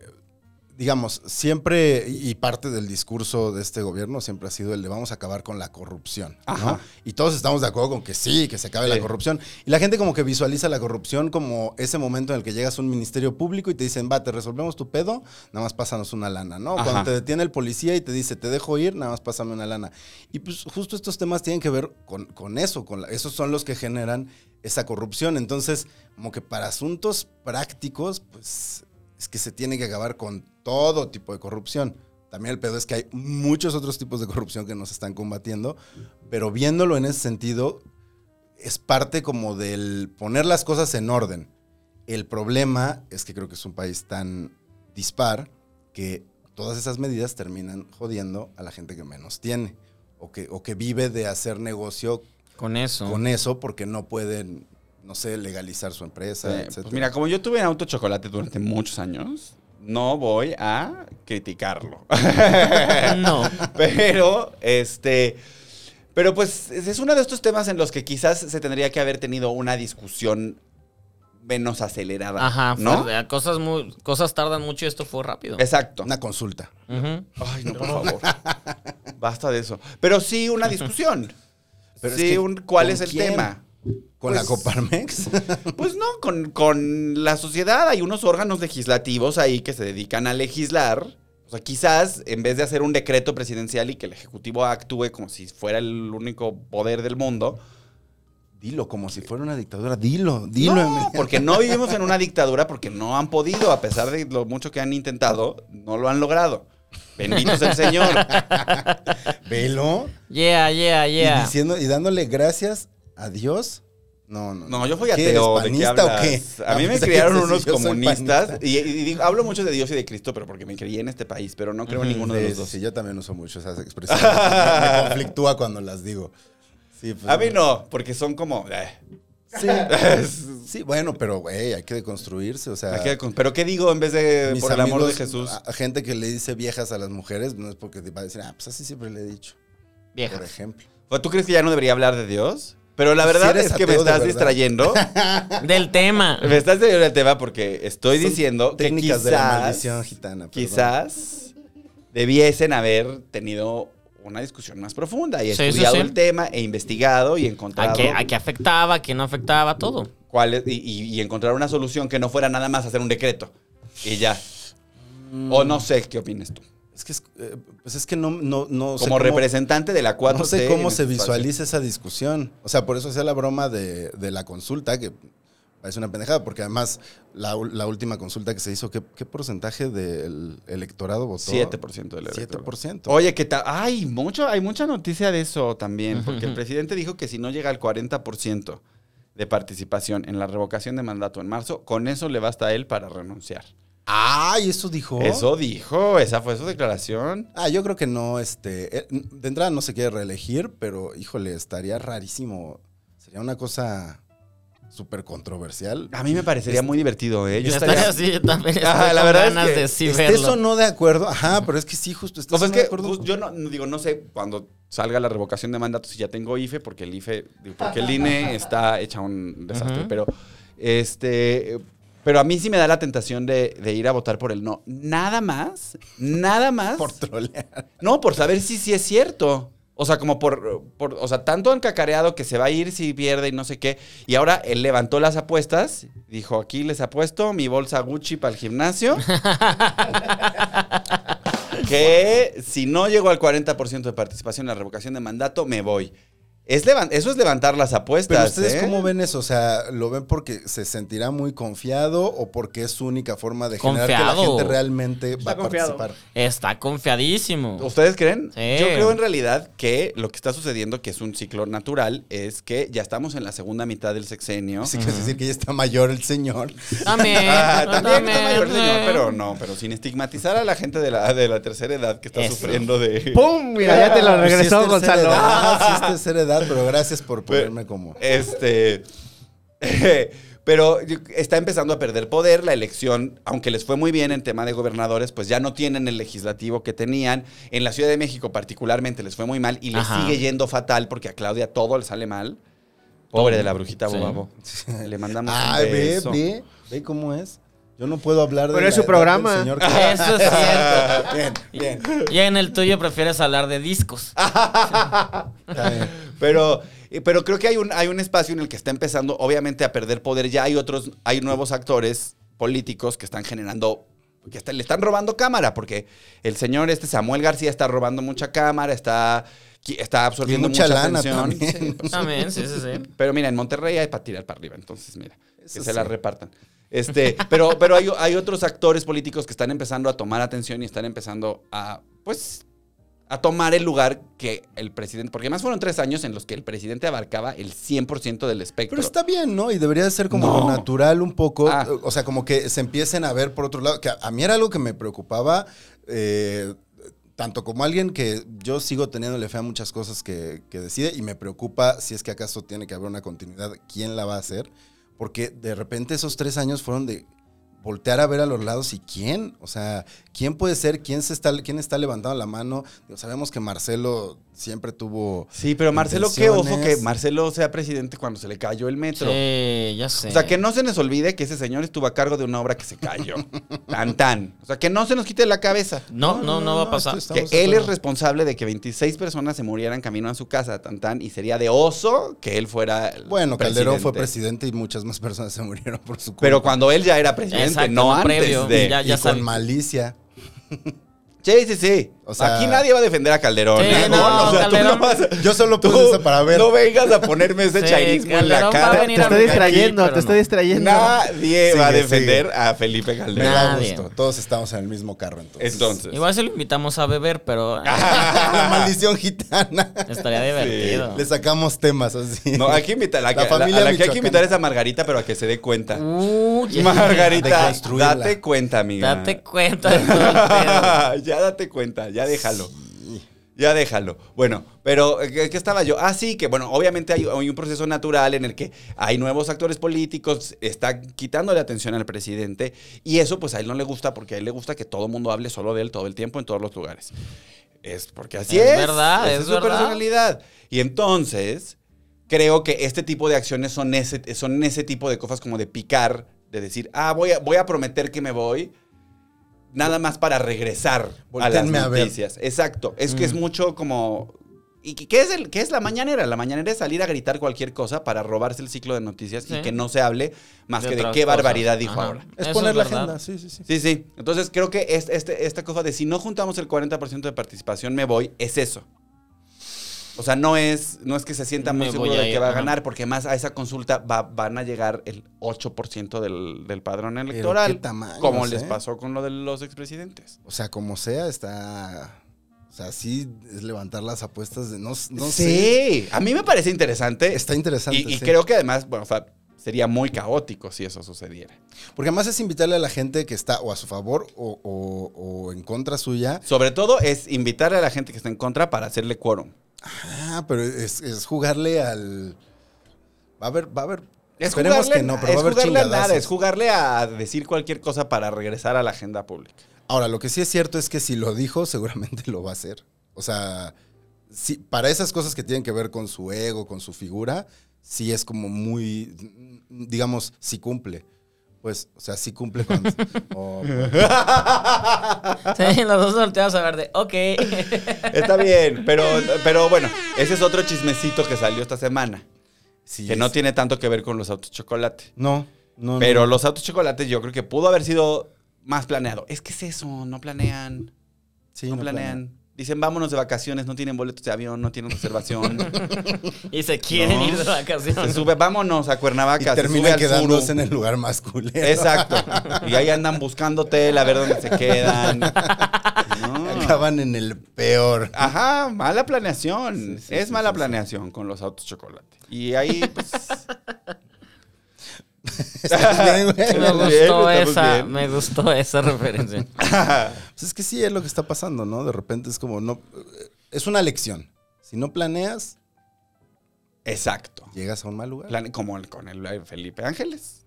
Speaker 7: digamos, siempre, y parte del discurso de este gobierno siempre ha sido el de vamos a acabar con la corrupción. ¿no?
Speaker 5: Ajá.
Speaker 7: Y todos estamos de acuerdo con que sí, que se acabe
Speaker 5: Sí.
Speaker 7: la corrupción. Y la gente como que visualiza la corrupción como ese momento en el que llegas a un ministerio público y te dicen, va, te resolvemos tu pedo, nada más pásanos una lana, ¿no?
Speaker 5: Ajá.
Speaker 7: Cuando te detiene el policía y te dice, te dejo ir, nada más pásame una lana. Y pues justo estos temas tienen que ver con, con eso, con la- esos son los que generan esa corrupción. Entonces, como que para asuntos prácticos, pues es que se tiene que acabar con todo tipo de corrupción. También el pedo es que hay muchos otros tipos de corrupción que nos están combatiendo, pero viéndolo en ese sentido, es parte como del poner las cosas en orden. El problema es que creo que es un país tan dispar que todas esas medidas terminan jodiendo a la gente que menos tiene o que, o que vive de hacer negocio
Speaker 6: Con eso.
Speaker 7: con eso porque no pueden, no sé, legalizar su empresa,
Speaker 5: Eh,
Speaker 7: etcétera.
Speaker 5: pues mira, como yo tuve un auto chocolate durante muchos años, no voy a criticarlo. [LAUGHS]
Speaker 6: No.
Speaker 5: Pero, este. Pero pues es es uno de estos temas en los que quizás se tendría que haber tenido una discusión menos acelerada.
Speaker 6: Ajá,
Speaker 5: ¿no?
Speaker 6: fue- cosas, muy, cosas tardan mucho y esto fue rápido.
Speaker 5: Exacto.
Speaker 7: Una consulta.
Speaker 6: Ujú.
Speaker 5: Ay, no,
Speaker 7: [LAUGHS]
Speaker 5: por favor. Basta de eso. Pero sí una discusión.
Speaker 7: [LAUGHS] Pero
Speaker 5: sí,
Speaker 7: es que,
Speaker 5: un, ¿cuál
Speaker 7: ¿con
Speaker 5: es el
Speaker 7: quién? [LAUGHS]
Speaker 5: tema?
Speaker 7: ¿Con la
Speaker 5: Pues- [LAUGHS]
Speaker 7: Coparmex?
Speaker 5: Pues no, con, con la sociedad hay unos órganos legislativos ahí que se dedican a legislar. O sea, quizás en vez de hacer un decreto presidencial y que el Ejecutivo actúe como si fuera el único poder del mundo.
Speaker 7: dilo, como si fuera una dictadura. Dilo, dilo.
Speaker 5: no,
Speaker 7: Emiliano.
Speaker 5: porque no vivimos en una dictadura porque no han podido, a pesar de lo mucho que han intentado, no lo han logrado. Bendito sea el Señor.
Speaker 7: Velo.
Speaker 6: Yeah, yeah,
Speaker 7: Y,
Speaker 6: yeah.
Speaker 7: diciendo, y dándole gracias a Dios. No, no.
Speaker 5: No, yo fui
Speaker 7: ¿Qué
Speaker 5: ateo.
Speaker 7: eres,
Speaker 5: ¿De qué
Speaker 7: panista o
Speaker 5: hablas?
Speaker 7: qué?
Speaker 5: A mí
Speaker 7: Ah,
Speaker 5: me
Speaker 7: pensé que
Speaker 5: criaron
Speaker 7: si yo
Speaker 5: unos
Speaker 7: soy
Speaker 5: comunitastas.
Speaker 7: panista.
Speaker 5: Y, y digo, hablo mucho de Dios y de Cristo, pero porque me crié en este país, pero no creo en ninguno de
Speaker 7: Sí,
Speaker 5: los dos.
Speaker 7: Sí, yo también uso mucho esas expresiones. me
Speaker 5: [LAUGHS]
Speaker 7: conflictúa cuando las digo. Sí, pues,
Speaker 5: A mí no, porque son como. eh, [LAUGHS]
Speaker 7: Sí, Sí, bueno, pero güey, hay que deconstruirse. O sea,
Speaker 5: aquí hay con- pero ¿qué digo en vez de
Speaker 7: mis
Speaker 5: por el amor de
Speaker 7: amigos, ah.
Speaker 5: Jesús?
Speaker 7: a- a gente que le dice viejas a las mujeres, no es porque te va a decir, ah, pues así siempre le he dicho.
Speaker 6: Vieja.
Speaker 7: Por ejemplo.
Speaker 5: ¿O ¿Tú crees que ya no debería hablar de Dios? Pero la
Speaker 7: Si
Speaker 5: verdad
Speaker 7: eres
Speaker 5: es que me
Speaker 7: ateo de
Speaker 5: estás
Speaker 7: verdad.
Speaker 5: distrayendo.
Speaker 6: Del
Speaker 5: [LAUGHS]
Speaker 6: tema.
Speaker 5: me estás distrayendo del tema porque estoy
Speaker 7: Son
Speaker 5: diciendo que
Speaker 7: técnicas de la
Speaker 5: quizás.
Speaker 7: maldición gitana, perdón.
Speaker 5: quizás debiesen haber tenido una discusión más profunda y
Speaker 6: Sí, sí,
Speaker 5: estudiado
Speaker 6: sí.
Speaker 5: el tema e investigado y encontrado
Speaker 6: ¿A qué, a qué afectaba? ¿A qué no afectaba? Todo.
Speaker 5: cuál es- y, y- y encontrar una solución que no fuera nada más hacer un decreto y ya.
Speaker 7: Mm.
Speaker 5: O no sé qué opinas tú.
Speaker 7: Es que, es, eh, pues es que no, no, no sé
Speaker 5: Como
Speaker 7: cómo-
Speaker 5: representante de la 4
Speaker 7: No sé cómo se visualiza esa discusión. O sea, por eso hacía la broma de, de la consulta, que parece una pendejada, porque además la, ul- la última consulta que se hizo, ¿qué, qué porcentaje del electorado votó?
Speaker 5: 7% del electorado.
Speaker 7: 7%.
Speaker 5: Oye, ¿qué tal? Ay, mucho, hay mucha noticia de eso también, porque el presidente dijo que si no llega al 40% de participación en la revocación de mandato en marzo, con eso le basta a él para renunciar.
Speaker 7: ¡Ay, eso dijo!
Speaker 5: Eso dijo, esa fue su declaración.
Speaker 7: Ah, yo creo que no, este, eh, de entrada no se quiere reelegir, pero híjole, estaría rarísimo. Sería una cosa súper controversial.
Speaker 5: A mí me parecería muy divertido, ¿eh? Yo
Speaker 6: Yo
Speaker 5: estaría...
Speaker 6: así, yo también estoy
Speaker 5: Ajá, la
Speaker 6: con
Speaker 5: verdad es
Speaker 6: ganas
Speaker 5: que este
Speaker 6: de sí
Speaker 7: ¿Estés
Speaker 6: verlo.
Speaker 7: o no de acuerdo? Ajá, pero es que sí, justo.
Speaker 5: O
Speaker 7: ¿Estás o
Speaker 5: sea, es
Speaker 7: no de
Speaker 5: que
Speaker 7: acuerdo?
Speaker 5: pues, yo no, no digo, no sé cuando salga la revocación de mandato si ya tengo IFE, porque el IFE, digo, porque el
Speaker 7: [LAUGHS]
Speaker 5: INE está hecha un desastre,
Speaker 6: Ujú.
Speaker 5: pero este, pero a mí sí me da la tentación de, de ir a votar por el no. Nada más, nada
Speaker 7: [LAUGHS]
Speaker 5: más.
Speaker 7: Por trolear.
Speaker 5: no, por saber si sí es cierto. O sea, como por, por- o sea, tanto han cacareado que se va a ir si pierde y no sé qué. Y ahora él levantó las apuestas, dijo, aquí les apuesto mi bolsa Gucci para
Speaker 7: [LAUGHS]
Speaker 5: el gimnasio. que si no llego al 40% de participación en la revocación de mandato, me voy. Es levan- eso es levantar las
Speaker 7: [LAUGHS]
Speaker 5: apuestas.
Speaker 7: Pero ustedes,
Speaker 5: ¿eh?
Speaker 7: ¿cómo ven eso? O sea, ¿lo ven porque se sentirá muy confiado o porque es su única forma de generar que la
Speaker 6: Confiado.
Speaker 7: gente realmente va a
Speaker 8: confiado.
Speaker 7: participar?
Speaker 6: Está confiadísimo.
Speaker 5: ¿Ustedes creen?
Speaker 6: Sí.
Speaker 5: Yo creo en realidad que lo que está sucediendo, que es un ciclo natural, es que ya estamos en la segunda mitad del sexenio.
Speaker 7: Así que es decir que ya está mayor el señor.
Speaker 6: También.
Speaker 5: [LAUGHS] Ah, también está mayor,
Speaker 6: sí.
Speaker 5: señor, pero no, pero sin estigmatizar a la gente de la, de la tercera edad que está
Speaker 6: Eso.
Speaker 5: sufriendo de...
Speaker 8: ¡Pum! Mira, ya te lo
Speaker 7: Pues sí es
Speaker 8: regresó
Speaker 7: tercera
Speaker 8: Gonzalo. Ah,
Speaker 7: edad, sí es tercera edad, pero gracias por ponerme como.
Speaker 5: Este... [LAUGHS] Pero yo- está empezando a perder poder la elección, aunque les fue muy bien en tema de gobernadores, pues ya no tienen el legislativo que tenían. En la Ciudad de México particularmente les fue muy mal y les
Speaker 6: Ajá.
Speaker 5: sigue yendo fatal porque a Claudia todo le sale mal. Pobre de la brujita
Speaker 6: Sí.
Speaker 5: Bobabo. [LAUGHS] Le mandamos un
Speaker 7: Ay, ve,
Speaker 5: beso.
Speaker 7: ve, ve cómo es. Yo no puedo hablar de
Speaker 8: Pero es
Speaker 7: la
Speaker 8: su
Speaker 7: edad del
Speaker 8: programa.
Speaker 7: señor
Speaker 8: [LAUGHS]
Speaker 7: que-
Speaker 6: [LAUGHS] Eso es cierto.
Speaker 5: [LAUGHS]
Speaker 7: Bien, bien.
Speaker 6: Y en el tuyo prefieres hablar de discos.
Speaker 5: Ah,
Speaker 7: Está bien.
Speaker 5: Pero, eh, pero creo que hay un, hay un espacio en el que está empezando, obviamente, a perder poder. Ya hay otros, hay nuevos actores políticos que están generando, que está- le están robando cámara, porque el señor este Samuel García está robando mucha cámara, está, qui- está absorbiendo
Speaker 7: Y mucha
Speaker 5: mucha,
Speaker 7: lana
Speaker 5: atención.
Speaker 7: también.
Speaker 5: Sí, pues,
Speaker 6: También, sí, sí, sí.
Speaker 5: pero mira, en Monterrey hay para tirar para arriba, entonces mira, que
Speaker 7: Eso
Speaker 5: se la
Speaker 7: sí.
Speaker 5: repartan. Este, pero, pero hay, hay otros actores políticos que están empezando a tomar atención y están empezando a, pues, a tomar el lugar que el presidente, porque además fueron tres años en los que el presidente abarcaba el 100% del espectro.
Speaker 7: Pero está bien, ¿no? Y debería ser como
Speaker 5: No.
Speaker 7: lo natural un poco.
Speaker 5: Ah.
Speaker 7: O sea, como que se empiecen a ver por otro lado. Que a, a mí era algo que me preocupaba. eh, tanto como alguien que yo sigo teniéndole fe a muchas cosas que, que decide y me preocupa si es que acaso tiene que haber una continuidad, quién la va a hacer, porque de repente esos tres años fueron de voltear a ver a los lados y quién, o sea, quién puede ser, quién se está, quién está levantando la mano. Digo, sabemos que Marcelo siempre tuvo.
Speaker 5: Sí, pero Marcelo, qué ojo que
Speaker 7: intenciones.
Speaker 5: Marcelo sea presidente cuando se le cayó el metro.
Speaker 6: Sí, ya sé.
Speaker 5: O sea, que no se nos olvide que ese señor estuvo a cargo de una obra que
Speaker 7: [LAUGHS]
Speaker 5: se cayó. tan, tan. O sea, que no se nos quite de la cabeza.
Speaker 6: No, no, no va a pasar.
Speaker 7: esto
Speaker 5: Que
Speaker 7: estamos de
Speaker 5: él es
Speaker 7: acuerdo.
Speaker 5: responsable de que 26 personas se murieran camino a su casa, tan, tan, y sería de oso que él fuera. el
Speaker 7: Bueno, Calderón fue presidente y muchas más personas se murieron por su culpa.
Speaker 5: Pero cuando él ya era presidente,
Speaker 6: Exacto,
Speaker 5: no
Speaker 6: no
Speaker 5: antes
Speaker 6: previo,
Speaker 5: de.
Speaker 6: ya-
Speaker 7: y con
Speaker 6: saben.
Speaker 7: malicia.
Speaker 5: Sí, sí, sí.
Speaker 7: O sea-
Speaker 5: Aquí nadie va a defender a Calderón.
Speaker 6: Sí,
Speaker 5: ¿eh?
Speaker 6: no,
Speaker 5: o sea,
Speaker 6: Calderón.
Speaker 5: tú no vas.
Speaker 7: Yo solo puse
Speaker 5: tú
Speaker 7: eso para ver.
Speaker 5: No vengas a ponerme ese
Speaker 6: Sí,
Speaker 5: chairismo en la
Speaker 6: Calderón va a
Speaker 5: cara.
Speaker 6: venir
Speaker 8: Te
Speaker 6: a
Speaker 8: estoy
Speaker 6: Aquí,
Speaker 8: distrayendo,
Speaker 6: pero
Speaker 8: te estoy
Speaker 6: no.
Speaker 8: distrayendo.
Speaker 5: Nadie va a
Speaker 7: Sigue,
Speaker 5: defender a Felipe Calderón.
Speaker 7: Me da
Speaker 6: Nadie.
Speaker 7: gusto. Todos estamos en el mismo carro entonces.
Speaker 5: Entonces.
Speaker 6: Igual se lo invitamos a beber,
Speaker 5: [LAUGHS]
Speaker 6: pero [LAUGHS]
Speaker 7: la maldición gitana.
Speaker 6: estaría divertido.
Speaker 7: Le sacamos temas así.
Speaker 5: No, hay que invitar a la,
Speaker 7: La
Speaker 5: que- a la- a
Speaker 7: familia
Speaker 5: la que hay que
Speaker 7: michoacana.
Speaker 5: invitar es a Margarita, pero a que se dé cuenta.
Speaker 6: Uh, ya.
Speaker 5: Margarita,
Speaker 7: Deconstruirla.
Speaker 5: date cuenta, amiga.
Speaker 6: Date cuenta de todo el pedo.
Speaker 5: ya date cuenta, ya déjalo. Ya déjalo. Bueno, pero eh, ¿qué, qué estaba yo? Ah, sí, que bueno, obviamente hay, hay un proceso natural en el que hay nuevos actores políticos, está quitándole atención al presidente y eso pues a él no le gusta porque a él le gusta que todo el mundo hable solo de él todo el tiempo en todos los lugares. Es porque así es.
Speaker 6: Es verdad,
Speaker 5: esa
Speaker 6: es
Speaker 5: su
Speaker 6: verdad.
Speaker 5: personalidad. Y entonces, creo que este tipo de acciones son ese, son ese tipo de cosas como de picar, de decir, ah, voy a, voy a prometer que me voy, nada más para regresar
Speaker 7: Voltéenme
Speaker 5: a
Speaker 7: a
Speaker 5: las
Speaker 7: ver.
Speaker 5: noticias. Exacto. Es que es
Speaker 6: Mm.
Speaker 5: mucho como. ¿Y qué- qué es, el, qué es la mañanera? La mañanera es salir a gritar cualquier cosa para robarse el ciclo de noticias
Speaker 6: Sí.
Speaker 5: y que no se hable [LAUGHS] más
Speaker 6: De
Speaker 5: que de
Speaker 6: otras
Speaker 5: qué
Speaker 6: cosas.
Speaker 5: barbaridad dijo
Speaker 6: Ajá.
Speaker 5: ahora.
Speaker 7: Es
Speaker 6: Eso
Speaker 7: poner
Speaker 6: es
Speaker 7: la
Speaker 6: verdad.
Speaker 7: agenda, sí, sí, sí.
Speaker 5: Sí, sí. Entonces creo que es, este, esta cosa de si no juntamos el 40% de participación, me voy, es eso. O sea, no es, no es que se sienta muy
Speaker 6: Me
Speaker 5: seguro
Speaker 6: voy a
Speaker 5: de que
Speaker 6: ir,
Speaker 5: va a
Speaker 6: ajá.
Speaker 5: ganar, porque más a esa consulta va- van a llegar el 8% del, del padrón
Speaker 7: qué
Speaker 5: electoral,
Speaker 7: tamaños,
Speaker 5: como
Speaker 7: ¿eh?
Speaker 5: les pasó con lo de los expresidentes.
Speaker 7: O sea, como sea, está. O sea, sí es levantar las apuestas de. No, no
Speaker 5: sí,
Speaker 7: sé.
Speaker 5: a mí me parece interesante.
Speaker 7: Está interesante.
Speaker 5: y y
Speaker 7: sí.
Speaker 5: creo que además, bueno, o sea, sería muy caótico si eso sucediera.
Speaker 7: Porque además es invitarle a la gente que está o a su favor o, o- o en contra suya.
Speaker 5: Sobre todo es invitarle a la gente que está en contra para hacerle quórum.
Speaker 7: Ah, pero es, es jugarle al. Va a haber, va a haber.
Speaker 5: Es
Speaker 7: Esperemos
Speaker 5: jugarle,
Speaker 7: que no, pero
Speaker 5: es
Speaker 7: va a haber
Speaker 5: jugarle a nada,
Speaker 7: chingadazos.
Speaker 5: es jugarle a decir cualquier cosa para regresar a la agenda pública.
Speaker 7: Ahora, lo que sí es cierto es que si lo dijo, [LAUGHS] seguramente lo va a hacer. O sea, sí, para esas cosas que tienen que ver con su ego, con su figura, sí es como muy, digamos, sí cumple. Pues, o sea, sí cumple
Speaker 5: [LAUGHS]
Speaker 7: con... Oh, pues.
Speaker 6: Sí, los dos volteamos a ver de, ok. [LAUGHS]
Speaker 5: Está bien, pero, pero bueno, ese es otro chismecito que salió esta semana,
Speaker 7: Sí
Speaker 5: que no
Speaker 7: es-
Speaker 5: tiene tanto que ver con los autos chocolate.
Speaker 7: No, no,
Speaker 5: Pero
Speaker 7: no.
Speaker 5: los autos chocolates yo creo que pudo haber sido más planeado. Es que es eso, no planean,
Speaker 7: Sí,
Speaker 5: no,
Speaker 7: no
Speaker 5: planean. Dicen vámonos de vacaciones, no tienen boletos de avión, no
Speaker 7: [LAUGHS]
Speaker 5: tienen reservación.
Speaker 6: Y se quieren
Speaker 5: No.
Speaker 6: ir de
Speaker 5: Se
Speaker 6: vacaciones.
Speaker 5: sube, vámonos a
Speaker 7: Y
Speaker 5: Cuernavaca, se sube
Speaker 7: terminan
Speaker 5: al Furu.
Speaker 7: quedándose en el lugar más culero. [LAUGHS]
Speaker 5: Exacto. Y ahí andan buscando hotel a ver dónde se
Speaker 7: [LAUGHS]
Speaker 5: quedan. No.
Speaker 7: Acaban en el
Speaker 5: [LAUGHS]
Speaker 7: peor. [LAUGHS]
Speaker 5: Ajá, mala planeación. es mala planeación con los autos chocolate. Y ahí,
Speaker 7: [LAUGHS]
Speaker 5: pues.
Speaker 7: ¿Estás bien, güey?
Speaker 6: [LAUGHS] Me
Speaker 5: Estamos
Speaker 6: gustó
Speaker 5: bien, estamos
Speaker 6: esa,
Speaker 5: bien.
Speaker 6: me gustó esa referencia.
Speaker 5: [LAUGHS]
Speaker 7: Pues es que sí es lo que está pasando, ¿no? De repente es como, no, eh, es una lección. Si no planeas,
Speaker 5: Exacto.
Speaker 7: llegas a un mal lugar.
Speaker 5: Plane- como el- con el Felipe Ángeles.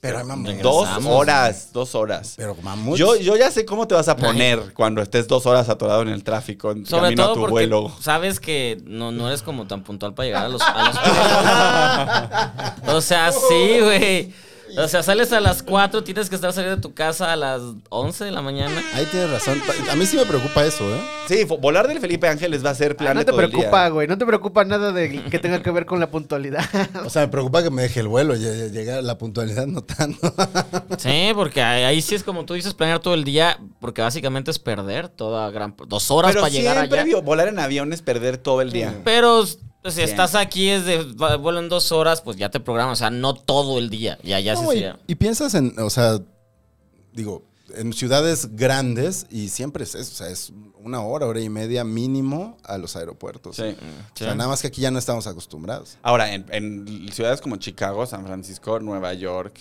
Speaker 7: Pero hay mamuts.
Speaker 5: Dos
Speaker 6: Regresamos.
Speaker 5: horas, dos horas.
Speaker 7: Pero mamuts.
Speaker 5: Yo, yo ya sé cómo te vas a poner cuando estés dos horas atorado en el tráfico en
Speaker 6: Sobre
Speaker 5: camino
Speaker 6: todo
Speaker 5: a tu
Speaker 6: porque
Speaker 5: vuelo.
Speaker 6: sabes que no, no eres como tan puntual para llegar a los...
Speaker 5: [LAUGHS]
Speaker 6: a los- o sea, sí, güey. O sea, sales a las 4, tienes que estar saliendo de tu casa a las 11 de la mañana.
Speaker 7: [LAUGHS] Ahí tienes razón. Pa- A mí sí me preocupa eso, ¿eh?
Speaker 5: Sí, fo- volar del Felipe Ángeles va a ser plan
Speaker 8: no
Speaker 5: de
Speaker 8: te
Speaker 5: todo el día.
Speaker 8: preocupa, güey. No te preocupa nada de que tenga que ver con la puntualidad.
Speaker 7: O sea, me preocupa que me deje el vuelo. ya- ya Llegar a la puntualidad no tanto.
Speaker 6: Sí, porque ahí ahí sí es como tú dices, planear todo el día, porque básicamente es perder toda gran... Dos horas
Speaker 5: Pero
Speaker 6: para llegar
Speaker 5: siempre
Speaker 6: allá.
Speaker 5: vio- volar en avión es perder todo el día.
Speaker 6: Pero pues, si
Speaker 5: Bien.
Speaker 6: estás aquí es de va- vuelo en dos horas, pues ya te programas, o sea, no todo el día. Ya, ya
Speaker 7: No,
Speaker 6: sí
Speaker 7: y-
Speaker 6: sería.
Speaker 7: y, piensas en, o sea, digo, en ciudades grandes y siempre es eso. O sea, es una hora, hora y media mínimo a los aeropuertos.
Speaker 6: mm,
Speaker 5: Sí.
Speaker 7: O sea, nada más que aquí ya no estamos acostumbrados.
Speaker 5: Ahora, en, en ciudades como Chicago, San Francisco, Nueva York,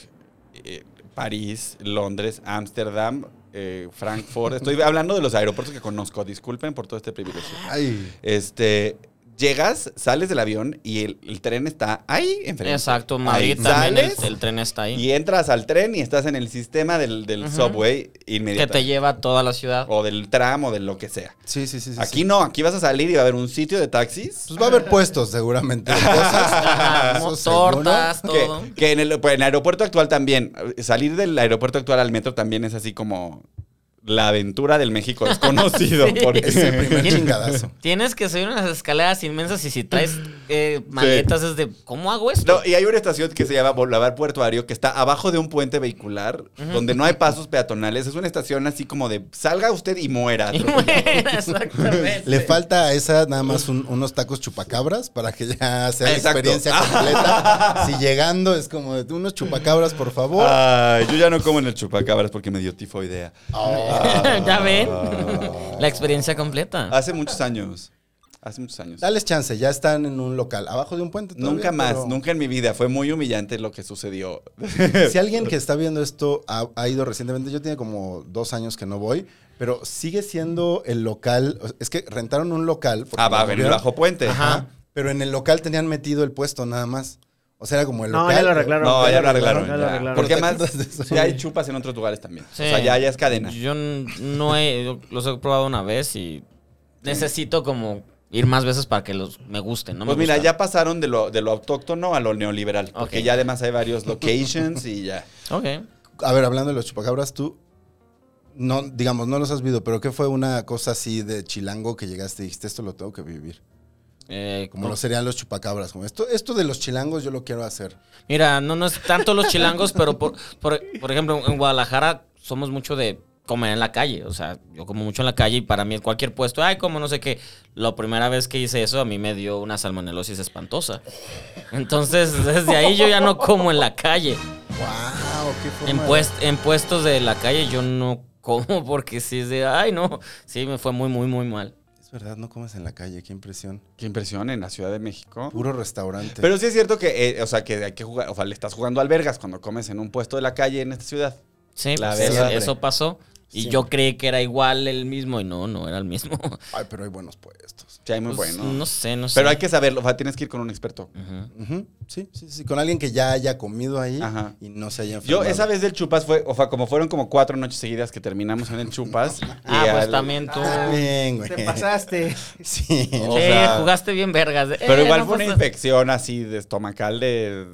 Speaker 5: eh, París, Londres, Ámsterdam, eh,
Speaker 6: [LAUGHS]
Speaker 5: Frankfurt. Estoy hablando de los aeropuertos que conozco. Disculpen por todo este privilegio.
Speaker 7: Ay.
Speaker 5: Este, llegas, sales del avión y el, el tren está ahí enfrente.
Speaker 6: Exacto,
Speaker 5: Ahí
Speaker 6: Madrid también
Speaker 5: sales
Speaker 6: el, el tren está ahí.
Speaker 5: Y entras al tren y estás en el sistema del, del
Speaker 6: Ujú.
Speaker 5: subway
Speaker 6: Que te
Speaker 5: inmediatamente.
Speaker 6: lleva a toda la ciudad.
Speaker 5: O del tram o de lo que sea.
Speaker 7: Sí, sí, sí. sí,
Speaker 5: aquí
Speaker 7: sí.
Speaker 5: no, aquí vas a salir y va a haber un sitio de taxis.
Speaker 7: Pues va a haber puestos,
Speaker 5: [LAUGHS]
Speaker 7: seguramente. de
Speaker 6: Ajá,
Speaker 7: [LAUGHS] Cosas,
Speaker 6: mo-
Speaker 7: Eso seguro.
Speaker 6: tortas,
Speaker 5: Que,
Speaker 6: todo.
Speaker 5: que en, el, pues, en el aeropuerto actual también. eh, Salir del aeropuerto actual al metro también es así como la aventura del
Speaker 7: [LAUGHS]
Speaker 5: México desconocido.
Speaker 6: Sí.
Speaker 5: porque-
Speaker 7: Es el primer
Speaker 6: ¿Quién-
Speaker 7: chingadazo.
Speaker 6: Tienes que subir unas escaleras inmensas y si traes eh, maletas es de, ¿cómo hago esto?
Speaker 5: [LAUGHS] No, y hay una estación que se llama Boulevard Puertuario que está abajo de un puente vehicular donde no hay pasos peatonales. Es una estación así como de salga usted y muera.
Speaker 6: Y
Speaker 5: atropellado.
Speaker 6: bueno, [LAUGHS] exactamente.
Speaker 7: [LAUGHS] Le falta a esa nada más un- unos tacos chupacabras para que ya sea la
Speaker 5: Exacto. [LAUGHS]
Speaker 7: experiencia completa. si llegando es como de, unos chupacabras, por favor.
Speaker 5: Ah. Ay, yo ya no como en el chupacabras porque me dio tifoidea.
Speaker 6: [LAUGHS] ya ven. la experiencia completa.
Speaker 5: Hace muchos años. Hace muchos años.
Speaker 7: Dales chance, ya están en un local, abajo de un puente. todavía,
Speaker 5: Nunca más,
Speaker 7: pero-
Speaker 5: nunca en mi vida. Fue muy humillante lo que sucedió.
Speaker 7: Si alguien que está viendo esto ha, ha ido recientemente, yo tiene como dos años que no voy, pero sigue siendo el local. o sea, Es que rentaron un local. porque
Speaker 5: Ah, va a
Speaker 7: lo
Speaker 5: venir
Speaker 7: abrieron,
Speaker 5: bajo puente.
Speaker 7: Ajá. Pero en el local tenían metido el puesto nada más. O sea, era como el
Speaker 8: No,
Speaker 7: local.
Speaker 8: ya lo arreglaron.
Speaker 5: No, ya lo
Speaker 8: arreglaron,
Speaker 5: arreglaron.
Speaker 8: ya lo
Speaker 5: ya.
Speaker 8: arreglaron.
Speaker 5: Porque
Speaker 7: ¿Te
Speaker 5: además
Speaker 7: acuerdas de eso?
Speaker 5: ya hay chupas en otros lugares también.
Speaker 6: Sí.
Speaker 5: O sea, ya, ya es cadena.
Speaker 6: Yo n- no he, yo los he probado una vez y necesito como ir más veces para que los me gusten. No
Speaker 5: pues
Speaker 6: me
Speaker 5: mira,
Speaker 6: gustan.
Speaker 5: ya pasaron de lo, de lo autóctono a lo neoliberal. Porque
Speaker 6: Ok.
Speaker 5: ya además hay varios locations y ya.
Speaker 6: Ok.
Speaker 7: A ver, hablando de los chupacabras, tú. No, digamos, no los has vivido, pero ¿qué fue una cosa así de chilango que llegaste y dijiste, esto lo tengo que vivir?
Speaker 6: Eh,
Speaker 7: Como lo serían los chupacabras, como esto, esto de los chilangos yo lo quiero hacer.
Speaker 6: Mira, no, no es tanto los chilangos, pero por, por, por ejemplo, en Guadalajara somos mucho de comer en la calle. O sea, yo como mucho en la calle y para mí en cualquier puesto, ay, como no sé qué. La primera vez que hice eso, a mí me dio una salmonelosis espantosa. Entonces, desde ahí yo ya no como en la calle.
Speaker 7: ¡Wow! ¡Qué forma
Speaker 6: En,
Speaker 7: de-
Speaker 6: puest- en puestos de la calle yo no como porque sí es de, ay, no. Sí, me fue muy, muy, muy mal.
Speaker 7: Es verdad, no comes en la calle, qué impresión.
Speaker 5: Qué impresión en la Ciudad de México.
Speaker 7: Puro restaurante.
Speaker 5: Pero sí es cierto que, eh, o sea, que hay que jugar, o sea, le estás jugando albergas cuando comes en un puesto de la calle en esta ciudad.
Speaker 6: Sí,
Speaker 5: La
Speaker 6: pues,
Speaker 5: verdad.
Speaker 6: eso pasó. Y yo creí que era igual el mismo y no, no era el mismo.
Speaker 7: Ay, pero hay buenos puestos.
Speaker 5: Sí, hay muy
Speaker 6: Pues,
Speaker 5: bueno.
Speaker 6: No sé, no sé.
Speaker 5: Pero hay que saberlo, o sea, tienes que ir con un experto.
Speaker 6: Ujú.
Speaker 7: Ujú, Sí, sí, sí. Con alguien que ya haya comido ahí
Speaker 5: Ajá.
Speaker 7: y no se haya
Speaker 5: Yo
Speaker 7: enfermado.
Speaker 5: esa vez del Chupas fue, o sea, como fueron como cuatro noches seguidas que terminamos en el Chupas. y
Speaker 6: Ah, pues
Speaker 5: al-
Speaker 6: también
Speaker 5: [LAUGHS]
Speaker 6: tú.
Speaker 7: Bien, güey.
Speaker 8: Te pasaste.
Speaker 7: [LAUGHS] Sí.
Speaker 6: Sí,
Speaker 5: o sea,
Speaker 6: jugaste bien vergas. Eh,
Speaker 5: Pero igual
Speaker 6: no
Speaker 5: fue una
Speaker 6: pasa-
Speaker 5: infección así de estomacal de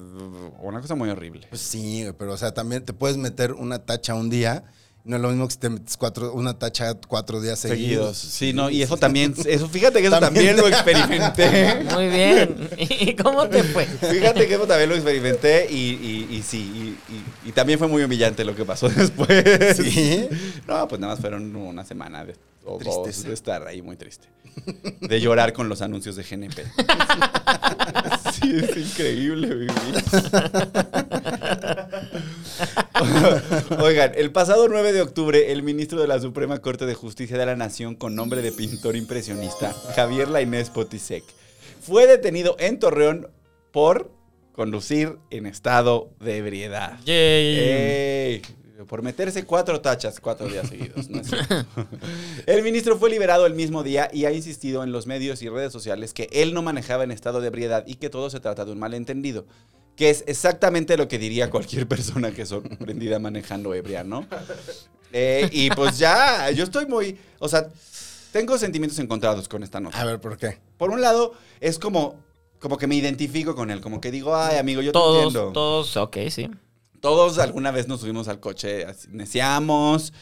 Speaker 5: una cosa muy horrible.
Speaker 7: Pues sí, güey, pero o sea, también te puedes meter una tacha un día. No es lo mismo que si te metes cuatro, una tacha cuatro días seguidos.
Speaker 5: Seguidos. Sí, no, y
Speaker 7: [LAUGHS]
Speaker 5: eso también, eso, fíjate que eso también,
Speaker 7: También.
Speaker 5: lo experimenté.
Speaker 6: Muy
Speaker 5: [LAUGHS]
Speaker 6: bien. [LAUGHS] ¿Y cómo te [LAUGHS] fue?
Speaker 5: Fíjate que eso también lo experimenté y, y- y sí, y, y- y también fue muy humillante lo que pasó [LAUGHS] después.
Speaker 7: Sí.
Speaker 5: No, pues nada más fueron una semana de, o dos
Speaker 7: Tristeza.
Speaker 5: de estar ahí muy triste. De llorar con los anuncios de
Speaker 7: [LAUGHS]
Speaker 5: GNP. Sí, es increíble vivir. [LAUGHS] Oigan, el pasado 9 de octubre, el ministro de la Suprema Corte de Justicia de la Nación con nombre de pintor impresionista, Javier Lainés Potisek, fue detenido en Torreón por conducir en estado de ebriedad.
Speaker 6: Yay.
Speaker 5: Ey, por meterse cuatro tachas cuatro días seguidos. ¿no es
Speaker 6: [LAUGHS]
Speaker 5: cierto? el ministro fue liberado el mismo día y ha insistido en los medios y redes sociales que él no manejaba en estado de ebriedad y que todo se trata de un malentendido. Que es exactamente lo que diría cualquier persona que es sorprendida manejando ebria, ¿no? Eh, y pues ya, yo estoy muy. O sea, tengo sentimientos encontrados con esta nota.
Speaker 7: A ver, ¿por qué?
Speaker 5: Por un lado, es como, como que me identifico con él, como que digo, ay, amigo, yo te
Speaker 6: Todos,
Speaker 5: entiendo.
Speaker 6: todos, ok, sí.
Speaker 5: Todos alguna vez nos subimos al coche, así, neciamos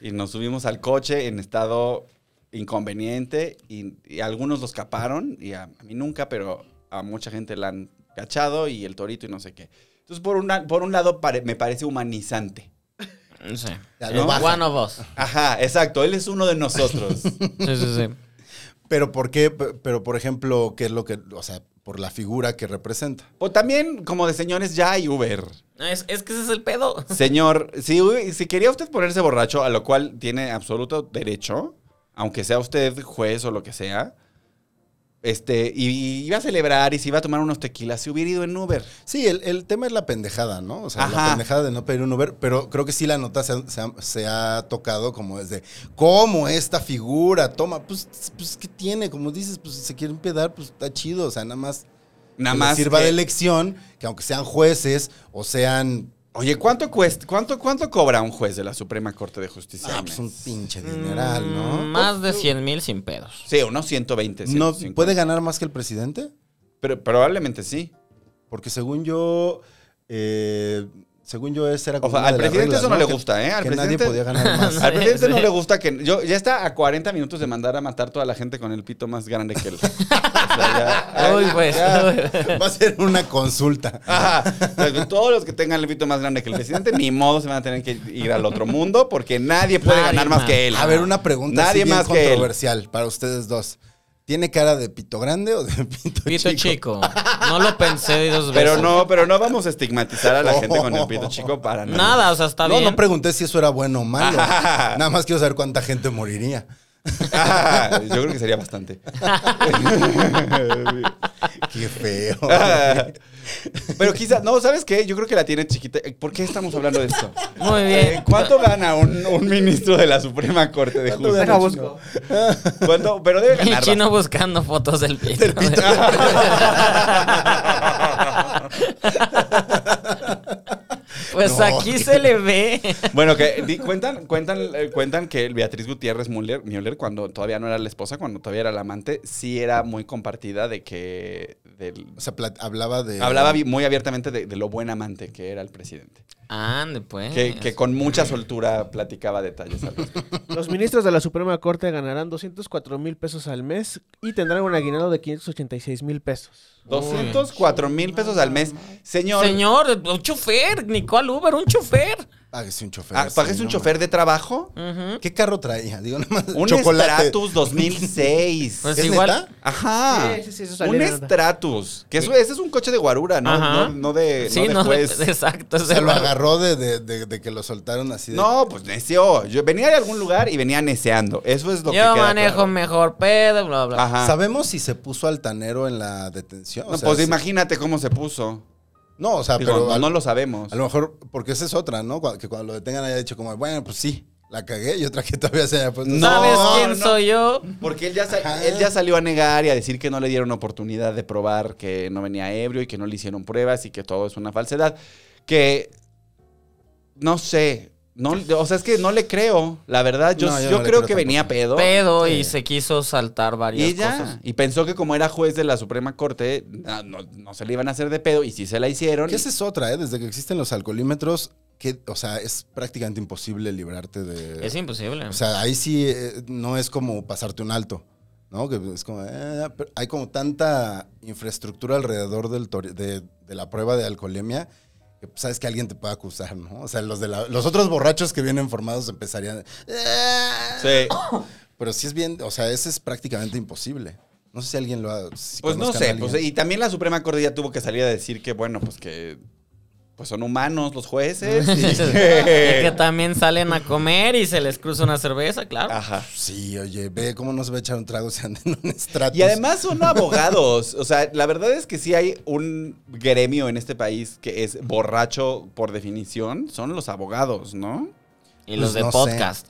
Speaker 5: y nos subimos al coche en estado inconveniente y, y algunos los caparon y a, a mí nunca, pero a mucha gente la han cachado y el torito y no sé qué. Entonces, por, una, por un lado, pare- me parece humanizante.
Speaker 6: No sé.
Speaker 7: Ya,
Speaker 6: Eh,
Speaker 7: lo baja.
Speaker 6: One [LAUGHS] of us.
Speaker 5: Ajá, exacto, él es uno de nosotros.
Speaker 6: Sí, sí, sí.
Speaker 7: Pero ¿por qué? P- Pero, por ejemplo, ¿qué es lo que, o sea, por la figura que representa?
Speaker 5: o también, como de señores, ya hay Uber.
Speaker 6: No, Es, es que ese es el pedo.
Speaker 5: Señor, si, hu- si quería usted ponerse borracho, a lo cual tiene absoluto derecho, aunque sea usted juez o lo que sea, Este, y iba a celebrar y se iba a tomar unos tequilas. Se hubiera ido en Uber.
Speaker 7: Sí, el, el tema es la pendejada, ¿no? O sea,
Speaker 5: Ajá.
Speaker 7: la pendejada de no pedir un Uber, pero creo que sí la nota se ha, se ha- se ha tocado como desde, ¿cómo esta figura? Toma, pues, pues, ¿qué tiene? Como dices, pues, si se quieren pedar, pues, está chido. O sea, nada más, que
Speaker 5: Nada
Speaker 7: les
Speaker 5: más.
Speaker 7: sirva
Speaker 5: que-
Speaker 7: de lección, que aunque sean jueces o sean,
Speaker 5: Oye, ¿cuánto cuesta? ¿Cuánto, ¿Cuánto cobra un juez de la Suprema Corte de Justicia?
Speaker 7: ah,
Speaker 5: Amén?
Speaker 7: pues, un pinche dineral, ¿no?
Speaker 6: Mm,
Speaker 5: Mm,
Speaker 6: Más de 100 mil sin pedos.
Speaker 5: Sí, unos 120.
Speaker 7: no
Speaker 5: 150.
Speaker 7: ¿Puede ganar más que el presidente?
Speaker 5: Pero, probablemente sí.
Speaker 7: Porque según yo, eh, según yo, esa era
Speaker 5: O sea,
Speaker 7: una
Speaker 5: al
Speaker 7: de las
Speaker 5: presidente
Speaker 7: reglas,
Speaker 5: eso no, le
Speaker 7: Que-
Speaker 5: gusta, ¿eh? Al
Speaker 7: que
Speaker 5: presidente,
Speaker 7: nadie podía ganar
Speaker 5: [LAUGHS]
Speaker 7: más.
Speaker 5: al presidente no
Speaker 6: Sí.
Speaker 5: le gusta que. Yo, ya está a 40 minutos de mandar a matar toda la gente con el pito más grande que él. [LAUGHS] O sea, Ah, ya-
Speaker 6: Uy, pues.
Speaker 5: [LAUGHS]
Speaker 7: Va a ser una consulta.
Speaker 5: Ajá. O sea, Todos los que tengan el pito más grande que el presidente, ni modo se van a tener que ir al otro mundo porque nadie puede
Speaker 6: Nadie
Speaker 5: ganar más
Speaker 6: más.
Speaker 5: que él.
Speaker 7: A ver, una pregunta
Speaker 5: Nadie
Speaker 7: así bien
Speaker 5: más que él.
Speaker 7: controversial para ustedes dos. ¿Tiene cara de pito grande o de pito,
Speaker 6: Pito chico.
Speaker 7: chico?
Speaker 6: No lo pensé dos veces.
Speaker 5: Pero no, pero no vamos a estigmatizar a la gente con el pito chico para nada.
Speaker 6: Nada, o sea, está
Speaker 7: no,
Speaker 6: bien.
Speaker 7: no pregunté si eso era bueno o
Speaker 5: [LAUGHS]
Speaker 7: malo.
Speaker 5: Ajá.
Speaker 7: Nada más quiero saber cuánta gente moriría.
Speaker 5: Ah, [LAUGHS] yo creo que sería bastante.
Speaker 7: [LAUGHS] Qué
Speaker 5: [LAUGHS]
Speaker 7: feo.
Speaker 5: Ah, Pero quizás, no, ¿sabes qué? Yo creo que la tiene chiquita. Eh, ¿Por qué estamos hablando de esto?
Speaker 6: Muy
Speaker 5: Eh,
Speaker 6: bien.
Speaker 5: ¿Cuánto gana un, un ministro de la Suprema Corte de Justicia?
Speaker 8: Deja busco.
Speaker 5: ¿Cuánto? Pero
Speaker 6: [LAUGHS]
Speaker 5: debe
Speaker 6: El
Speaker 5: ganar.
Speaker 6: chino buscando fotos del pito. [LAUGHS] pues
Speaker 7: No,
Speaker 6: aquí
Speaker 7: qué-
Speaker 6: se le ve.
Speaker 5: Bueno, que di- cuentan, cuentan, eh, cuentan que Beatriz Gutiérrez Müller, Müller, cuando todavía no era la esposa, cuando todavía era la amante, sí era muy compartida de que. del-
Speaker 7: O sea, plat- hablaba de.
Speaker 5: hablaba vi- muy abiertamente de, de lo buen amante que era el presidente.
Speaker 6: Ande, pues.
Speaker 5: Que, que con mucha soltura platicaba detalles al
Speaker 6: [LAUGHS]
Speaker 5: respecto.
Speaker 8: Los ministros de la Suprema Corte ganarán 204 mil pesos al mes y tendrán un aguinaldo de 586 mil pesos.
Speaker 5: 204 mil pesos al mes. Señor.
Speaker 6: Señor, un chofer, ni cuál Uber, un chofer.
Speaker 7: Páguese un chofer.
Speaker 5: ah,
Speaker 7: sí,
Speaker 5: ¿Pagues
Speaker 7: no
Speaker 5: un chofer de trabajo?
Speaker 6: Ujú.
Speaker 7: mames. ¿Qué carro traía? Digo, nada más.
Speaker 5: Un
Speaker 7: chocolate.
Speaker 5: Stratus 2006.
Speaker 6: Pues
Speaker 7: ¿Es
Speaker 6: igual.
Speaker 7: neta?
Speaker 5: Ajá.
Speaker 8: Sí, sí, sí, eso salió
Speaker 5: un
Speaker 8: en la nota.
Speaker 5: Stratus. Que eso, ese es un coche de guarura, ¿no?
Speaker 6: Ajá.
Speaker 5: No, no de,
Speaker 6: sí,
Speaker 5: no
Speaker 6: no,
Speaker 5: de
Speaker 6: [LAUGHS]
Speaker 5: juez.
Speaker 8: [LAUGHS]
Speaker 6: exacto.
Speaker 7: O sea,
Speaker 6: se
Speaker 7: lo
Speaker 6: va-
Speaker 7: agarró de, de- de- de que lo soltaron así de.
Speaker 5: No, pues neció. Yo venía de algún lugar y venía neceando. Eso es lo que
Speaker 6: Yo
Speaker 5: queda
Speaker 6: manejo
Speaker 5: claro.
Speaker 6: mejor pedo, bla, bla.
Speaker 5: Ajá.
Speaker 7: ¿Sabemos si se puso altanero en la detención? O
Speaker 5: Ah. No,
Speaker 7: sea,
Speaker 5: pues
Speaker 7: si-
Speaker 5: imagínate cómo se puso.
Speaker 7: No, o sea,
Speaker 5: Digo,
Speaker 7: pero.
Speaker 5: no,
Speaker 7: a-
Speaker 5: no lo sabemos.
Speaker 7: A lo mejor, porque esa es otra, ¿no? Cu- Que cuando lo detengan haya dicho como, bueno, pues sí, la cagué. Y otra que todavía se haya puesto.
Speaker 5: No,
Speaker 6: ¿Sabes quién
Speaker 5: no.
Speaker 6: soy yo?
Speaker 5: Porque él ya, sa-
Speaker 7: Ajá.
Speaker 5: él ya salió a negar y a decir que no le dieron oportunidad de probar que no venía ebrio y que no le hicieron pruebas y que todo es una falsedad. Que no sé. No, o sea, es que no le creo. La verdad, yo,
Speaker 7: No, yo
Speaker 5: yo,
Speaker 7: no le
Speaker 5: creo,
Speaker 7: creo
Speaker 5: que venía pedo.
Speaker 6: Pedo y se quiso saltar varias
Speaker 5: Y ya.
Speaker 6: cosas.
Speaker 5: Y pensó que como era juez de la Suprema Corte, na- no, no se le iban a hacer de pedo y sí se la hicieron.
Speaker 7: Que esa es otra, ¿eh? Desde que existen los alcoholímetros, que, o sea, es prácticamente imposible librarte de.
Speaker 6: Es imposible.
Speaker 7: o sea, ahí sí eh, no es como pasarte un alto, ¿no? Que es como. eh, pero hay como tanta infraestructura alrededor del tori- de, de la prueba de alcoholemia. que pues, Sabes que alguien te puede acusar, ¿no? O sea, los, de la- los otros borrachos que vienen formados empezarían. "Ah".
Speaker 5: Sí. pues
Speaker 7: Pero sí es bien, o sea, ese es prácticamente imposible. No sé si alguien lo ha. si
Speaker 5: Pues no
Speaker 7: conozcan a
Speaker 5: sé,
Speaker 7: alguien.
Speaker 5: pues, y también la Suprema Corte ya tuvo que salir a decir que, bueno, pues que pues son humanos los jueces.
Speaker 6: [LAUGHS] Y
Speaker 5: y
Speaker 6: que
Speaker 5: que-
Speaker 6: también salen a comer y se les cruza una cerveza, claro.
Speaker 5: Ajá.
Speaker 7: Sí, oye, ve cómo no se va a echar un trago si anda en un estrato.
Speaker 5: Y además son abogados. O sea, la verdad es que sí hay un gremio en este país que es borracho por definición. Son los abogados, ¿no?
Speaker 6: Y los
Speaker 7: Pues
Speaker 6: de
Speaker 7: no sé.
Speaker 6: podcast.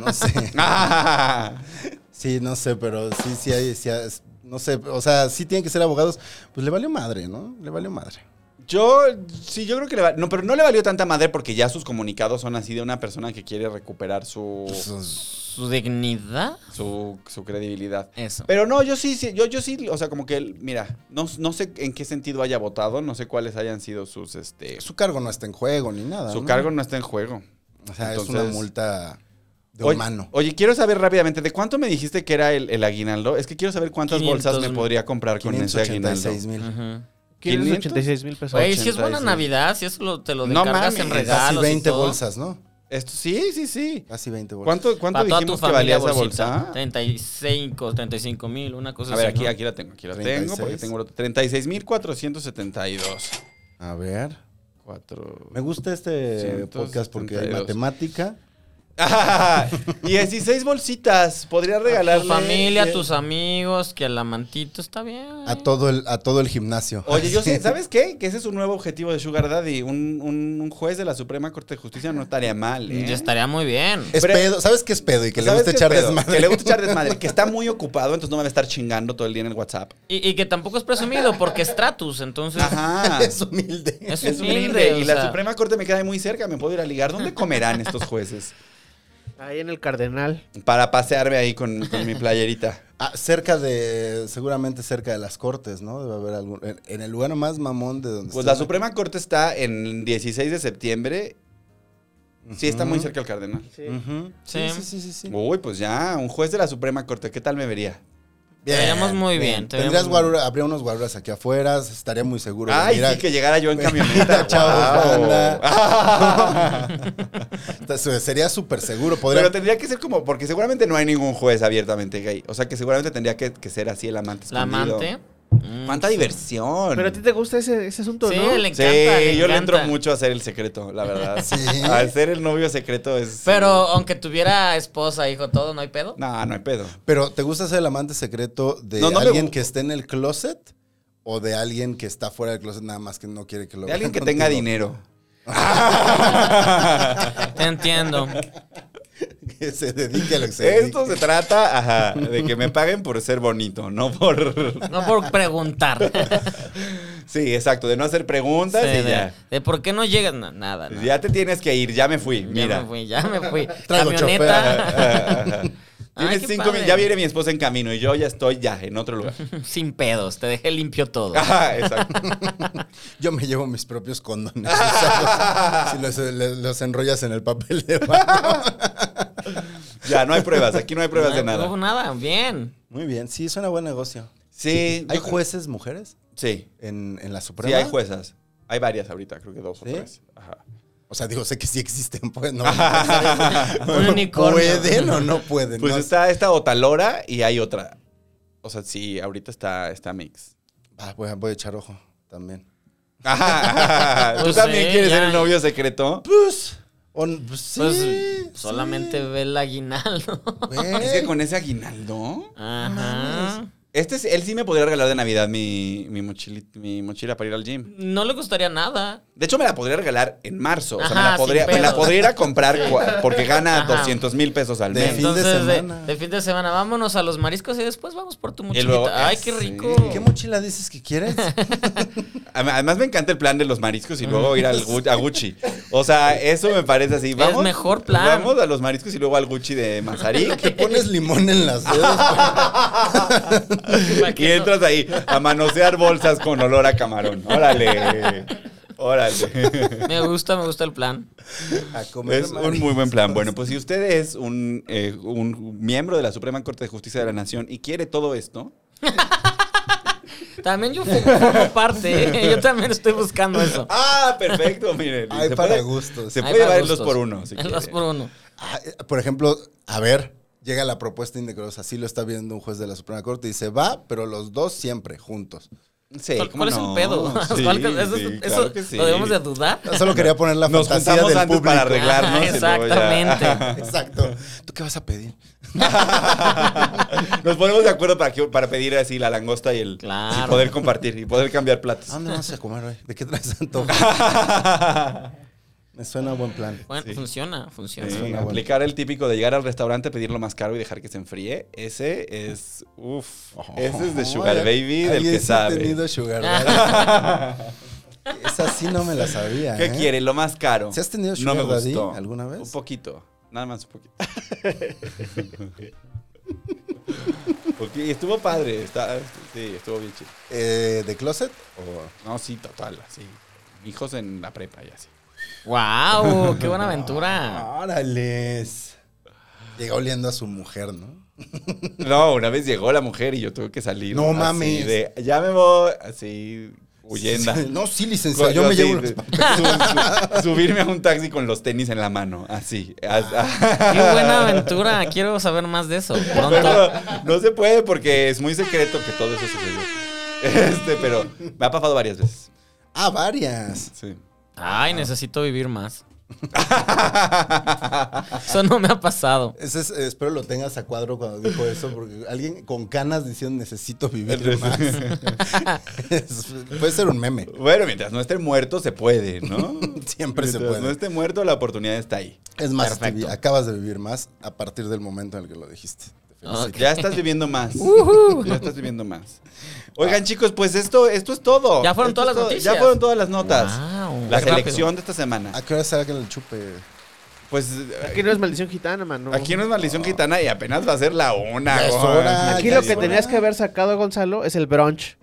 Speaker 7: No sé.
Speaker 5: Ah,
Speaker 7: Sí, no sé, pero sí, sí hay. sí hay- no sé, o sea, sí tienen que ser abogados. Pues le valió madre, ¿no? Le valió madre.
Speaker 5: Yo, sí, yo creo que le va- No, pero no le valió tanta madre porque ya sus comunicados son así de una persona que quiere recuperar su,
Speaker 7: Pues,
Speaker 6: Su dignidad.
Speaker 5: su, su credibilidad.
Speaker 6: Eso.
Speaker 5: Pero no, yo sí, sí, yo, yo sí, o sea, como que, mira, no, no sé en qué sentido haya votado, no sé cuáles hayan sido sus, este, su,
Speaker 7: su cargo no está en juego ni nada. ¿no?
Speaker 5: cargo no está en juego.
Speaker 7: O sea,
Speaker 5: Entonces-
Speaker 7: es una multa de
Speaker 5: oye,
Speaker 7: humano.
Speaker 5: Oye, quiero saber rápidamente, ¿de cuánto me dijiste que era el, el aguinaldo? Es que quiero saber cuántas
Speaker 6: 500
Speaker 5: bolsas me
Speaker 6: mil.
Speaker 5: podría comprar con ese aguinaldo.
Speaker 7: 586 mil.
Speaker 6: Ujú.
Speaker 8: 586 mil pesos.
Speaker 6: Güey, si es buena
Speaker 5: 86.
Speaker 6: Navidad, si eso lo- te lo
Speaker 5: No
Speaker 6: descargas
Speaker 5: mames,
Speaker 6: en
Speaker 7: Eh, Casi
Speaker 6: regalos. y
Speaker 7: 20
Speaker 6: todo.
Speaker 7: bolsas, ¿no?
Speaker 5: Esto, sí, sí, sí.
Speaker 7: Casi 20 bolsas.
Speaker 5: ¿Cuánto, cuánto
Speaker 6: Para toda tu
Speaker 5: dijimos que valía
Speaker 6: familia
Speaker 5: esa
Speaker 6: bolsita.
Speaker 5: bolsa?
Speaker 6: 35, 35 mil, una cosa
Speaker 5: A ver,
Speaker 6: así.
Speaker 5: aquí,
Speaker 6: ¿no?
Speaker 5: aquí la tengo, aquí la tengo,
Speaker 7: 36.
Speaker 5: porque tengo el otro. 36,472.
Speaker 7: A ver.
Speaker 5: Cuatro- [LAUGHS]
Speaker 7: Me gusta este
Speaker 5: 172.
Speaker 7: podcast porque hay matemática,
Speaker 5: y 16 Ah, bolsitas. Podría
Speaker 6: A
Speaker 5: regalarle.
Speaker 6: tu familia, a
Speaker 5: eh,
Speaker 6: tus amigos, que al amantito está bien.
Speaker 7: A todo el, a todo el gimnasio.
Speaker 5: Oye, yo sé, ¿sabes qué? Que ese es un nuevo objetivo de Sugar Daddy. Un, un- un juez de la Suprema Corte de Justicia no estaría mal. ¿eh?
Speaker 6: Ya estaría muy bien.
Speaker 7: Es
Speaker 5: Pero-
Speaker 7: pedo. ¿Sabes qué es pedo? Y que le
Speaker 5: ¿Sabes
Speaker 7: gusta
Speaker 5: qué
Speaker 7: echar
Speaker 5: pedo?
Speaker 7: desmadre.
Speaker 5: Que
Speaker 7: [LAUGHS]
Speaker 5: le gusta echar desmadre. Que está muy ocupado, entonces no me va a estar chingando todo el día en el WhatsApp.
Speaker 6: Y, y que tampoco es presumido porque [LAUGHS] es Tratus, entonces.
Speaker 5: Ajá.
Speaker 7: Es humilde.
Speaker 6: Es
Speaker 5: Es
Speaker 6: un
Speaker 5: humilde. Y la
Speaker 6: Suprema
Speaker 5: Suprema Corte me queda muy cerca, me puedo ir a ligar. ¿Dónde comerán estos jueces?
Speaker 8: Ahí en el Cardenal.
Speaker 5: Para pasearme ahí con, con mi playerita.
Speaker 7: Ah, cerca de, seguramente cerca de las cortes, ¿no? Debe haber algún. En, en el lugar más mamón de donde
Speaker 5: Pues
Speaker 7: está-
Speaker 5: la Suprema Corte está en 16 de septiembre. Sí, está muy cerca al Cardenal.
Speaker 7: Ujú.
Speaker 6: Sí.
Speaker 7: Sí, sí, sí, sí, sí.
Speaker 5: Uy, pues ya, un juez de la Suprema Corte, ¿qué tal me vería?
Speaker 6: Te veríamos muy bien, te
Speaker 7: Tendrías
Speaker 6: veríamos
Speaker 7: guarura- habría unos guaruras aquí afuera, estaría muy seguro. de
Speaker 5: Ay,
Speaker 7: venir a-
Speaker 5: sí, que
Speaker 7: [LAUGHS]
Speaker 5: llegara yo en camioneta.
Speaker 7: Chavos,
Speaker 5: guau.
Speaker 7: banda.
Speaker 5: [LAUGHS] Ah.
Speaker 7: [LAUGHS] Entonces, Sería súper seguro. Podría,
Speaker 5: Pero tendría que ser como, porque seguramente no hay ningún juez abiertamente gay. O sea, que seguramente tendría que, que ser así el amante.
Speaker 6: La
Speaker 5: escondido.
Speaker 6: amante. Mm,
Speaker 5: ¿Cuánta
Speaker 6: sí.
Speaker 5: diversión?
Speaker 8: Pero a ti te gusta ese, ese asunto,
Speaker 6: Sí,
Speaker 8: ¿no?
Speaker 6: le
Speaker 5: Sí,
Speaker 6: encanta. le
Speaker 5: yo le
Speaker 6: encanta.
Speaker 5: entro mucho a ser el secreto, la verdad.
Speaker 7: [LAUGHS] Sí.
Speaker 5: Al ser el novio secreto es.
Speaker 6: Pero aunque tuviera esposa, hijo, todo, no hay
Speaker 5: [LAUGHS]
Speaker 6: pedo.
Speaker 5: No, no hay pedo.
Speaker 7: Pero ¿te gusta ser el amante secreto de
Speaker 5: No, no me
Speaker 7: alguien
Speaker 5: gu-
Speaker 7: que esté en el closet o de alguien que está fuera del closet nada más que no quiere que lo
Speaker 5: De
Speaker 7: vean
Speaker 5: alguien que
Speaker 7: contigo?
Speaker 5: tenga dinero.
Speaker 6: Te entiendo.
Speaker 7: Que [LAUGHS] se dedique a lo que se
Speaker 5: Esto
Speaker 7: dedique.
Speaker 5: se trata ajá, de que me paguen por ser bonito, no por. [LAUGHS]
Speaker 6: No por preguntar.
Speaker 5: Sí, exacto, de no hacer preguntas
Speaker 6: [LAUGHS] Sí,
Speaker 5: y
Speaker 6: de,
Speaker 5: ya.
Speaker 6: de por qué no llegas. No, nada, nada.
Speaker 5: Ya te tienes que ir, ya me fui,
Speaker 6: Ya
Speaker 5: mira. eh,
Speaker 6: me
Speaker 5: [LAUGHS]
Speaker 6: fui, ya me fui.
Speaker 7: Traigo
Speaker 6: Camioneta. Ay,
Speaker 5: Tienes
Speaker 6: qué
Speaker 5: cinco
Speaker 6: padre.
Speaker 5: min- ya viene mi esposa en camino y yo ya estoy ya en
Speaker 6: [LAUGHS]
Speaker 5: otro lugar.
Speaker 6: Sin pedos, te dejé limpio
Speaker 5: [LAUGHS]
Speaker 6: todo.
Speaker 5: Ajá, exacto.
Speaker 7: Yo me llevo mis propios condones. [LAUGHS] usados. si los, le- los enrollas en el papel de baño.
Speaker 5: [LAUGHS] Ya, no hay pruebas, aquí no hay pruebas de
Speaker 6: No,
Speaker 5: nada.
Speaker 6: No, nada, bien.
Speaker 7: Muy bien, sí, suena buen negocio.
Speaker 5: Sí.
Speaker 7: ¿Hay
Speaker 5: yo-
Speaker 7: jueces mujeres
Speaker 5: Sí,
Speaker 7: en, en la Suprema?
Speaker 5: sí hay juezas. Hay varias ahorita, creo que dos o
Speaker 7: ¿Sí?
Speaker 5: tres. Ajá.
Speaker 7: O sea, digo, sé que sí existen, pues
Speaker 5: [LAUGHS]
Speaker 7: no.
Speaker 6: Un unicornio.
Speaker 7: ¿Pueden o no pueden?
Speaker 5: Pues
Speaker 7: no sé.
Speaker 5: está esta Otalora y hay otra. O sea, sí, ahorita está, está mix.
Speaker 7: Ah, voy, a- voy a echar ojo también.
Speaker 5: [LAUGHS] Ajá, ajá. ¿Tú
Speaker 6: Pues
Speaker 5: también
Speaker 6: sí,
Speaker 5: quieres
Speaker 6: ya.
Speaker 5: ser el novio secreto?
Speaker 7: Pues, on- pues, sí,
Speaker 6: Pues
Speaker 7: sí.
Speaker 6: solamente ve el aguinaldo. [LAUGHS]
Speaker 7: Güey.
Speaker 5: Pues Es que con ese aguinaldo.
Speaker 6: Ajá.
Speaker 5: Este es- él sí me podría regalar de Navidad mi, mi, mochili- mi mochila para ir al gym.
Speaker 6: No le gustaría nada.
Speaker 5: De hecho, me la podría regalar en marzo. o sea, me
Speaker 6: Ajá,
Speaker 5: la podría,
Speaker 6: sin
Speaker 5: me la
Speaker 6: pedos.
Speaker 5: podría ir a comprar cua- porque gana
Speaker 6: Ajá.
Speaker 5: 200 mil pesos al
Speaker 7: De
Speaker 5: mes.
Speaker 7: fin de
Speaker 6: Entonces, de,
Speaker 7: semana.
Speaker 6: de fin de semana, vámonos a los mariscos y después vamos por tu mochilita.
Speaker 5: luego-
Speaker 6: Ay, qué
Speaker 5: sí.
Speaker 6: rico.
Speaker 7: ¿Qué mochila dices que quieres?
Speaker 5: Am- Además, me encanta el plan de los mariscos y
Speaker 6: [LAUGHS]
Speaker 5: luego ir al Gu- a Gucci. O sea, eso me parece así. Vamos,
Speaker 6: mejor plan.
Speaker 5: Vamos a los mariscos y luego al Gucci de Mazarik.
Speaker 6: [LAUGHS]
Speaker 7: Te
Speaker 5: [LAUGHS]
Speaker 7: pones limón en las dedos.
Speaker 6: Para
Speaker 5: y
Speaker 6: que no-
Speaker 5: entras ahí a manosear bolsas con olor a camarón. Órale. Órale.
Speaker 6: Me gusta, me gusta el plan.
Speaker 7: A comer
Speaker 5: Es un muy buen plan. Bueno, pues si usted es un, eh, un miembro de la Suprema Corte de Justicia de la Nación y quiere todo esto,
Speaker 6: También yo formo- formo
Speaker 5: [LAUGHS]
Speaker 6: parte. ¿eh? Yo también estoy buscando eso.
Speaker 5: Ah, perfecto, miren.
Speaker 7: Hay
Speaker 5: Se
Speaker 7: para
Speaker 5: puede-
Speaker 7: gustos.
Speaker 5: Se
Speaker 6: Ahí
Speaker 5: puede
Speaker 6: para
Speaker 5: llevar el 2
Speaker 6: gustos.
Speaker 5: por 1 si
Speaker 6: el
Speaker 5: quiere.
Speaker 6: dos por uno.
Speaker 7: Ah, eh, Por ejemplo, a ver, llega la propuesta indecorosa. Así lo está viendo un juez de la Suprema Corte y dice, va, pero los dos siempre, juntos.
Speaker 5: Sí,
Speaker 6: ¿Cuál,
Speaker 5: ¿cómo
Speaker 6: cuál es
Speaker 5: no?
Speaker 6: el pedo? [LAUGHS]
Speaker 5: Sí,
Speaker 6: ¿Cuál- eso
Speaker 5: sí,
Speaker 6: eso
Speaker 5: claro que sí.
Speaker 6: lo debemos de
Speaker 5: [LAUGHS]
Speaker 6: dudar.
Speaker 7: Solo quería poner la
Speaker 5: Nos
Speaker 7: fantasía
Speaker 5: juntamos
Speaker 7: del
Speaker 5: antes
Speaker 7: público.
Speaker 5: para arreglarnos.
Speaker 6: Ah,
Speaker 5: y luego ya- [LAUGHS]
Speaker 6: exactamente.
Speaker 7: Exacto. ¿Tú qué vas a pedir?
Speaker 5: [LAUGHS] Nos ponemos de acuerdo para, que- para pedir así la langosta y el
Speaker 6: Claro.
Speaker 5: y poder compartir y poder cambiar
Speaker 7: ¿A
Speaker 5: platos. [LAUGHS]
Speaker 7: dónde vamos a comer hoy? ¿De qué traes tanto? Me suena a buen plan.
Speaker 6: Bueno, funciona, funciona.
Speaker 5: Sí,
Speaker 7: Suena bueno.
Speaker 5: aplicar el típico de llegar al restaurante, pedir lo más caro y dejar que se enfríe. Ese es. Uf. Ese es de Sugar
Speaker 7: Ay,
Speaker 5: Baby, del
Speaker 7: alguien
Speaker 5: que
Speaker 7: sí ha
Speaker 5: sabe.
Speaker 7: tenido Sugar [LAUGHS] Daddy. Esa sí no me la sabía.
Speaker 5: [LAUGHS] ¿Qué
Speaker 7: ¿eh?
Speaker 5: quiere? Lo más caro.
Speaker 7: ¿Sí has tenido
Speaker 5: no
Speaker 7: sugar
Speaker 5: me
Speaker 7: daddy
Speaker 5: gustó.
Speaker 7: alguna vez?
Speaker 5: Un poquito. Nada más un
Speaker 7: [LAUGHS]
Speaker 5: poquito. [LAUGHS] Ok, estuvo padre. está- sí, estuvo bien chido.
Speaker 7: Eh, ¿De closet?
Speaker 5: No, sí, total, así. Hijos en la prepa y así.
Speaker 6: ¡Wow! ¡Qué buena
Speaker 5: Ah.
Speaker 6: aventura!
Speaker 7: ¡Órales! Llega oliendo a su mujer, ¿no?
Speaker 5: [LAUGHS] No, una vez llegó la mujer y yo tuve que salir.
Speaker 7: No
Speaker 5: así
Speaker 7: mames.
Speaker 5: de, ya me voy, así, huyenda.
Speaker 7: Sí, sí. No, sí, licenciado, yo me
Speaker 5: así,
Speaker 7: llevo los
Speaker 5: de- [LAUGHS] su- su- Subirme a un taxi con los tenis en la mano, así.
Speaker 6: ¡Qué
Speaker 7: Ah.
Speaker 5: [LAUGHS]
Speaker 6: buena aventura! Quiero saber más de eso. Pronto.
Speaker 5: Pero no se puede porque es muy secreto que todo eso sucedió. [LAUGHS] Este, pero me ha pasado varias veces.
Speaker 7: [LAUGHS] Ah, varias.
Speaker 5: Sí.
Speaker 6: Ay, necesito vivir más. Eso no me ha pasado.
Speaker 7: Ese es- espero lo tengas a cuadro cuando dijo eso, porque alguien con canas diciendo necesito vivir más. [LAUGHS] Es- puede ser un meme.
Speaker 5: [LAUGHS] Bueno, mientras no esté muerto, se puede, ¿no?
Speaker 7: [LAUGHS] Siempre se puede.
Speaker 5: Mientras no esté muerto, la oportunidad está ahí.
Speaker 7: Es más,
Speaker 6: Perfecto.
Speaker 7: Stevie, acabas de vivir más a partir del momento en el que lo dijiste. Te felicito.
Speaker 6: Ok.
Speaker 5: Ya estás viviendo más. Ya estás viviendo más. Oigan, chicos, pues esto, esto es todo.
Speaker 6: Ya fueron
Speaker 5: Esto
Speaker 6: todas
Speaker 5: es
Speaker 6: las
Speaker 5: todo.
Speaker 6: noticias.
Speaker 5: Ya fueron todas las notas.
Speaker 6: Wow.
Speaker 5: La
Speaker 6: Qué rápido.
Speaker 5: selección de esta semana.
Speaker 7: ¿A qué hora sacan el chupe?
Speaker 5: Pues
Speaker 8: Aquí no es maldición gitana, mano.
Speaker 5: aquí no es maldición gitana y apenas va a ser la una.
Speaker 7: Ya es
Speaker 5: güey.
Speaker 7: hora,
Speaker 8: Aquí
Speaker 7: ya
Speaker 8: lo
Speaker 7: es
Speaker 8: que
Speaker 7: hora.
Speaker 8: tenías que haber sacado, Gonzalo, es el brunch.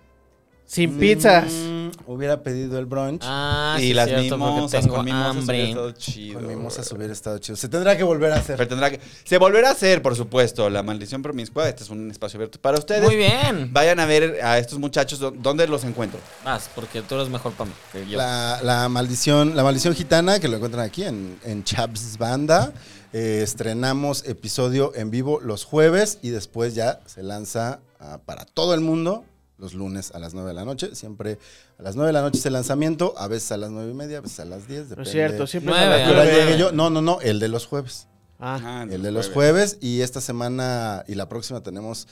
Speaker 8: Sin pizzas.
Speaker 7: Mm, hubiera pedido el brunch.
Speaker 6: Ah,
Speaker 5: y
Speaker 6: sí,
Speaker 5: las
Speaker 6: cierto, porque
Speaker 5: mimosas,
Speaker 6: tengo
Speaker 5: con mimosas hubiera
Speaker 6: hambre.
Speaker 5: estado chido.
Speaker 7: Con mimosas
Speaker 5: güey.
Speaker 7: hubiera estado chido. Se tendrá que volver a hacer.
Speaker 5: Pero tendrá que- Se volverá a hacer, por supuesto, la maldición promiscua. Este es un espacio abierto para ustedes.
Speaker 6: Muy bien.
Speaker 5: Vayan a ver a estos muchachos. ¿dó- ¿Dónde los encuentro?
Speaker 6: Vas, porque tú eres mejor para mí que yo.
Speaker 7: La, la maldición, la maldición gitana que lo encuentran aquí en, en Chaps Banda. Eh, estrenamos episodio en vivo los jueves y después ya se lanza ah, para todo el mundo los lunes a las 9 de la noche. Siempre a las 9 de la noche es el lanzamiento, a veces a las 9 y media, a veces a las 10.
Speaker 8: No
Speaker 7: Depende.
Speaker 8: es cierto, siempre
Speaker 6: Nueve,
Speaker 8: es a
Speaker 7: ¿A qué
Speaker 8: las
Speaker 7: hora
Speaker 8: nueve.
Speaker 7: llegue yo? No, no, no, el de los jueves.
Speaker 8: Ah,
Speaker 7: El de los jueves y esta semana y la próxima tenemos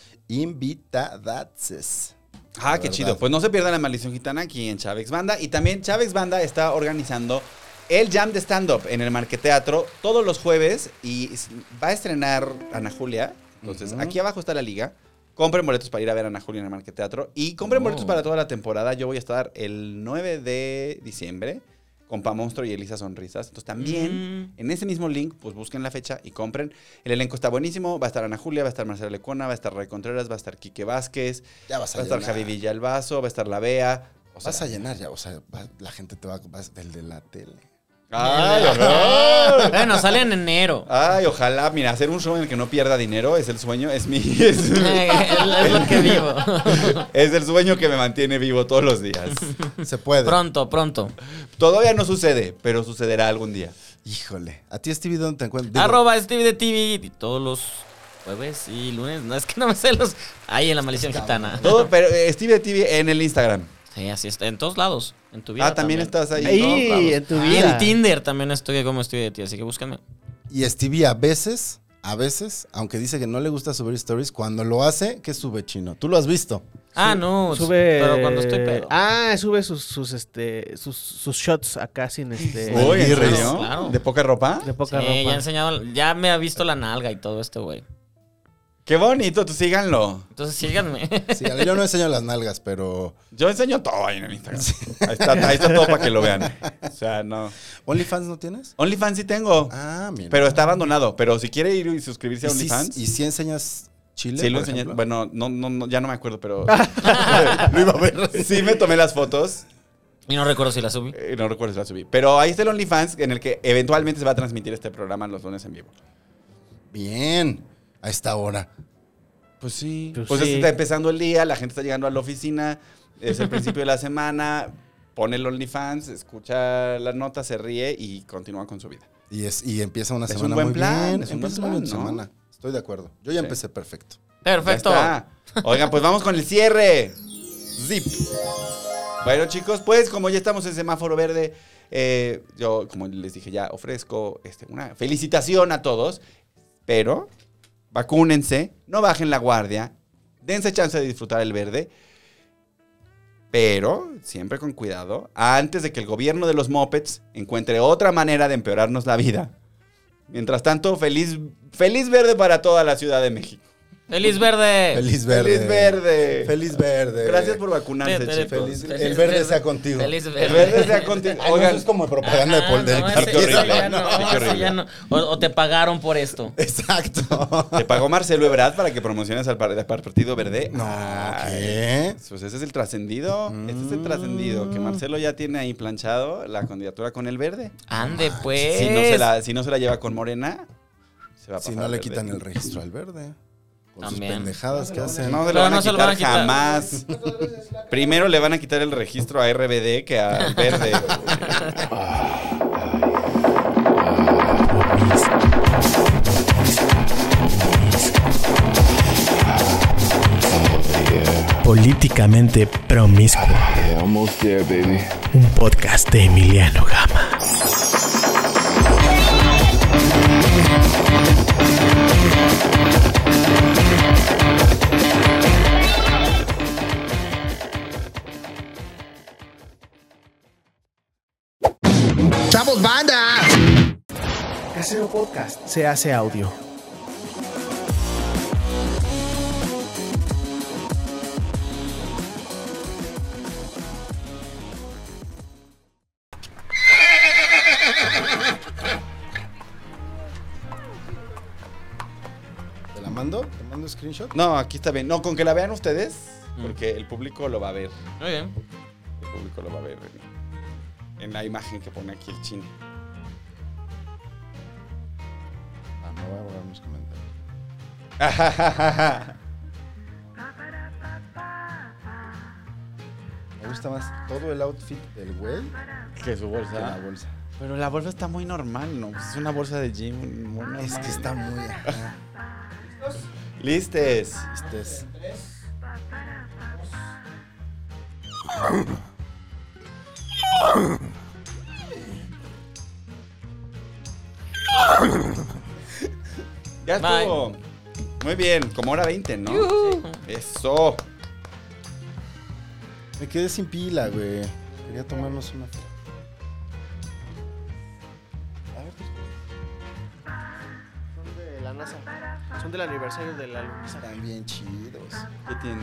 Speaker 7: invitadaces.
Speaker 5: Ah, qué
Speaker 7: La
Speaker 5: chido.
Speaker 7: verdad.
Speaker 5: Pues no se pierdan la maldición gitana aquí en Chávez Banda. Y también Chávez Banda está organizando el jam de stand-up en el Marqueteatro todos los jueves. Y s- va a estrenar Ana Julia. Entonces,
Speaker 7: Ujú.
Speaker 5: aquí abajo está la liga. Compren boletos para ir a ver a Ana Julia en el Marqueteatro. Y compren
Speaker 6: Oh.
Speaker 5: boletos para toda la temporada. Yo voy a estar el 9 de diciembre con Pa Monstruo y Elisa Sonrisas. Entonces, también.
Speaker 6: Mm.
Speaker 5: En ese mismo link, pues busquen la fecha y compren. El elenco está buenísimo. Va a estar Ana Julia, va a estar Marcela Lecona, va a estar Ray Contreras, va a estar Quique Vázquez,
Speaker 7: Ya vas a
Speaker 5: va a estar
Speaker 7: llenar.
Speaker 5: Javi Villalbazo, va a estar La Bea. O sea,
Speaker 7: vas a llenar ya, o sea, va- la gente te va vas del de
Speaker 6: [LAUGHS]
Speaker 7: la tele.
Speaker 5: ¡Ay, ojalá!
Speaker 6: Bueno, sale en
Speaker 5: [LAUGHS]
Speaker 6: enero.
Speaker 5: Ay, ojalá. Mira, hacer un show en el que no pierda dinero es el sueño, es mi... [LAUGHS]
Speaker 7: [LAUGHS]
Speaker 5: Es,
Speaker 6: Eh, es lo que digo.
Speaker 5: es el sueño que me mantiene vivo todos los días.
Speaker 7: Se puede.
Speaker 6: Pronto, pronto.
Speaker 5: Todavía no sucede, pero sucederá algún día.
Speaker 7: Híjole. A ti Stevie dónde te encuentras? Digo,
Speaker 6: Arroba Steve de TV y todos los jueves y lunes. No es que no me sé los. Ahí en la maldición gitana.
Speaker 5: Todo, pero eh, Steve TV en el Instagram.
Speaker 6: Sí, así está. En todos lados. En tu vida.
Speaker 5: Ah, también estás ahí.
Speaker 8: Ahí,
Speaker 5: todos lados.
Speaker 8: en tu
Speaker 6: Y
Speaker 8: vida.
Speaker 6: Ah, en Tinder también estoy como estoy de ti, así que búscame.
Speaker 7: Y Stevie a veces, a veces, aunque dice que no le gusta subir stories, cuando lo hace, ¿qué sube chino? Tú lo has visto.
Speaker 6: Ah, no.
Speaker 8: Sube.
Speaker 6: Pero cuando estoy pedo.
Speaker 8: Ah, sube sus, sus, este, sus, sus shots acá sin este.
Speaker 7: Uy,
Speaker 5: Uy, ¿en
Speaker 7: Aguirres.
Speaker 5: serio?
Speaker 6: Claro.
Speaker 5: ¿De poca ropa?
Speaker 8: de
Speaker 6: Sí,
Speaker 8: poca
Speaker 6: ya he
Speaker 8: ropa.
Speaker 6: enseñado, ya me ha visto la nalga y todo este güey.
Speaker 5: Qué bonito, tú síganlo.
Speaker 6: Entonces síganme. [LAUGHS]
Speaker 7: Sí, a ver, yo no enseño las nalgas, pero
Speaker 5: Yo enseño todo ahí en el Instagram. Ahí, está, ahí está todo para que lo vean. O sea, no.
Speaker 7: OnlyFans no tienes?
Speaker 5: OnlyFans sí tengo.
Speaker 7: Ah, mira.
Speaker 5: Pero está abandonado. Pero si quiere ir y suscribirse
Speaker 7: ¿Y
Speaker 5: a
Speaker 7: si,
Speaker 5: OnlyFans.
Speaker 7: y si enseñas Chile?
Speaker 5: Sí, lo
Speaker 7: por
Speaker 5: enseñé.
Speaker 7: ejemplo?
Speaker 5: Bueno, no, no, no, ya no me acuerdo, pero. [LAUGHS] lo iba a ver. Sí, me tomé las fotos.
Speaker 6: y no recuerdo si la subí.
Speaker 5: eh, no recuerdo si las subí. Pero ahí está el OnlyFans en el que eventualmente se va a transmitir este programa los lunes en vivo.
Speaker 7: Bien. A esta hora.
Speaker 5: Pues sí.
Speaker 8: Pues
Speaker 5: Pues,
Speaker 8: sí.
Speaker 5: está empezando el día, la gente está llegando a la oficina, es el principio de la semana, pone el OnlyFans, escucha la nota, se ríe y continúa con su vida.
Speaker 7: Y, es, y empieza una
Speaker 5: Es un
Speaker 7: semana
Speaker 5: buen
Speaker 7: muy
Speaker 5: plan,
Speaker 7: bien.
Speaker 5: es un buen
Speaker 7: Empieza muy bien tu
Speaker 5: plan, ¿no?
Speaker 7: semana. Estoy de acuerdo. Yo ya
Speaker 5: Sí.
Speaker 7: empecé perfecto.
Speaker 6: Perfecto.
Speaker 5: Ya está. Oigan, pues vamos con el cierre. Zip. Bueno, chicos, pues como ya estamos en semáforo verde, eh, yo, como les dije, ya ofrezco este, una felicitación a todos. Pero vacúnense, no bajen la guardia, dense chance de disfrutar el verde. Pero siempre con cuidado, antes de que el gobierno de los mopeds encuentre otra manera de empeorarnos la vida. Mientras tanto, feliz, feliz verde para toda la Ciudad de México.
Speaker 6: Eh, Feliz verde.
Speaker 7: Feliz verde.
Speaker 5: Feliz verde.
Speaker 7: Feliz verde.
Speaker 5: Gracias por
Speaker 6: Te-
Speaker 5: vacunarse,
Speaker 6: te-
Speaker 5: chicos.
Speaker 7: feliz- el verde sea contigo.
Speaker 6: Feliz verde.
Speaker 5: El verde sea contigo.
Speaker 7: Ay, no,
Speaker 5: Oigan,
Speaker 7: eso es como propaganda de pol- del
Speaker 6: no, ese-
Speaker 5: Qué
Speaker 7: partido.
Speaker 6: ese
Speaker 5: horrible.
Speaker 6: ya no,
Speaker 5: Qué
Speaker 6: ese
Speaker 5: horrible.
Speaker 6: ya no. O, o te pagaron por esto.
Speaker 7: Exacto.
Speaker 5: ¿te pagó Marcelo Ebrard para que promociones al, par- al Partido Verde?
Speaker 7: No,
Speaker 5: Ay,
Speaker 7: ¿qué?
Speaker 5: Pues ese es el trascendido. Este es el
Speaker 7: Mm.
Speaker 5: trascendido. Que Marcelo ya tiene ahí planchado la candidatura con el verde.
Speaker 6: Ande, pues.
Speaker 5: Si, no se la, si no se la lleva con Morena, se va a pasar.
Speaker 7: Si no
Speaker 5: al
Speaker 7: le
Speaker 5: verde.
Speaker 7: quitan el registro al verde. Con
Speaker 6: También.
Speaker 7: sus pendejadas que hacen.
Speaker 5: No se
Speaker 6: Pero
Speaker 5: lo van
Speaker 6: no
Speaker 5: a
Speaker 6: se
Speaker 5: quitar
Speaker 6: lo van a quitar.
Speaker 5: jamás. Primero le van a quitar el registro a RBD que
Speaker 6: [LAUGHS]
Speaker 5: al verde.
Speaker 3: Políticamente promiscuo.
Speaker 4: Yeah, almost there, baby.
Speaker 3: Un podcast de Emiliano Gama.
Speaker 2: ¡Chavos, banda! Casero Podcast se hace audio.
Speaker 7: ¿Te la mando? ¿Te mando screenshot?
Speaker 5: No, aquí está bien. No, con que la vean ustedes, porque el público lo va a ver.
Speaker 6: Muy bien.
Speaker 5: El público lo va a ver en, en la imagen que pone aquí el [LAUGHS] chino.
Speaker 7: Ah, no voy a borrar mis comentarios. Me gusta más todo el outfit del güey
Speaker 5: que su
Speaker 7: que la bolsa.
Speaker 5: Pero la bolsa está muy normal, ¿no? Pues Es una bolsa de gym. muy normal.
Speaker 7: Es que está muy... ajá.
Speaker 5: Listes.
Speaker 7: Este es-
Speaker 5: Ya
Speaker 6: Bye.
Speaker 5: estuvo. Muy bien, como hora 20, ¿no? Eso.
Speaker 7: Me quedé sin pila, güey. Quería tomarnos una... A ver,
Speaker 8: Son de la NASA. Son del aniversario de la luna.
Speaker 7: están bien chidos.
Speaker 5: ¿Qué tiene?